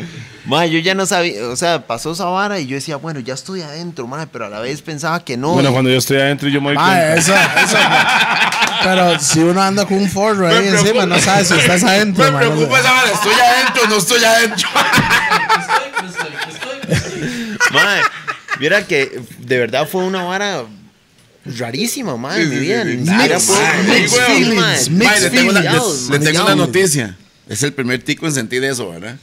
Madre, yo ya no sabía. O sea, pasó esa vara y yo decía, bueno, ya estoy adentro, madre, pero a la vez pensaba que no. Bueno, cuando yo estoy adentro, yo me voy Ah, con... eso, eso. Pero si uno anda con un forro ahí encima, no sabe si estás adentro, Me man. no preocupa sé. esa vara. Estoy adentro, no estoy adentro. Madre, viera que de verdad fue una vara rarísima, madre, mi vida. Ni siquiera Mixed fue- feelings, Sí, madre, mixed Mae, le tengo, una, le- manillados, le tengo una manillados. noticia. Es el primer tico en sentir eso, ¿verdad?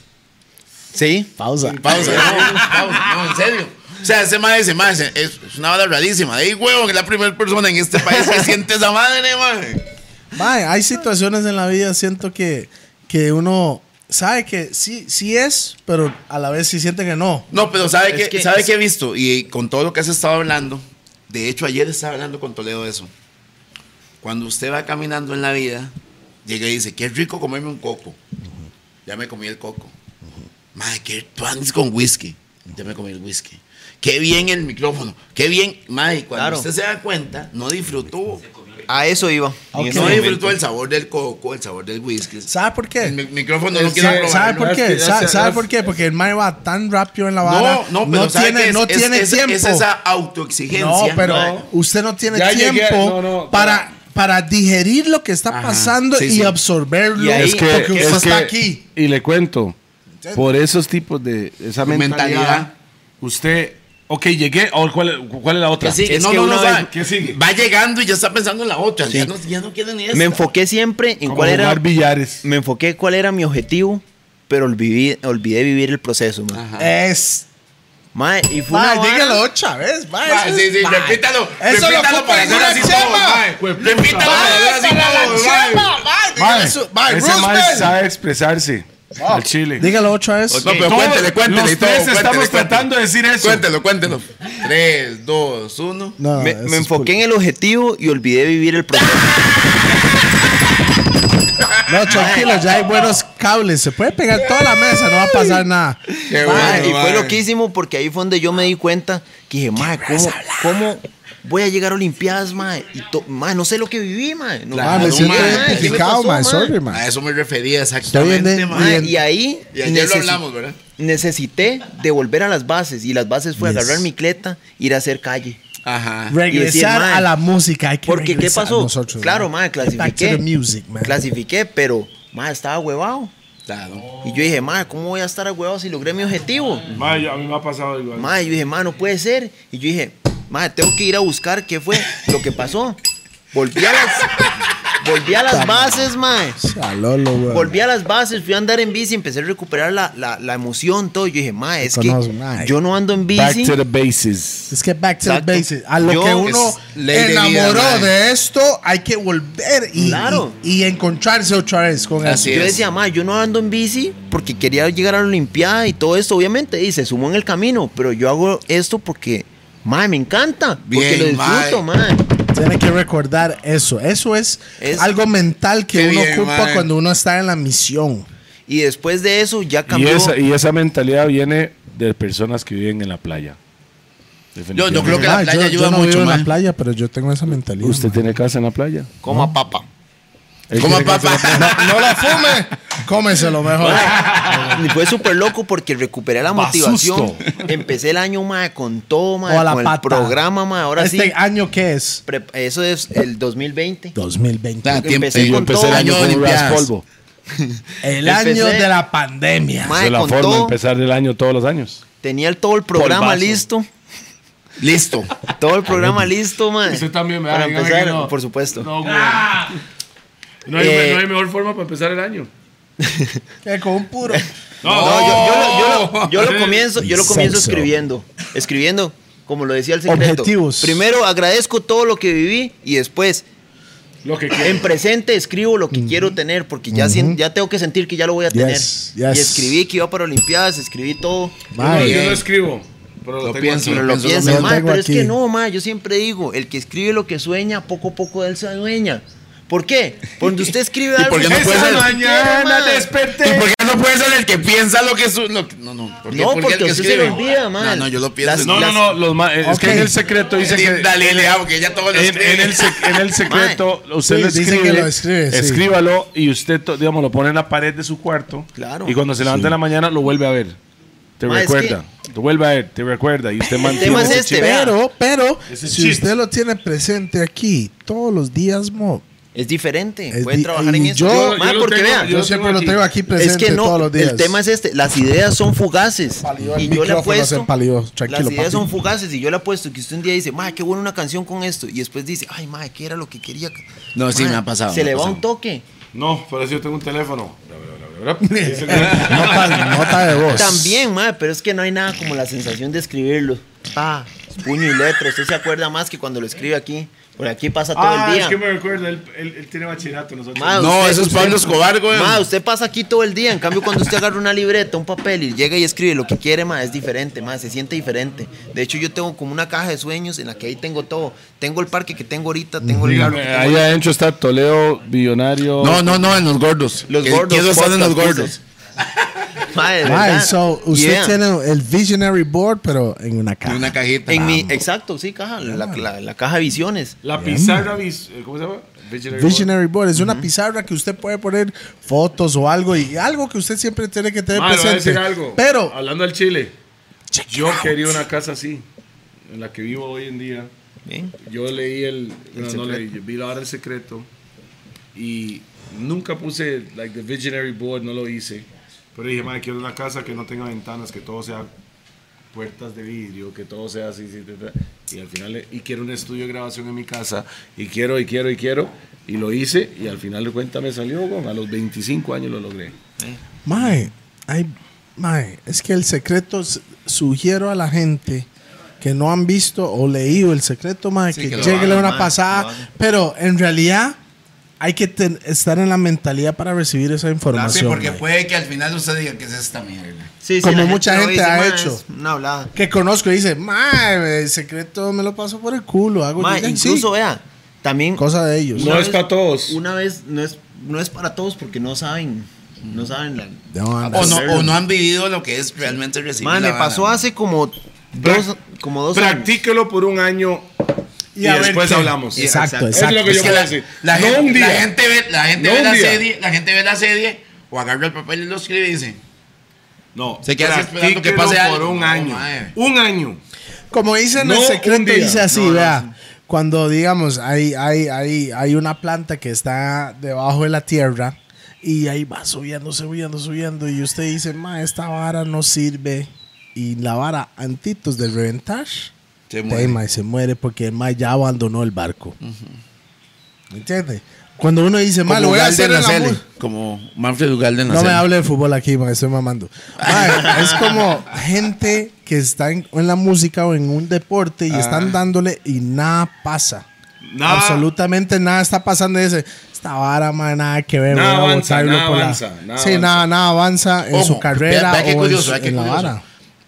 Sí. Pausa. Pausa, no, pausa, no, en serio. O sea, ese madre dice, madre, es es una bala rarísima. De ahí, huevo, que es la primera persona en este país que siente esa madre, madre. Mae, hay situaciones en la vida, siento que, que uno sabe que sí, sí es, pero a la vez sí siente que no. No, pero ¿sabe qué que- sabe es- qué he visto? Y con todo lo que has estado hablando, de hecho, ayer estaba hablando con Toledo de eso. Cuando usted va caminando en la vida, llega y dice, qué rico comerme un coco. Ya me comí el coco. Madre, qué tuanis con whisky. Ya me comí el whisky. Qué bien el micrófono. Qué bien. Madre, cuando Claro. usted se da cuenta, no disfrutó. A eso iba. en Ok. ese No momento. disfrutó el sabor del coco, el sabor del whisky. ¿Sabe por El qué? mi- micrófono Es no que- quiero probarlo. ¿Sabe por es qué? que ya ¿Sabe, se- sabe ya por se- qué? Porque el mae va tan rápido en la vara. No, no, pero ¿sabe tiene, qué es? no Es- tiene es- tiempo. Es esa autoexigencia. no, pero Mae. usted no tiene Ya llegué, tiempo no, no, para, para digerir lo que está Ajá, pasando sí, y sí. absorberlo. Y ahí- Es que, porque es usted está que- aquí. Y le cuento, por esos tipos de esa mentalidad, Mentalidad. usted, ok, llegué, o ¿cuál, cuál es la otra? Que sigue, Es no, que no, no, una o sea, vez- ¿Qué sigue? Va llegando y ya está pensando en la otra. Ya, no, ya no quiere ni esta. Me enfoqué siempre en Como cuál era. jugar billares. Me enfoqué cuál era mi objetivo, pero olvidé, olvidé vivir el proceso, mae. Ajá. Es. Mae, y fue una Mae, vara- dígalo ocho veces, mae. Mae, eso sí, es- sí, mae. repítalo. Eso lo repítalo ocupa para hacer ninguna así chema. todo, mae. Repítalo para hacer así todo, mae. Mae, Eso, mae, ese mae Roosevelt. sabe expresarse al chile. Dígalo otra vez. No, pero Todos cuéntele, cuéntele. y los todo, tres cuéntele, estamos cuéntele. tratando de decir eso. Cuéntelo, cuéntelo. Tres, dos, uno. No, Ah, Me, eso me es enfoqué en el objetivo y olvidé vivir el proceso. No, tranquilo, ya hay buenos cables. Se puede pegar toda la mesa, no va a pasar nada. Qué Mae, bueno, y mae. fue loquísimo porque ahí fue donde yo me di cuenta que dije, mae, ¿cómo, cómo voy a llegar a Olimpiadas, mae? Y to- mae, no sé lo que viví, mae. No- Ah, Claro, me siento mae, identificado, ¿qué man. le pasó, Sorry, A man. eso me refería Estoy exactamente, en- mae. mae. bien. Y ahí Y ayer lo necesi- hablamos, ¿verdad? necesité devolver a las bases. Y las bases fue Yes. agarrar mi cleta, ir a hacer calle. Ajá. decir, Regresar mae, a la música. Hay que Porque, ¿qué regresar pasó? nosotros, claro, man. mae, Get back to clasifiqué. the music, man. Clasifiqué, pero, mae, estaba huevado. Claro. Y yo dije, mae, ¿cómo voy a estar huevado si logré mi objetivo? Mae, a mí me ha pasado igual. Madre, yo dije, madre, no puede ser. Y yo dije, madre, tengo que ir a buscar qué fue lo que pasó. Volví a las, volví a las bases, mae. A Lolo, güey. Volví a las bases, fui a andar en bici, empecé a recuperar la, la, la emoción, todo. Yo dije, mae, es que conozco, mae. yo no ando en bici. Back to the bases. Es que back to Exacto. the basics. A lo Yo- que uno Es ley de vida, enamoró mae. de esto, hay que volver y, Claro. y, y encontrarse otra vez con Así eso. Yo es. decía, mae, yo no ando en bici porque quería llegar a la Olimpiada y todo esto, obviamente. Y se sumó en el camino, pero yo hago esto porque, mae, me encanta. porque Bien, lo disfruto, mae. Tiene que recordar eso. Eso es, Es- algo mental que Qué uno bien, ocupa mae. cuando uno está en la misión. Y después de eso ya Y cambió. esa, y esa mentalidad viene de personas que viven en la playa. Yo, yo creo que la Ah, playa yo, ayuda yo no mucho, vivo en mae. la playa, pero yo tengo esa mentalidad. Usted mae. tiene casa en la playa. Coma papa. Él Coma tiene casa en la papa. No la fume. Cómeselo mejor. Y fue súper loco porque recuperé la motivación. Empecé el año, mae, con todo, mae, O a la con pata. el programa, mae. Ahora ¿Este sí, año qué es? pre- eso es el 2020. 2020. Ah, tiempo- Empecé sí, Yo con empecé todo. el Año año con un Olimpiadas. raspolvo. el empecé- año de la pandemia. Mae, Es la con forma de todo. empezar el año todos los años. Tenía el- todo el programa Polvazo. listo. Listo. Todo el programa listo, mae. Usted también me Para va a decir empezar, que no. por supuesto. No, güey. No hay, Eh, no hay mejor forma para empezar el año. Que con un puro. No, No, yo, yo lo- yo lo, yo lo Oh. comienzo, yo lo comienzo Sexo. escribiendo. Escribiendo, como lo decía el secreto. Objetivos. Primero agradezco todo lo que viví y después Lo que en presente escribo lo que quiero tener porque ya, sien- ya tengo que sentir que ya lo voy a tener. Yes, Y yes. escribí que iba para Olimpiadas, escribí todo. No, Mae, yo no escribo. Pero lo Lo tengo aquí. pienso, lo Pero lo pienso. piensa, lo mae, tengo pero es que aquí. no, mae, yo siempre digo, el que escribe lo que sueña, poco a poco él se dueña. ¿Por qué? Porque usted escribe algo. porque no que puede usted ser- quiere, mae. ¿Y por qué no puede ser el que piensa lo que es No, no, no. ¿por qué- No, por qué el porque que a usted se escribe? le olvida, No, man. no, yo lo pienso. Las- No, no, no. los ma- Es Ok. que en el secreto dice Sí, que. Dale, le hago que ya todo lo En, en escribe. el, sec- en el secreto, usted Sí, lo dicen escribe, que lo escribe, sí. escríbalo y usted, to- digamos, lo pone en la pared de su cuarto. Claro. Y cuando se levanta en la mañana, lo vuelve a ver. Te Ma, es recuerda. Lo vuelve a ver, te recuerda. Y usted mantiene. tema es ese este, chip. vea. Pero, pero, Ese si chip. usted lo tiene presente aquí todos los días, mo, Es diferente, Es puede di- trabajar en y eso. yo- Mae, yo lo porque tengo, vea, Yo yo lo siempre tengo lo aquí. tengo aquí presente es que no, todos los días. el tema es este, las ideas son fugaces. Palió el Y yo le micrófono, apuesto, se palió. las Tranquilo, ideas papi. son fugaces y yo le apuesto que usted un día dice, ma, qué buena una canción con esto. Y después dice, ay, ma, qué era lo que quería. No, sí, Mae, me ha pasado, Se me le ha va pasado. un toque. No, pero si yo tengo un teléfono. nota, nota de voz. También, ma, pero es que no hay nada como la sensación de escribirlo. Pa, puño y letra. Usted se acuerda más que cuando lo escribe aquí. Por aquí pasa todo Ah, el es día. que me recuerda, él, él- él tiene bachillerato. Nosotros. Ma, No, usted- eso es usted- Pablo Escobar, güey. Ma, usted pasa aquí todo el día. En cambio, cuando usted agarra una libreta, un papel y llega y escribe lo que quiere, ma, es diferente, ma, se siente diferente. De hecho, yo tengo como una caja de sueños en la que ahí tengo todo. Tengo el parque que tengo ahorita, tengo el carro que Eh, tengo Ahí adentro está Toleo, Billonario. No, no, no, en los gordos. Los Que- gordos, Quiero estar en los podcast, gordos. Ma, de Mae, verdad. so, usted Yeah. tiene el visionary board, pero en una En caja. una cajita. En mi, exacto, sí, caja, la, la- la caja de visiones. La pizarra, vis- eh, ¿cómo se llama? Visionary Visionary board es una pizarra que usted puede poner fotos o algo y algo que usted siempre tiene que tener Board. Ma, le voy a presente. decir algo. Pero Hablando al chile. Yo quería una casa así, en la que vivo hoy en día. Bien. Yo leí el. no, no secreto. leí, yo vi la hora del secreto. Y nunca puse, like, the visionary board, no lo hice. Pero dije, madre, quiero una casa que no tenga ventanas, que todo sea puertas de vidrio, que todo sea así, sí, ta, ta. y al final, le- y quiero un estudio de grabación en mi casa, y quiero, y quiero, y quiero, y lo hice, y al final de cuentas me salió, weón, a los 25 años lo logré. Mae, ay, mae, es que el secreto, s- sugiero a la gente que no han visto o leído el secreto, mae, que, que lo llegue hagan, una mae, pasada, lo hagan. pero en realidad hay que ten- estar en la mentalidad para recibir esa Ah, sí, información. porque mae. puede que al final usted diga que es esta mierda. Sí, sí, Como la mucha lo gente dice, ha ma, hecho. es Una hablada. Que conozco y dice, mae, el secreto me lo paso por el culo, hago Ma, sí, incluso, vea, también cosa de ellos. No es para todos. Una vez no es, no es para todos porque no saben. No saben la. No, anda. O no, o no han vivido lo que es realmente recibir. Man, la me vara, pasó man. hace como dos, como dos años. Practíquelo por un año y, a ver después qué. hablamos. Exacto, Eso exacto. Es lo que Es yo que voy a la, decir. la No gente, un día. la gente ve, la gente No ve un la día. serie, la gente ve la serie o agarra el papel y lo escribe y dice, No, Se queda así esperando que practíquelo pase por algo. un No, año. mae. Un año. Como dicen No el un secreto, día. dice así, No, no, vea. Cuando, digamos, hay, hay, hay, hay una planta que está debajo de la tierra y ahí va subiendo, subiendo, subiendo y usted dice, ma, esta vara no sirve y la vara antitos de reventar, se te, muere. ma, se muere porque el ma ya abandonó el barco. ¿Me entiende? Cuando uno dice, mal, lo voy a hacer en la mu-". Como Manfred Ugalde en la No me Cele. hable de fútbol aquí, me estoy mamando. Ma, es como gente que está en, en la música o en un deporte y están Ah. dándole y nada pasa. Nada. Absolutamente nada está pasando. Y Dice, esta vara, ma, nada que ver. Nada voy a avanza, botarlo nada por la-". avanza, nada sí, avanza. nada, nada avanza en Ojo, su carrera vea- vea qué o curioso, en, vea su- qué en la curioso. vara.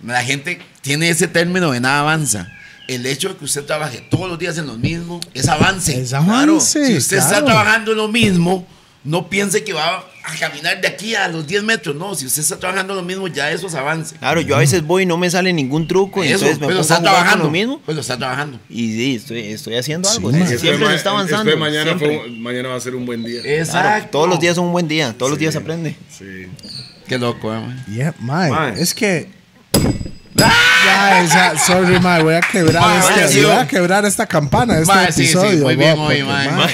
La gente tiene ese término de nada avanza. El hecho de que usted trabaje todos los días en lo mismo es avance. Es avance, Si usted claro. está trabajando en lo mismo, no piense que va a caminar de aquí a los 10 metros. No, si usted está trabajando en lo mismo, ya eso es avance. Claro, yo a veces voy y no me sale ningún truco, y Eso, entonces me pero pongo a está jugar con trabajando. lo mismo. Pero está trabajando. Y sí, estoy, estoy haciendo Sí, algo. man. sí, siempre se está avanzando. Espero mañana, fue siempre. un- mañana va a ser un buen día. Claro, todos los días son un buen día, todos los días se aprende. Sí. Qué loco, eh, man. Yeah, ma, Ma. es que. Ya, o sea, sorry, ma, voy a quebrar, Ma, este- ha sido- voy a quebrar esta campana, este Ma, sí, sí, episodio. muy bien bo, hoy, porque, ma.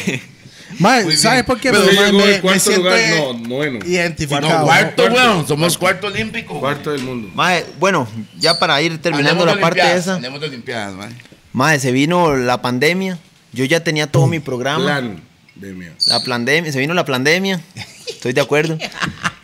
ma, bien. ¿sabes por qué? Pero Pero, yo ma, llegó me- el me cuarto siento lugar. No, noveno. identificado. No, ¿no? cuarto, weón. Somos cuarto olímpico. Cuarto del mundo. Mae, bueno, ya para ir terminando Hablemos de la parte Olimpiadas, esa, hablemos de Olimpiadas, man. mae, se vino la pandemia. Yo ya tenía todo mi programa. Plan de miedo. La pandemia, se vino la pandemia. Estoy de acuerdo.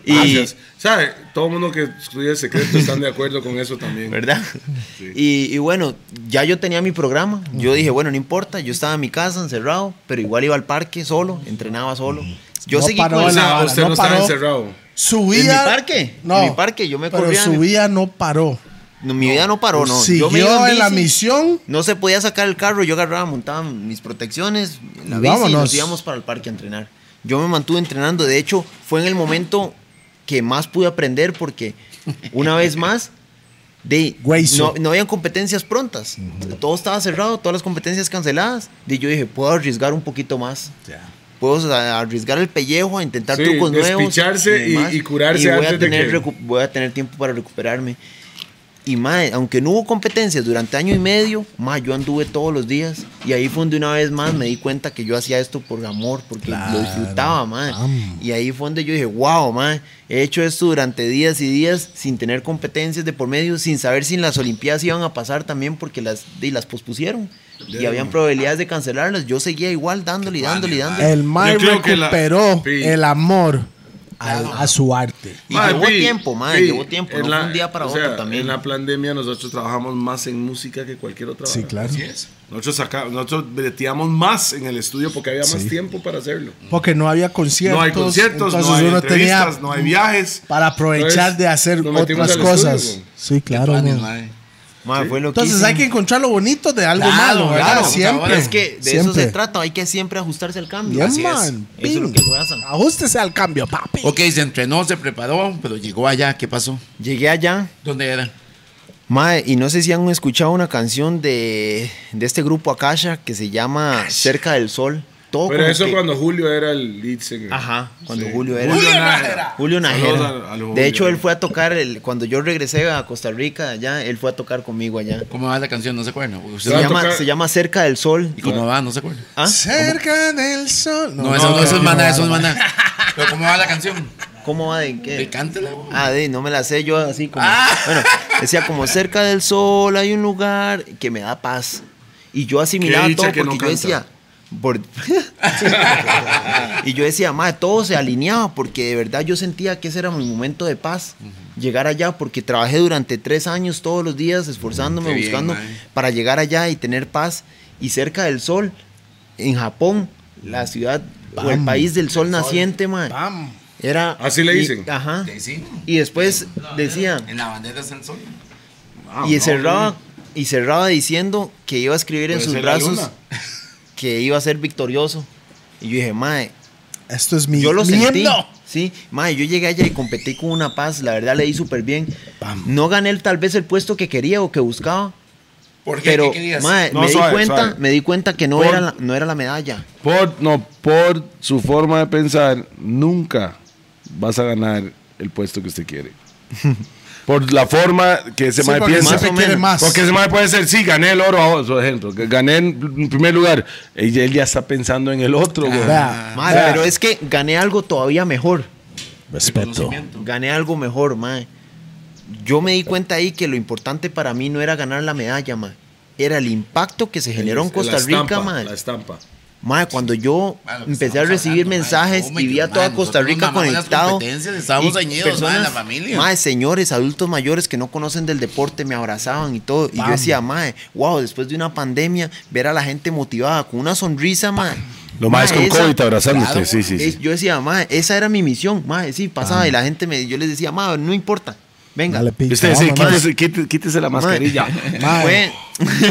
Y, Gracias. ¿Sabe? Todo el mundo que estudia el secreto están de acuerdo con eso también. ¿Verdad? Y, y bueno, ya yo tenía mi programa. Yo dije, bueno, no importa, yo estaba en mi casa encerrado, pero igual iba al parque solo, entrenaba solo. Yo No seguí paró con la O esa- sea, vara, usted no no, está paró. encerrado. Subía. ¿En mi parque? No. En mi parque, yo me Pero corría. su vida no paró. No, mi vida no paró, no. Siguió yo me iba en, la bici, misión. No se podía sacar el carro, yo agarraba, montaba mis protecciones, la Y bici y vámonos. nos íbamos para el parque a entrenar. Yo me mantuve entrenando, de hecho, fue en el momento que más pude aprender porque una vez más de, Güeyzo. no, no habían competencias prontas. Todo estaba cerrado, todas las competencias canceladas. Y yo dije, puedo arriesgar un poquito más. Puedo o sea, arriesgar el pellejo a intentar Sí, trucos nuevos. despicharse y- demás. y curarse voy a antes de tener que- recu- voy a tener tiempo para recuperarme. Y mae, aunque no hubo competencias durante año y medio, mae, yo anduve todos los días. Y ahí fue donde una vez más me di cuenta que yo hacía esto por amor, porque lo disfrutaba, mae. Y ahí fue donde yo dije, wow, mae, he hecho esto durante días y días sin tener competencias de por medio, sin saber si las Olimpiadas iban a pasar también, porque las, y las pospusieron. Y habían probabilidades de cancelarlas. Yo seguía igual dándole y dándole y dándole. El Mike Yo creo que la- recuperó Sí. el amor al- a su arte. Y Mae, llevó sí, tiempo, mae, sí, llevó tiempo, en no la- fue un día para o otro sea, también. En la pandemia nosotros trabajamos más en música que cualquier otra. Sí, vara. claro. Nosotros, saca- nosotros breteamos más en el estudio porque había más Sí. tiempo para hacerlo. Porque no había conciertos. no hay conciertos, entonces no hay uno entrevistas, tenía no hay viajes. para aprovechar Entonces, de hacer nos metimos otras al estudio, cosas. güey. sí, claro. Planes, man. man. Mae, fue Entonces loquísimo. hay que encontrar lo bonito de algo Claro, malo, ¿verdad? claro, siempre. ahora Es que de eso Siempre. se trata, hay que siempre ajustarse al cambio. Yeah, Así es. man. Eso es Ping. lo que pasa. Ajústese al cambio, papi. Ok, se entrenó, se preparó, pero llegó allá. ¿Qué pasó? Llegué allá, ¿Dónde era? mae, y no sé si han escuchado una canción de, de este grupo Akasha que se llama Cerca del Sol. Todo Pero como eso que- cuando Julio era el lead singer. Ajá, cuando Sí. Julio era. Julio Najera. Julio Najera. Saludos a- a los Julio. De hecho, él fue a tocar, el, cuando yo regresé a Costa Rica allá, él fue a tocar conmigo allá. ¿Cómo va la canción? No se acuerda. Usted Se, va a no- llama, tocar- se llama Cerca del Sol. ¿Y cómo va? No se acuerda. ¿Ah? Cerca del sol. No, eso no, eso es no, maná, no, eso es no. maná. Pero ¿cómo va la canción? ¿Cómo va de qué? Eh, Cántela, güey. Ah, de, no me la sé yo así como. Ah. Bueno, decía como cerca del sol hay un lugar que me da paz. Y yo asimilaba Qué dicha todo porque que no yo canta. decía. por- y yo decía, madre, todo se alineaba porque de verdad yo sentía que ese era mi momento de paz. Llegar allá porque trabajé durante tres años todos los días esforzándome, Qué bien, buscando mae. para llegar allá y tener paz. Y cerca del sol, en Japón, la ciudad o el país del sol naciente, madre. Bam. Era, Así le y- dicen. ajá. Sí, sí. Y después decía, En la bandera es el sol. Ah, y cerraba, y cerraba diciendo que iba a escribir en Puede sus ser la brazos luna. que iba a ser victorioso. Y yo dije, mae, Esto es mi. yo lo mi sentí. himno. Sí, mae, yo llegué allá y competí con una paz, la verdad leí súper bien. No gané el- tal vez el puesto que quería o que buscaba, ¿Por qué? pero ¿Qué querías? mae, No, me, di suave, cuenta, suave. me di cuenta que no, Por- era la, no era la medalla. Por, no, por su forma de pensar, nunca vas a ganar el puesto que usted quiere. Por la forma que ese Sí, mae porque piensa. siempre Más o quiere menos. más. Porque ese mae puede ser, sí, gané el oro, oh, por ejemplo, que gané en primer lugar. Y él ya está pensando en el otro, güey. Vea, Ah, Ah. Mae, vea. pero es que gané algo todavía mejor. Respeto. gané algo mejor, mae. Yo me di cuenta ahí que lo importante para mí no era ganar la medalla, mae. Era el impacto que se generó en Costa La estampa, Rica, mae. La estampa. Mae, cuando yo Mae, lo que empecé a estamos recibir hablando, mae, mensajes come y vi a yo, toda mae, Costa nosotros Rica nos mamamos las conectado. competencias, estábamos y añidos, mae, en la familia. mae, señores, adultos mayores que no conocen del deporte me abrazaban y todo. Y yo decía, mae, wow, después de una pandemia, ver a la gente motivada con una sonrisa, mae. Lo más Mae, con esa- COVID abrazándote, Claro, sí, sí, es- sí. Yo decía, mae, esa era mi misión, mae, sí, pasaba y la gente me, yo les decía, mae, no importa, venga. Dale, picha, Usted sí, vamos, mae. quítese, quítese- quítese la mascarilla. Mae.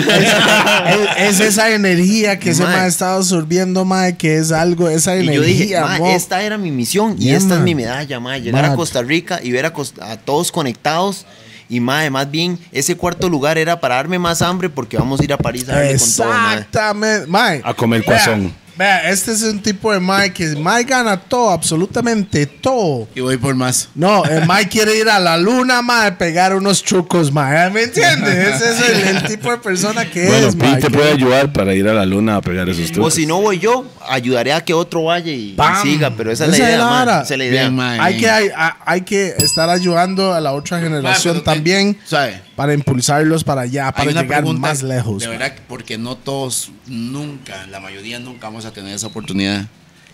Es, es esa energía que se Mae. me ha estado absorbiendo, mae, que es algo, esa Y energía. yo dije, "Ma, mo". esta era mi misión y Yeah, esta man. es mi medalla, ma. Llegar a Mad. Costa Rica y ver a, Cos- a todos conectados. Y ma, más bien, ese cuarto lugar era para darme más hambre porque vamos a ir a París a darle con todo, ma. Exactamente, mae. A comer Vea, cuazón. Vea, este es un tipo de mae que mae gana todo, absolutamente todo. Y voy por más. No, el Mike quiere ir a la luna, mae, pegar unos trucos, mae. ¿Me entiendes? Ese es el, el tipo de persona que Bueno, es, pues, Pi mae. te puede ayudar para ir a la luna a pegar esos O trucos. si no voy yo, ayudaré a que otro vaya y, y Bam. siga. Pero esa, Esa es la es idea, la ma. vara. Esa es la idea. Bien, ma, Hay bien. que, hay, a- hay que estar ayudando a la otra generación pero te- también ¿sabe? para impulsarlos para allá, para llegar más lejos. De verdad, porque no todos, nunca, la mayoría nunca vamos a tener esa oportunidad.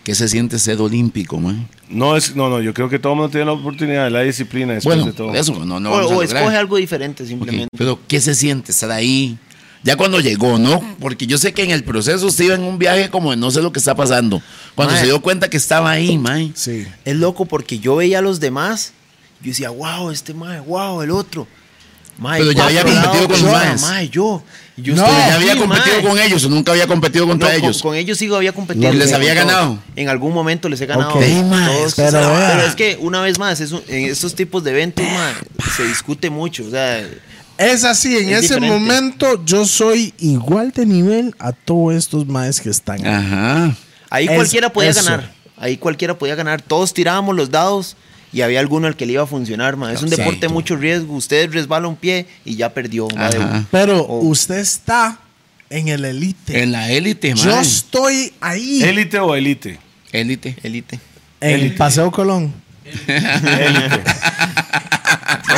¿Qué se siente ser olímpico, man? No, es, no, no, yo creo que todo el mundo tiene la oportunidad, la disciplina después Bueno, de todo. eso no, no O, vamos a o lograr. escoge algo diferente Ok, simplemente. Pero, ¿qué se siente estar ahí? Ya cuando llegó, ¿no? Porque yo sé que en el proceso usted iba en un viaje como de no sé lo que está pasando. Cuando Mae. se dio cuenta que estaba ahí, man. Sí. Es loco porque yo veía a los demás. Yo decía, wow, este mae, wow, el otro. Mae, Pero ya cuatro había lados, competido con yo, los maes. mae, yo. Y yo No, estoy ya había aquí, competido mae. con ellos o nunca había competido contra No, con- ellos. Con, ellos sí había competido. ¿Y les Con había todos. ganado? En algún momento les he ganado. Ok. Ey, ma, Todos. es que pero, esa vara. es que una vez más, es un- en estos tipos de eventos ma, se discute mucho. O sea, Es así, en Es ese diferente. momento yo soy igual de nivel a todos estos maes que están. Ah. ahí. Ajá. ahí Es cualquiera podía eso. ganar. Ahí cualquiera podía ganar. Todos tirábamos los dados y había alguno al que le iba a funcionar. ma. Es un Exacto. deporte de mucho riesgo. Usted resbala un pie y ya perdió. ma, de Ajá. un- Pero Oh. usted está en el elite. En la élite, yo man. estoy ahí. ¿Élite o elite? Élite. Elite. en el Paseo Colón. Élite.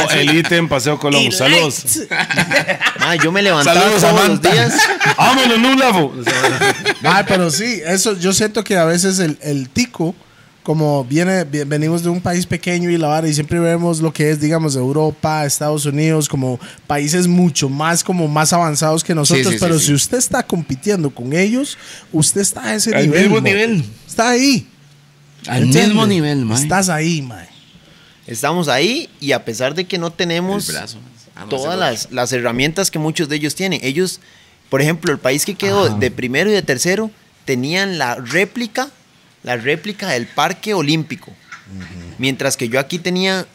O elite en Paseo Colón. Saludos. Ma, yo me levantaba Saludos, todos Samantha. los días. Vámonos, en un lavo. Ay, Ah, pero sí, eso yo siento que a veces el, el tico, como viene, vi- venimos de un país pequeño y la vara, y siempre vemos lo que es, digamos, Europa, Estados Unidos, como países mucho más, como más avanzados que nosotros. Sí, sí, sí, pero sí. si usted está compitiendo con ellos, usted está a ese Al nivel. mismo mo. nivel. Está ahí. Al ¿entiende? mismo nivel, man. Estás ahí, mae. Estamos ahí y a pesar de que no tenemos El brazo. Ah, no, todas ese las, las herramientas que muchos de ellos tienen, ellos, por ejemplo, el país que quedó de primero y de tercero tenían la réplica, la réplica del Parque Olímpico, mientras que yo aquí tenía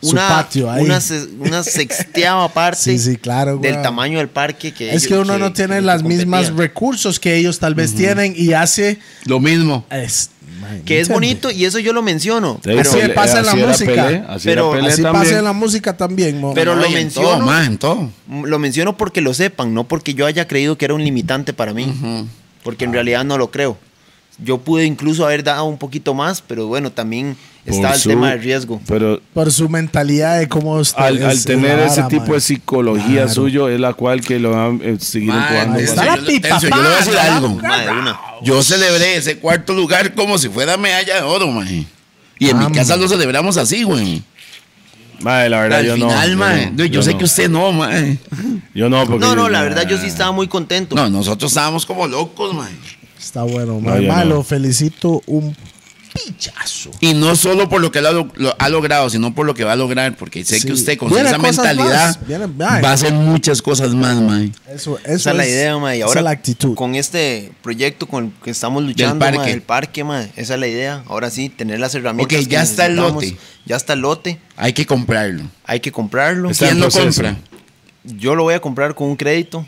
Su una, patio ahí. una, se- una sexteava parte Sí, sí, claro, del weón. tamaño del parque que Es ellos- que uno no que tiene las mismas competían. recursos que ellos tal vez tienen y hace... Lo mismo. es- mae, que es ¿entiende? bonito y eso yo lo menciono, pero, Así pasa en la música. Pero pero Así pasa en la música también, mo. pero lo Ay, en menciono todo, man, en todo. Lo menciono porque lo sepan, no porque yo haya creído que era un limitante para mí. Porque en realidad no lo creo. Yo pude incluso haber dado un poquito más, pero bueno, también está el tema del riesgo. Pero por su mentalidad de cómo usted al, es- al es tener la ese vara, tipo mae. de psicología Claro. suyo es la cual que lo van a eh, seguir Man, empujando. ahí está para- la yo- pipa, Tenso, yo le voy a decir pa, la algo. Madre, una. Yo celebré ese cuarto lugar como si fuera medalla de oro, man. Y en Ah, mi casa man. lo celebramos así, güey. Mae, la verdad, Al yo final, no. man. yo yo no, yo sé no. que usted no, man. Yo no, porque. No, no, la verdad yo sí estaba muy contento. No, nosotros estábamos como locos, man. Está bueno, mae. yo Mae, no. lo felicito un pichazo. Y no solo por lo que él ha, lo- lo- ha logrado, sino por lo que va a lograr, porque sé Sí. que usted con Vienen esa cosas mentalidad más, vienen- ay. va a hacer muchas cosas más, man. Eso, eso Esa es la idea, ma, y esa ahora es la actitud. con este proyecto con el que estamos luchando, parque. ma, del parque, ma, esa es la idea. Ahora sí, tener las herramientas. Ok, que ya está el necesitamos. lote. Ya está el lote, Hay que comprarlo. hay que comprarlo. Está en ¿Quién lo proceso. compra? yo lo voy a comprar con un crédito.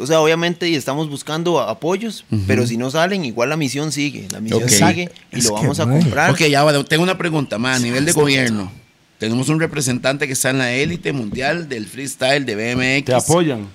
O sea, obviamente y estamos buscando a- apoyos, pero si no salen, igual la misión sigue. La misión Ok. sigue y Es lo que, vamos a mae. comprar. Ok, ya bueno, tengo una pregunta más a nivel de gobierno. Tenemos un representante que está en la élite mundial del freestyle de BMX. Te apoyan.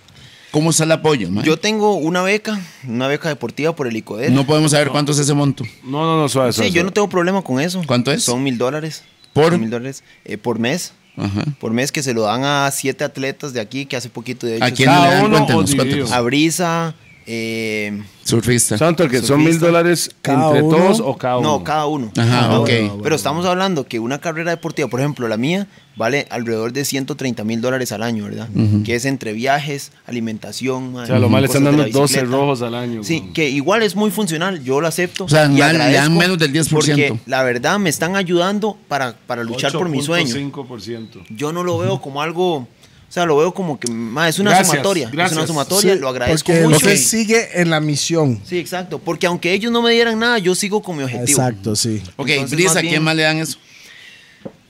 ¿Cómo está el apoyo, man? Yo tengo una beca, una beca deportiva por el ICODEL. no podemos saber cuánto es ese monto. No, no, no, suave, sí, suave, yo no suave. tengo problema con eso. ¿Cuánto es? Son mil dólares. ¿Por? Son Mil dólares eh, por mes. Ajá. Por mes que se lo dan a siete atletas de aquí que hace poquito de hecho. ¿A quién está- no cada le dan? uno o Cuéntenos, dividido. cuéntenos. A Brisa, Eh, Surfista. Santo, que son mil Surfista. dólares Cada entre uno. todos o cada uno. No, cada uno. Ajá, Cada ok. uno. Pero estamos hablando que una carrera deportiva, por ejemplo, la mía, vale alrededor de 130 mil dólares al año, ¿verdad? Que es entre viajes, alimentación. O sea, lo mal mal están dando 12 rojos al año. Sí, güey. que igual es muy funcional, yo lo acepto. O sea, y le dan- le agradezco dan menos del 10%. Porque la verdad me están ayudando para, para luchar por mi sueño. 5%. Yo no lo veo como algo, o sea, lo veo como que ma, es una Gracias, sumatoria. Es gracias. una sumatoria, Sí, lo agradezco porque mucho. usted sigue en la misión. Sí, exacto. Porque aunque ellos no me dieran nada, yo sigo con mi objetivo. Exacto, sí. Ok, Entonces, Brisa, más ¿a bien- quién más le dan eso?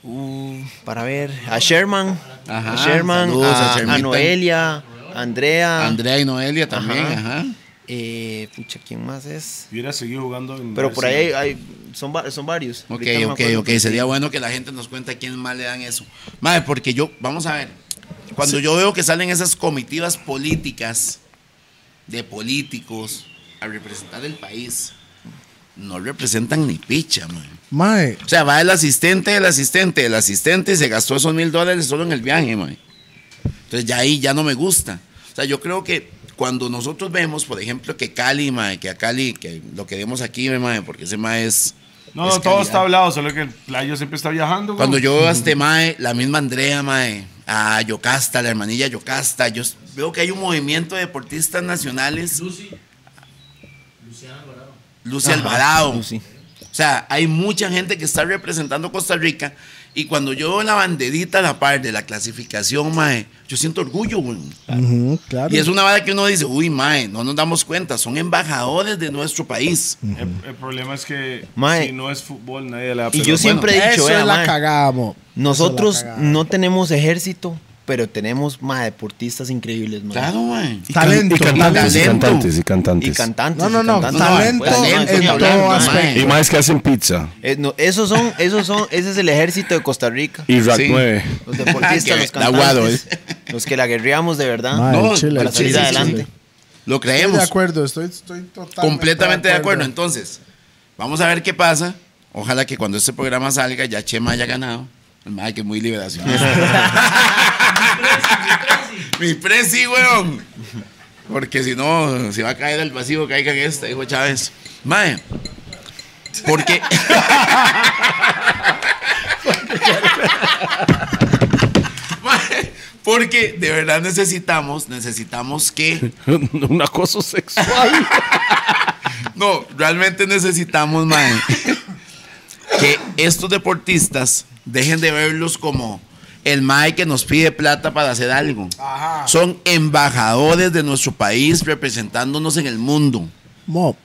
Uh, para ver, a Sherman, Ajá, a Sherman, saludos a a, a Shermita. Noelia, a Andrea, Andrea y Noelia también, Ah. Ajá. ajá. eh, pucha, ¿quién más es? Hubiera seguido jugando en Pero por ahí Brasil. hay, hay- son, va- son varios. Ok, Ahorita no me ok, acuerdo, ok. pero Sería sí. bueno que la gente nos cuente a quién más le dan eso. Madre, porque yo, vamos a ver, cuando yo veo que salen esas comitivas políticas de políticos a representar el país, no representan ni picha, man. Mae, O sea, va el asistente, el asistente, el asistente y se gastó esos mil dólares solo en el viaje, man. Entonces ya ahí ya no me gusta. O sea, yo creo que cuando nosotros vemos, por ejemplo, que Cali, mae, que a Cali, que lo que vemos aquí, mae, porque ese mae es... No, es no, todo calidad. está hablado, solo que el playo siempre está viajando. güey. Cuando yo veo a este mae, la misma Andrea, mae, a Yocasta, la hermanilla Yocasta, yo s- veo que hay un movimiento de deportistas nacionales. Lucy. Lucy Alvarado. Lucy. O sea, hay mucha gente que está representando Costa Rica y cuando yo veo la banderita a la par de la clasificación, mae, yo siento orgullo, güey. ujú, claro. Y es una vara que uno dice, uy, mae, no nos damos cuenta, son embajadores de nuestro país. El, el problema es que Mae. si no es fútbol, nadie le da Y pelota. yo siempre he dicho, Eso "Vea, es la mae, cagada, mo. nosotros Eso es la cagada. no tenemos ejército, pero tenemos más deportistas increíbles, mae. Claro, mae. Talento, Y cantantes, y talento. cantantes, y cantantes. Y cantantes. No, no, y no, cantantes. talento pues, mae, en eso ni todo hablar, mae. aspecto. Y más que hacen pizza. Eh, no, esos son, esos son, ese es el ejército de Costa Rica. Y Rack Sí. 9. Los deportistas, Que los da guado, cantantes, los que la guerreamos de verdad. Mae, No, chile, para salir chile, adelante. chile. Lo Estoy creemos. de acuerdo, estoy, estoy totalmente completamente de acuerdo. Entonces, vamos a ver qué pasa. Ojalá que cuando este programa salga ya Chema haya ganado. Madre, que muy liberacionista. mi presi, mi presi, weón. Porque si no, si va a caer al vacío, caiga en esta, dijo Chávez. Mae, porque... Mae, Porque de verdad necesitamos, necesitamos que Un acoso sexual. no, realmente necesitamos, mae, que estos deportistas dejen de verlos como el mae que nos pide plata para hacer algo. Son embajadores de nuestro país representándonos en el mundo. Mo,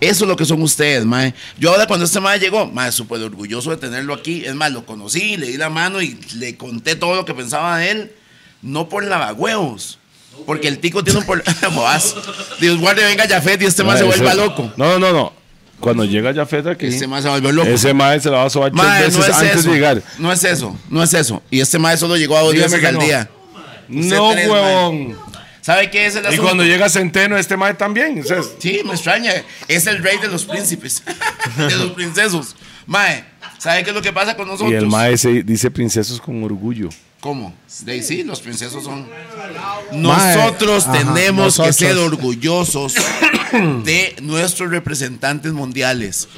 Eso es lo que son ustedes, mae. Yo ahora cuando este mae llegó, mae, súper orgulloso de tenerlo aquí. Es más, lo conocí, le di la mano y le conté todo lo que pensaba de él. No por lavagüeos. Porque el tico tiene un problema. Dios guarde, venga Jafet y este mae se Mae, vuelva eso- loco. No, no, no. Cuando llega Jafet aquí, Este mae se vuelve loco. ese mae se la va a sobar Mae, tres no veces es antes eso. de llegar. No es eso, no es eso. Y este mae solo llegó a dos Dígame veces que al no. día. Usted No, tres, huevón. ¿Sabe qué es el Y asunto? cuando llega Centeno, este mae también. o sea, es- Sí, me extraña. Es el rey de los príncipes, de los princesos. Mae, ¿sabe qué es lo que pasa con nosotros? y el mae se dice princesos con orgullo. ¿Cómo? De ahí sí, los princesos son. Mae, Nosotros ajá, tenemos nosotros. que ser orgullosos de nuestros representantes mundiales.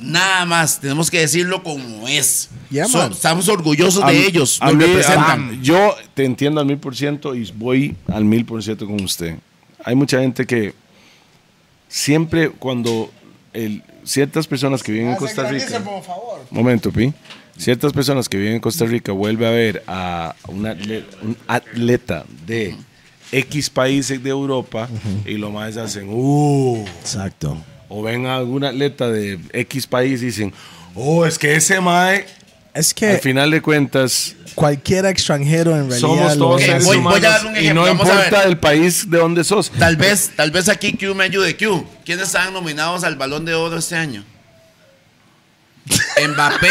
Nada más, tenemos que decirlo como es. Yeah, So- man. estamos orgullosos de A mí- ellos, a nos mí- representan. a- yo te entiendo al mil por ciento y voy al mil por ciento con usted. Hay mucha gente que siempre cuando el- ciertas personas que Ah, viven en Costa Rica... Momento, Pi. Ciertas personas que viven en Costa Rica vuelve a ver a un atle- un atleta, de X países de Europa y lo más hacen, uh, exacto. o ven a algún atleta de X país y dicen, oh, es que ese mae, Es que al final de cuentas, cualquier extranjero en realidad somos lo todos es. seres voy- voy a humanos dar un y ejemplo, no vamos a importa ver. el país de donde sos. Tal vez, tal vez aquí Q me ayude. Q, ¿quiénes están nominados al Balón de Oro este año? Mbappé.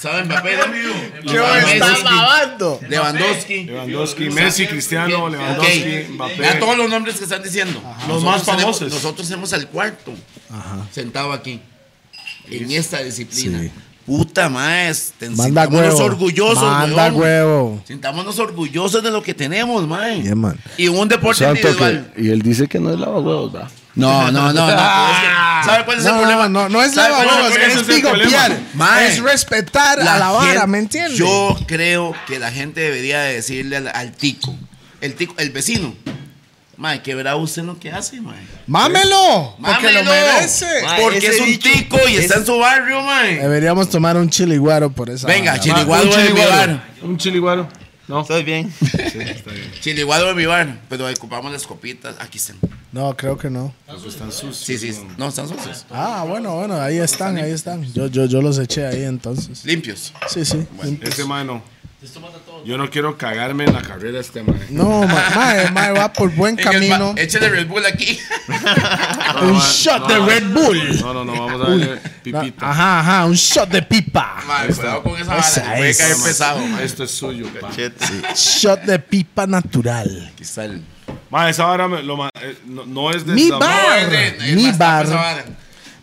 ¿Sabe Mbappé? no? Mbappé, Messi, lavando? Lewandowski. Lewandowski, Messi, Cristiano, Ok, Lewandowski, Mbappé. Vea todos los nombres que están diciendo. Los más Nosotros tenemos- famosos. nosotros tenemos al cuarto sentado aquí en esta disciplina. puta, más. Manda Sintámonos huevo. orgullosos, Manda weón. huevo. Sintámonos orgullosos de lo que tenemos, mae. Yeah, man. Y un deporte Santo individual. que- y él dice que no es lavahuevos, ¿verdad? No, no, no. no pero es que, ¿Sabe cuál es el Ah. No, problema? no, no, no es ¿Sabe cuál lavahuevos, el es problema? pigopear. Mae, Es respetar a la vara, gente- ¿me entiendes? Yo creo que la gente debería de decirle al, al tico, el tico, el vecino. Mae, que verá usted lo que hace, mae. ¡Mámelo! Porque Mámelo, lo merece. Mae, Porque ese es un dicho tico y está en su barrio, mae. Deberíamos tomar un chiliguaro por esa Venga, vara. chiliguado de mi bar. Un chiliguaro. No. Estoy bien. Chiliguado de mi bar. Pero ocupamos las copitas. Aquí están. No, creo que no. Sí, sí. No, están sucios. Ah, bueno, bueno, ahí están, ahí están. Yo, yo, yo los eché ahí entonces. Limpios. Sí, sí. Este mano. Yo no quiero cagarme en la carrera de este man. No, ma- mae, mae, va por buen En el camino. ba- Échale Red Bull aquí. Un shot de Red Bull. No, no, no, vamos a ver pipita. Ah, Ajá, ajá, un shot de pipa. Mae, cuidado con esa Esa vara. Puede es. caer pesado, mae. Esto es suyo, pa. Shot de pipa natural. Aquí está el... Ma, esa ahora me- lo ma- eh, no, no es de Mi Zamora, bar. es de- Es Mi más bar. tapa esa vara.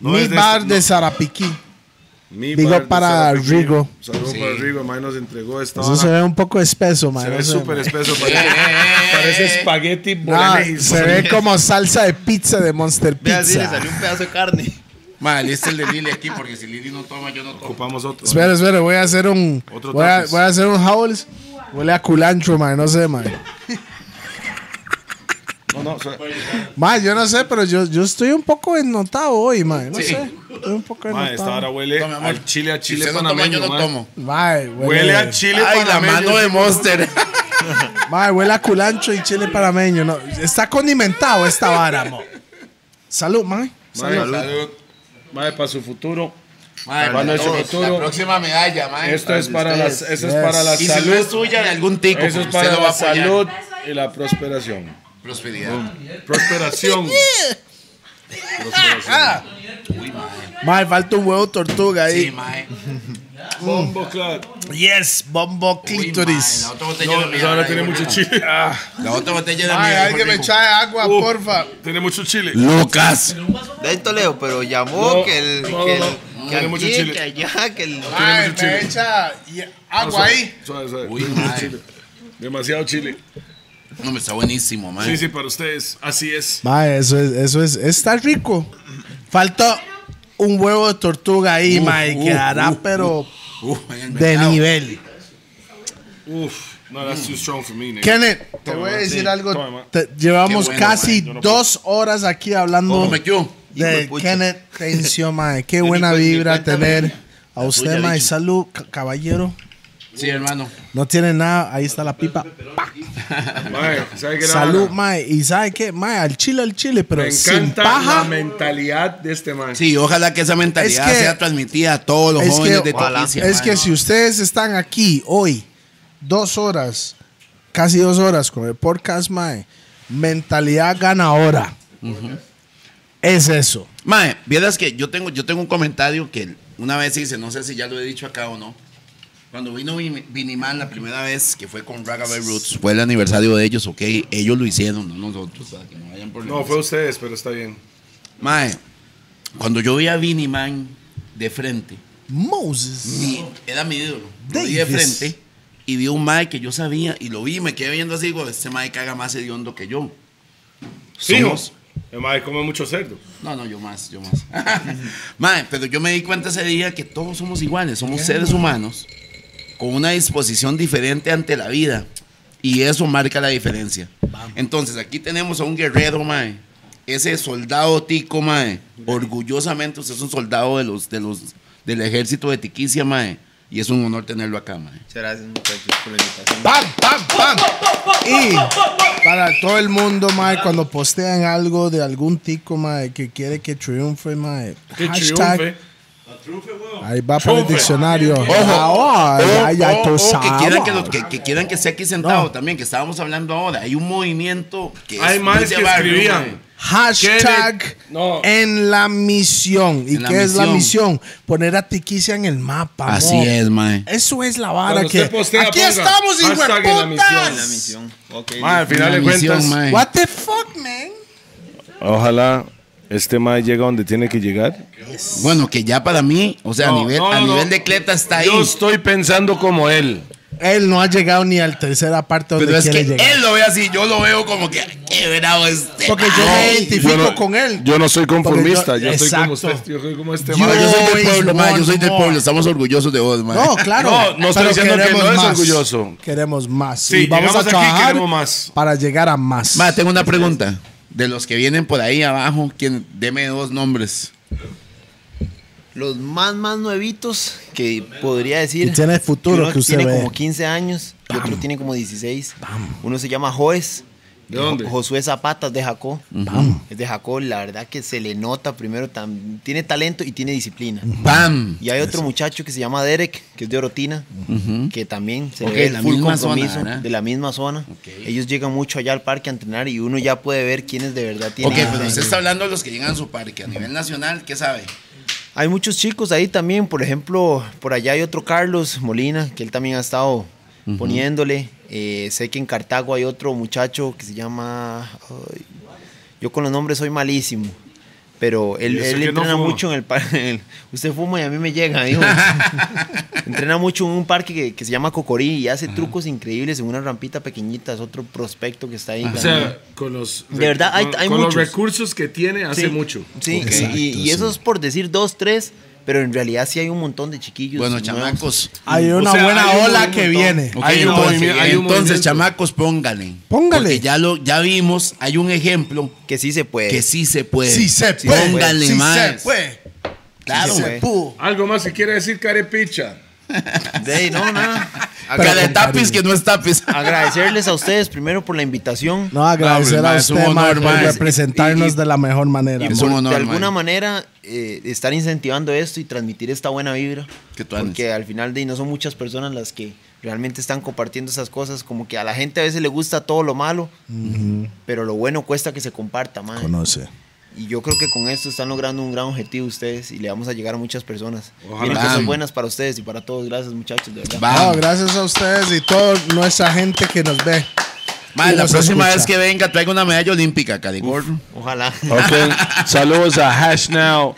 No Mi es de- este, bar de no. Zarapiquí. Mi Digo, bar de para Zarapiquí. Rigo. Saludos para Rigo, el ma nos entregó esta Eso vara. se ve un poco espeso, mae. Se no ve sé, súper mae. espeso. Parece, eh. parece espagueti Ah, bolognese. se ve como salsa de pizza de Monster Vea, sí, le Pizza. salió un pedazo de carne. Mae, lista el de Lili aquí porque si Lili no toma, yo no tomo. Ocupamos otro. Espera, espera, voy a hacer un. Otro Voy a, tapiz. voy a hacer un Howls. Huele a culantro, mae, no sé, mae. No, no, suena. Mae, yo no sé, pero yo, yo estoy un poco ennotado hoy, mae. No sé. Estoy un poco Ma, esta ennotado. vara huele Tome, amor. al chile, a Si chile usted no toma, yo panameño, no ma. tomo. Mae, huele, Huele a chile Ay, la panameño. mano de Monster. Mae, huele a culancho y chile parameño. No, está condimentado esta vara, mo. Salud, mae. Ma, Salud. ma, para su futuro. Mae, Para nuestro todos, futuro. La próxima medalla, mae. Esto es para, las, eso es Yes. para la Y si no es salud. suya de algún tico, Eso es usted para lo va a la apoyar. salud y la prosperación. Prosperidad. Prosperación. Mae, Ah. falta un huevo tortuga Sí, ahí. mae. Bombo Clat. yes, bombo Uy, mae, clítoris. La otra botella No, de esa ahora tiene amigo, mucho mae. chile. Ah, La otra botella de Mae, amigo, alguien me rico. echa agua, porfa. tiene mucho chile. Lucas. De ahí Toledo, pero llamó No, que el. no, que el- no, no, que tiene mucho aquí, chile. que allá, que el. Mae, mucho chile. me echa y- agua ahí. Suave, suave. Uy, Tiene mucho mae. chile. Demasiado chile. No, me está buenísimo, Sí, mae. sí, para ustedes. Así es. Mae, eso es, eso es, está rico. Falta un huevo de tortuga ahí, mae, uh, quedará, uh, pero Uf, en el de mercado. nivel. Uf, no, that's too strong for me, nigga. Kenneth, te Toma, voy a man. decir Sí, algo. toma, man. Te- llevamos Qué bueno, casi man. Yo no puedo. dos horas aquí hablando Ojo, me quedo. Hijo de de pucha. Kenneth Tencio, mae. Qué buena cuenta- ni vibra cuenta tener me- a usted, tuya, mae. bicho. Salud, ca- caballero. Sí, hermano. No tiene nada, ahí está la pipa. Mae, ¿sabe qué era? Salud, mae. Y sabe qué, mae, al chile, al chile, pero Me sin encanta la paja. mentalidad de este man. Sí, ojalá que esa mentalidad Es que- sea transmitida a todos los Es jóvenes que, de Toquicia, es que mae. si ustedes están aquí hoy, dos horas, casi dos horas con el podcast, mae, mentalidad ganadora. Es eso. Mae, vieras que yo tengo, yo tengo un comentario que una vez hice, no sé si ya lo he dicho acá o no. Cuando vino Vin- Viniman la primera vez, que fue con Ragabay Roots, fue el aniversario de ellos, ok. Ellos lo hicieron, no nosotros, para que no vayan por No, fue ustedes, pero está bien. Mae, cuando yo vi a Viniman de frente, Moses. mi- era mi ídolo. Lo vi de Davis. frente y vi un Mae que yo sabía y lo vi, me quedé viendo así, digo, este Mae caga más hediondo que yo. Somos- Fijos. El mae come mucho cerdo. No, no, yo más, yo más. Mae, pero yo me di cuenta ese día que todos somos iguales, somos seres humanos con una disposición diferente ante la vida. Y eso marca la diferencia. Entonces, aquí tenemos a un guerrero, mae. Ese soldado tico, mae. Orgullosamente, usted es un soldado de los, de los, del ejército de Tiquicia, mae. Y es un honor tenerlo acá, mae. Muchas gracias, muchachos, por la invitación. ¡Pam, pam, pam! Y para todo el mundo, mae, cuando postean algo de algún tico, mae, que quiere que triunfe, mae, Que hashtag, triunfe. ahí va para el Triunfe. diccionario. Ojo, Ah, ay, ay, ay, o- tú o- o que quieran que, sabes. lo- que- que quieran que esté aquí sentado No. también, que estábamos hablando ahora. Hay un movimiento que Hay es muy maes de que barrio, escribían. mae. Hashtag Kenneth, no. en la misión. ¿Y En la qué es la misión. misión? Poner a Tiquicia en el mapa. Así mo. es, mae. Eso es la vara Cuando que. usted postea, aquí ponga estamos, hashtag en la En la hijueputas. misión. Ok. Mae, al final Una de misión, cuentas. mae. What the fuck, man? Ojalá Este mae llega donde tiene que llegar. Bueno, que ya para mí, o sea, No, a nivel, no, a no, nivel no. de cleta está ahí. Yo estoy pensando como él. Él no ha llegado ni a la tercera parte donde pero es que quiere llegar. él lo ve así, yo lo veo como que, qué bravo este. Porque yo mae". me identifico yo no- con él. Yo no soy conformista. Porque yo- Yo, soy como Exacto. usted, yo soy como este Ma, mae. yo soy del Yo pueblo, is ma, yo soy del one more. pueblo. Estamos orgullosos de vos, ma. No, claro. No, no estoy Pero diciendo que queremos no es más. orgulloso. Queremos más. Sí, y vamos a llegamos aquí, trabajar queremos más. para llegar a más. Ma, tengo una pregunta. De los que vienen por ahí abajo, ¿quién? deme dos nombres. Los más, más nuevitos que podría decir. Y tiene futuro uno que usted tiene ve. como 15 años y otro tiene como 16. Uno se llama Joes. ¿De dónde? Jo- Josué Zapatas de Jacó. Es de Jacó, la verdad que se le nota primero. tam- tiene talento y tiene disciplina. ¡Pam! Y hay otro muchacho que se llama Derek, que es de Orotina, que también se le Ok, ve el la full misma zona, compromiso ¿verdad? de la misma zona. Ellos llegan mucho allá al parque a entrenar y uno ya puede ver quiénes de verdad tienen. Ok, pero talento. usted está hablando de los que llegan a su parque. A nivel nacional, ¿qué sabe? Hay muchos chicos ahí también, por ejemplo, por allá hay otro Carlos Molina, que él también ha estado poniéndole. Eh, sé que en Cartago hay otro muchacho que se llama... ay, yo con los nombres soy malísimo, pero él, Y eso que él no entrena fuma. mucho en el parque. Usted fuma y a mí me llega, dijo. entrena mucho en un parque que, que se llama Cocorí y hace trucos increíbles en una rampita pequeñita. Es otro prospecto que está ahí. O también. sea, con los, De verdad, hay- con, hay con los muchos. recursos que tiene hace Sí, mucho. Sí, Ok. y- y, Exacto, eso es por decir dos, tres, pero en realidad sí hay un montón de chiquillos. Bueno, nuevos. chamacos. Hay una O sea, buena hay un ola movimiento. que viene. Ok, Hay un entonces, movimiento, hay un entonces, movimiento. chamacos, póngale. Póngale. Porque ya, lo, ya vimos, hay un ejemplo Que sí se puede. que sí se puede. Sí se puede. Póngale Sí se más. puede. Claro. Sí se puede. Algo más que quiere decir Carepicha. De ahí, no, nada. que Agra- le tapis, que no es tapis. agradecerles a ustedes primero por la invitación. No, agradecer hombre, ma, a es un usted, ma, honor, por ma. representarnos de la mejor manera. y es ma. por, un honor, de alguna man. manera eh, estar incentivando esto y transmitir esta buena vibra. Que tú andes. Porque al final de ahí no son muchas personas las que realmente están compartiendo esas cosas. Como que a la gente a veces le gusta todo lo malo, pero lo bueno cuesta que se comparta, man. Conoce. Y yo creo que con esto están logrando un gran objetivo ustedes y le vamos a llegar a muchas personas. Ojalá. Tienen cosas Bam. buenas para ustedes y para todos. Gracias, muchachos, de verdad. Va. No, gracias a ustedes y toda nuestra gente que nos ve. Ma, Y la nos próxima escucha. vez que venga, traiga una medalla olímpica, Caligordo. Ojalá. Ok, Saludos a Hash Now.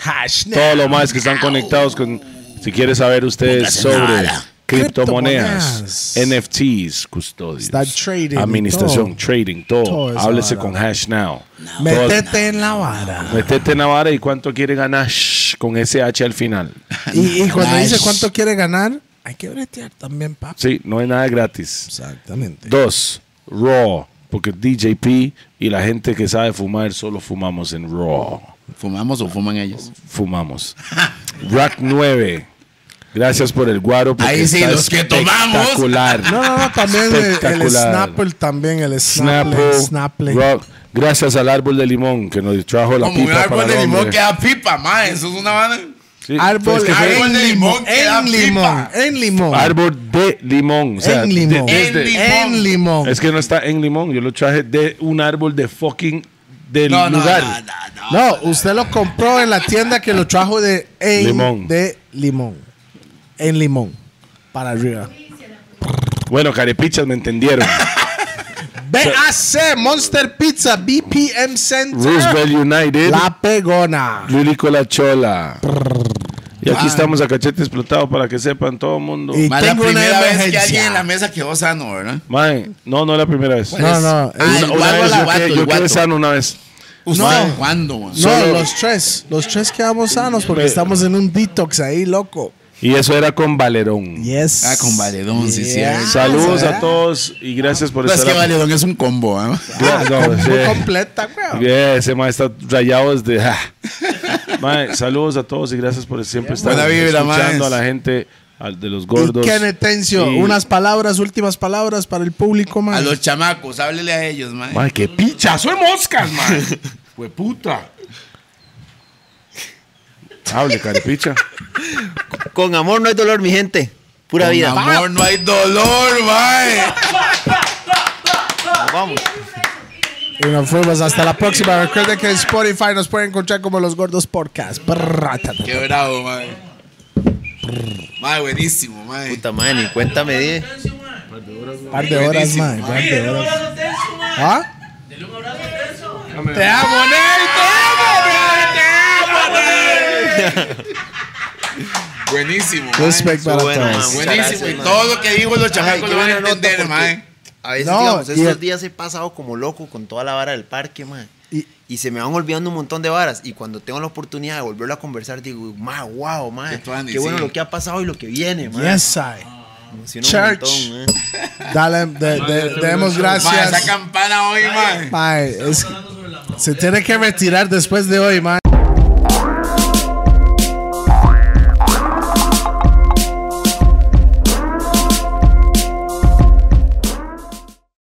Todos los más que están conectados con. Si quieres saber ustedes sobre nada. criptomonedas, Criptomonedas. NFTs, custodios, Está trading, administración, todo. trading, todo. Todo esa Háblese vara. con Hash Now. Todo- Metete en la vara. Metete en la vara y cuánto quiere ganar Shh, con ese H al final. Y, y cuando Nice. dice cuánto quiere ganar, hay que bretear también, papi. Sí, no hay nada gratis. Exactamente. Dos, Raw. Porque DJP y la gente que sabe fumar solo fumamos en Raw. ¿Fumamos o fuman ellos? Fumamos. Rack 9. Gracias por el guaro. porque Ahí sí, está los que tomamos. Espectacular. No, no, no, también el, el Espectacular. Snapple, también el Snapple. Snapple, Snapple. Rock. Gracias al árbol de limón que nos trajo la Como un pipa para árbol el de limón hombre. que da pipa, ma. Eso es una banda. Sí, Árbol, es que fue- árbol de limón, que da en limón, pipa. en limón, árbol de limón. o sea, en limón, de- desde- limón. en limón. Es que no está en limón. Yo lo traje de un árbol de fucking del No, no, lugar. no, no, no. No, usted lo compró en la tienda que lo trajo de en Limón. de limón, en limón, para arriba. Bueno, carepichas me entendieron. BAC Monster Pizza BPM Center, Roosevelt United. la pegona. Lúlico La Chola. Y aquí estamos a cachete explotado para que sepan todo el mundo. Y- Ma, la Tengo una primera vez que emergencia. alguien en la mesa quedó sano, ¿verdad? Mae, no, no es la primera vez. Pues, No, no, ah, es- el Una, una guato, vez la yo guato, quedé, el yo quedé guato. sano una vez. ¿Usted cuándo, man? No, los tres, los tres quedamos sanos porque Me- estamos en un detox ahí, loco. Y eso era con Valerón. Yes. Ah, con Valedón, sí, Yeah. sí. Saludos ¿verdad? a todos y gracias por No, es estar que aquí. Valedón es un combo, ¿eh? Gra- no, sí. Fue completa, weón. Yeah, ese mae está rayado desde. ah. Mae, saludos a todos y gracias por siempre estar Buena vibra, escuchando maes. a la gente al de los Y gordos. Kenneth Tencio, Y- unas palabras, últimas palabras para el público, man. A los chamacos, háblele a ellos, man. Mae, qué picha, soy moscas, mae. Hueputa. Hable, carepicha. Con amor no hay dolor, mi gente. Pura Con vida. amor, no hay dolor, man. Vamos. Y nos fuimos hasta la próxima. Recuerden que en Spotify nos pueden encontrar como Los Gordos Podcast. Brr, ta, ta, ta. Qué bravo, man. Man, buenísimo, man. Puta madre, ni cuenta me di. Par de horas, Buenísimo, man. Par de horas. ¿Ah? Dame- amo, Ney, te amo, brother. Buenísimo. mae. Respect para bueno, todos. man. Buenísimo. Muchas Y gracias, todo lo que dijo los Ay, chamacos qué lo van a buena nota, entender, porque mae. A veces, No, digamos, y estos el- días he pasado como loco con toda la vara del parque, man. Y- Y, se me van olvidando un montón de varas. Y cuando tengo la oportunidad de volverlo a conversar, digo, ma, wow, man. Qué Qué, tuani, bueno sí. lo que ha pasado y lo que viene, man. Yes, I. Emociona un Church. montón, man. Dale, de- de- demos Mae, esa gracias. campana hoy, mae. Mae, es- se tiene que retirar después de hoy, mae.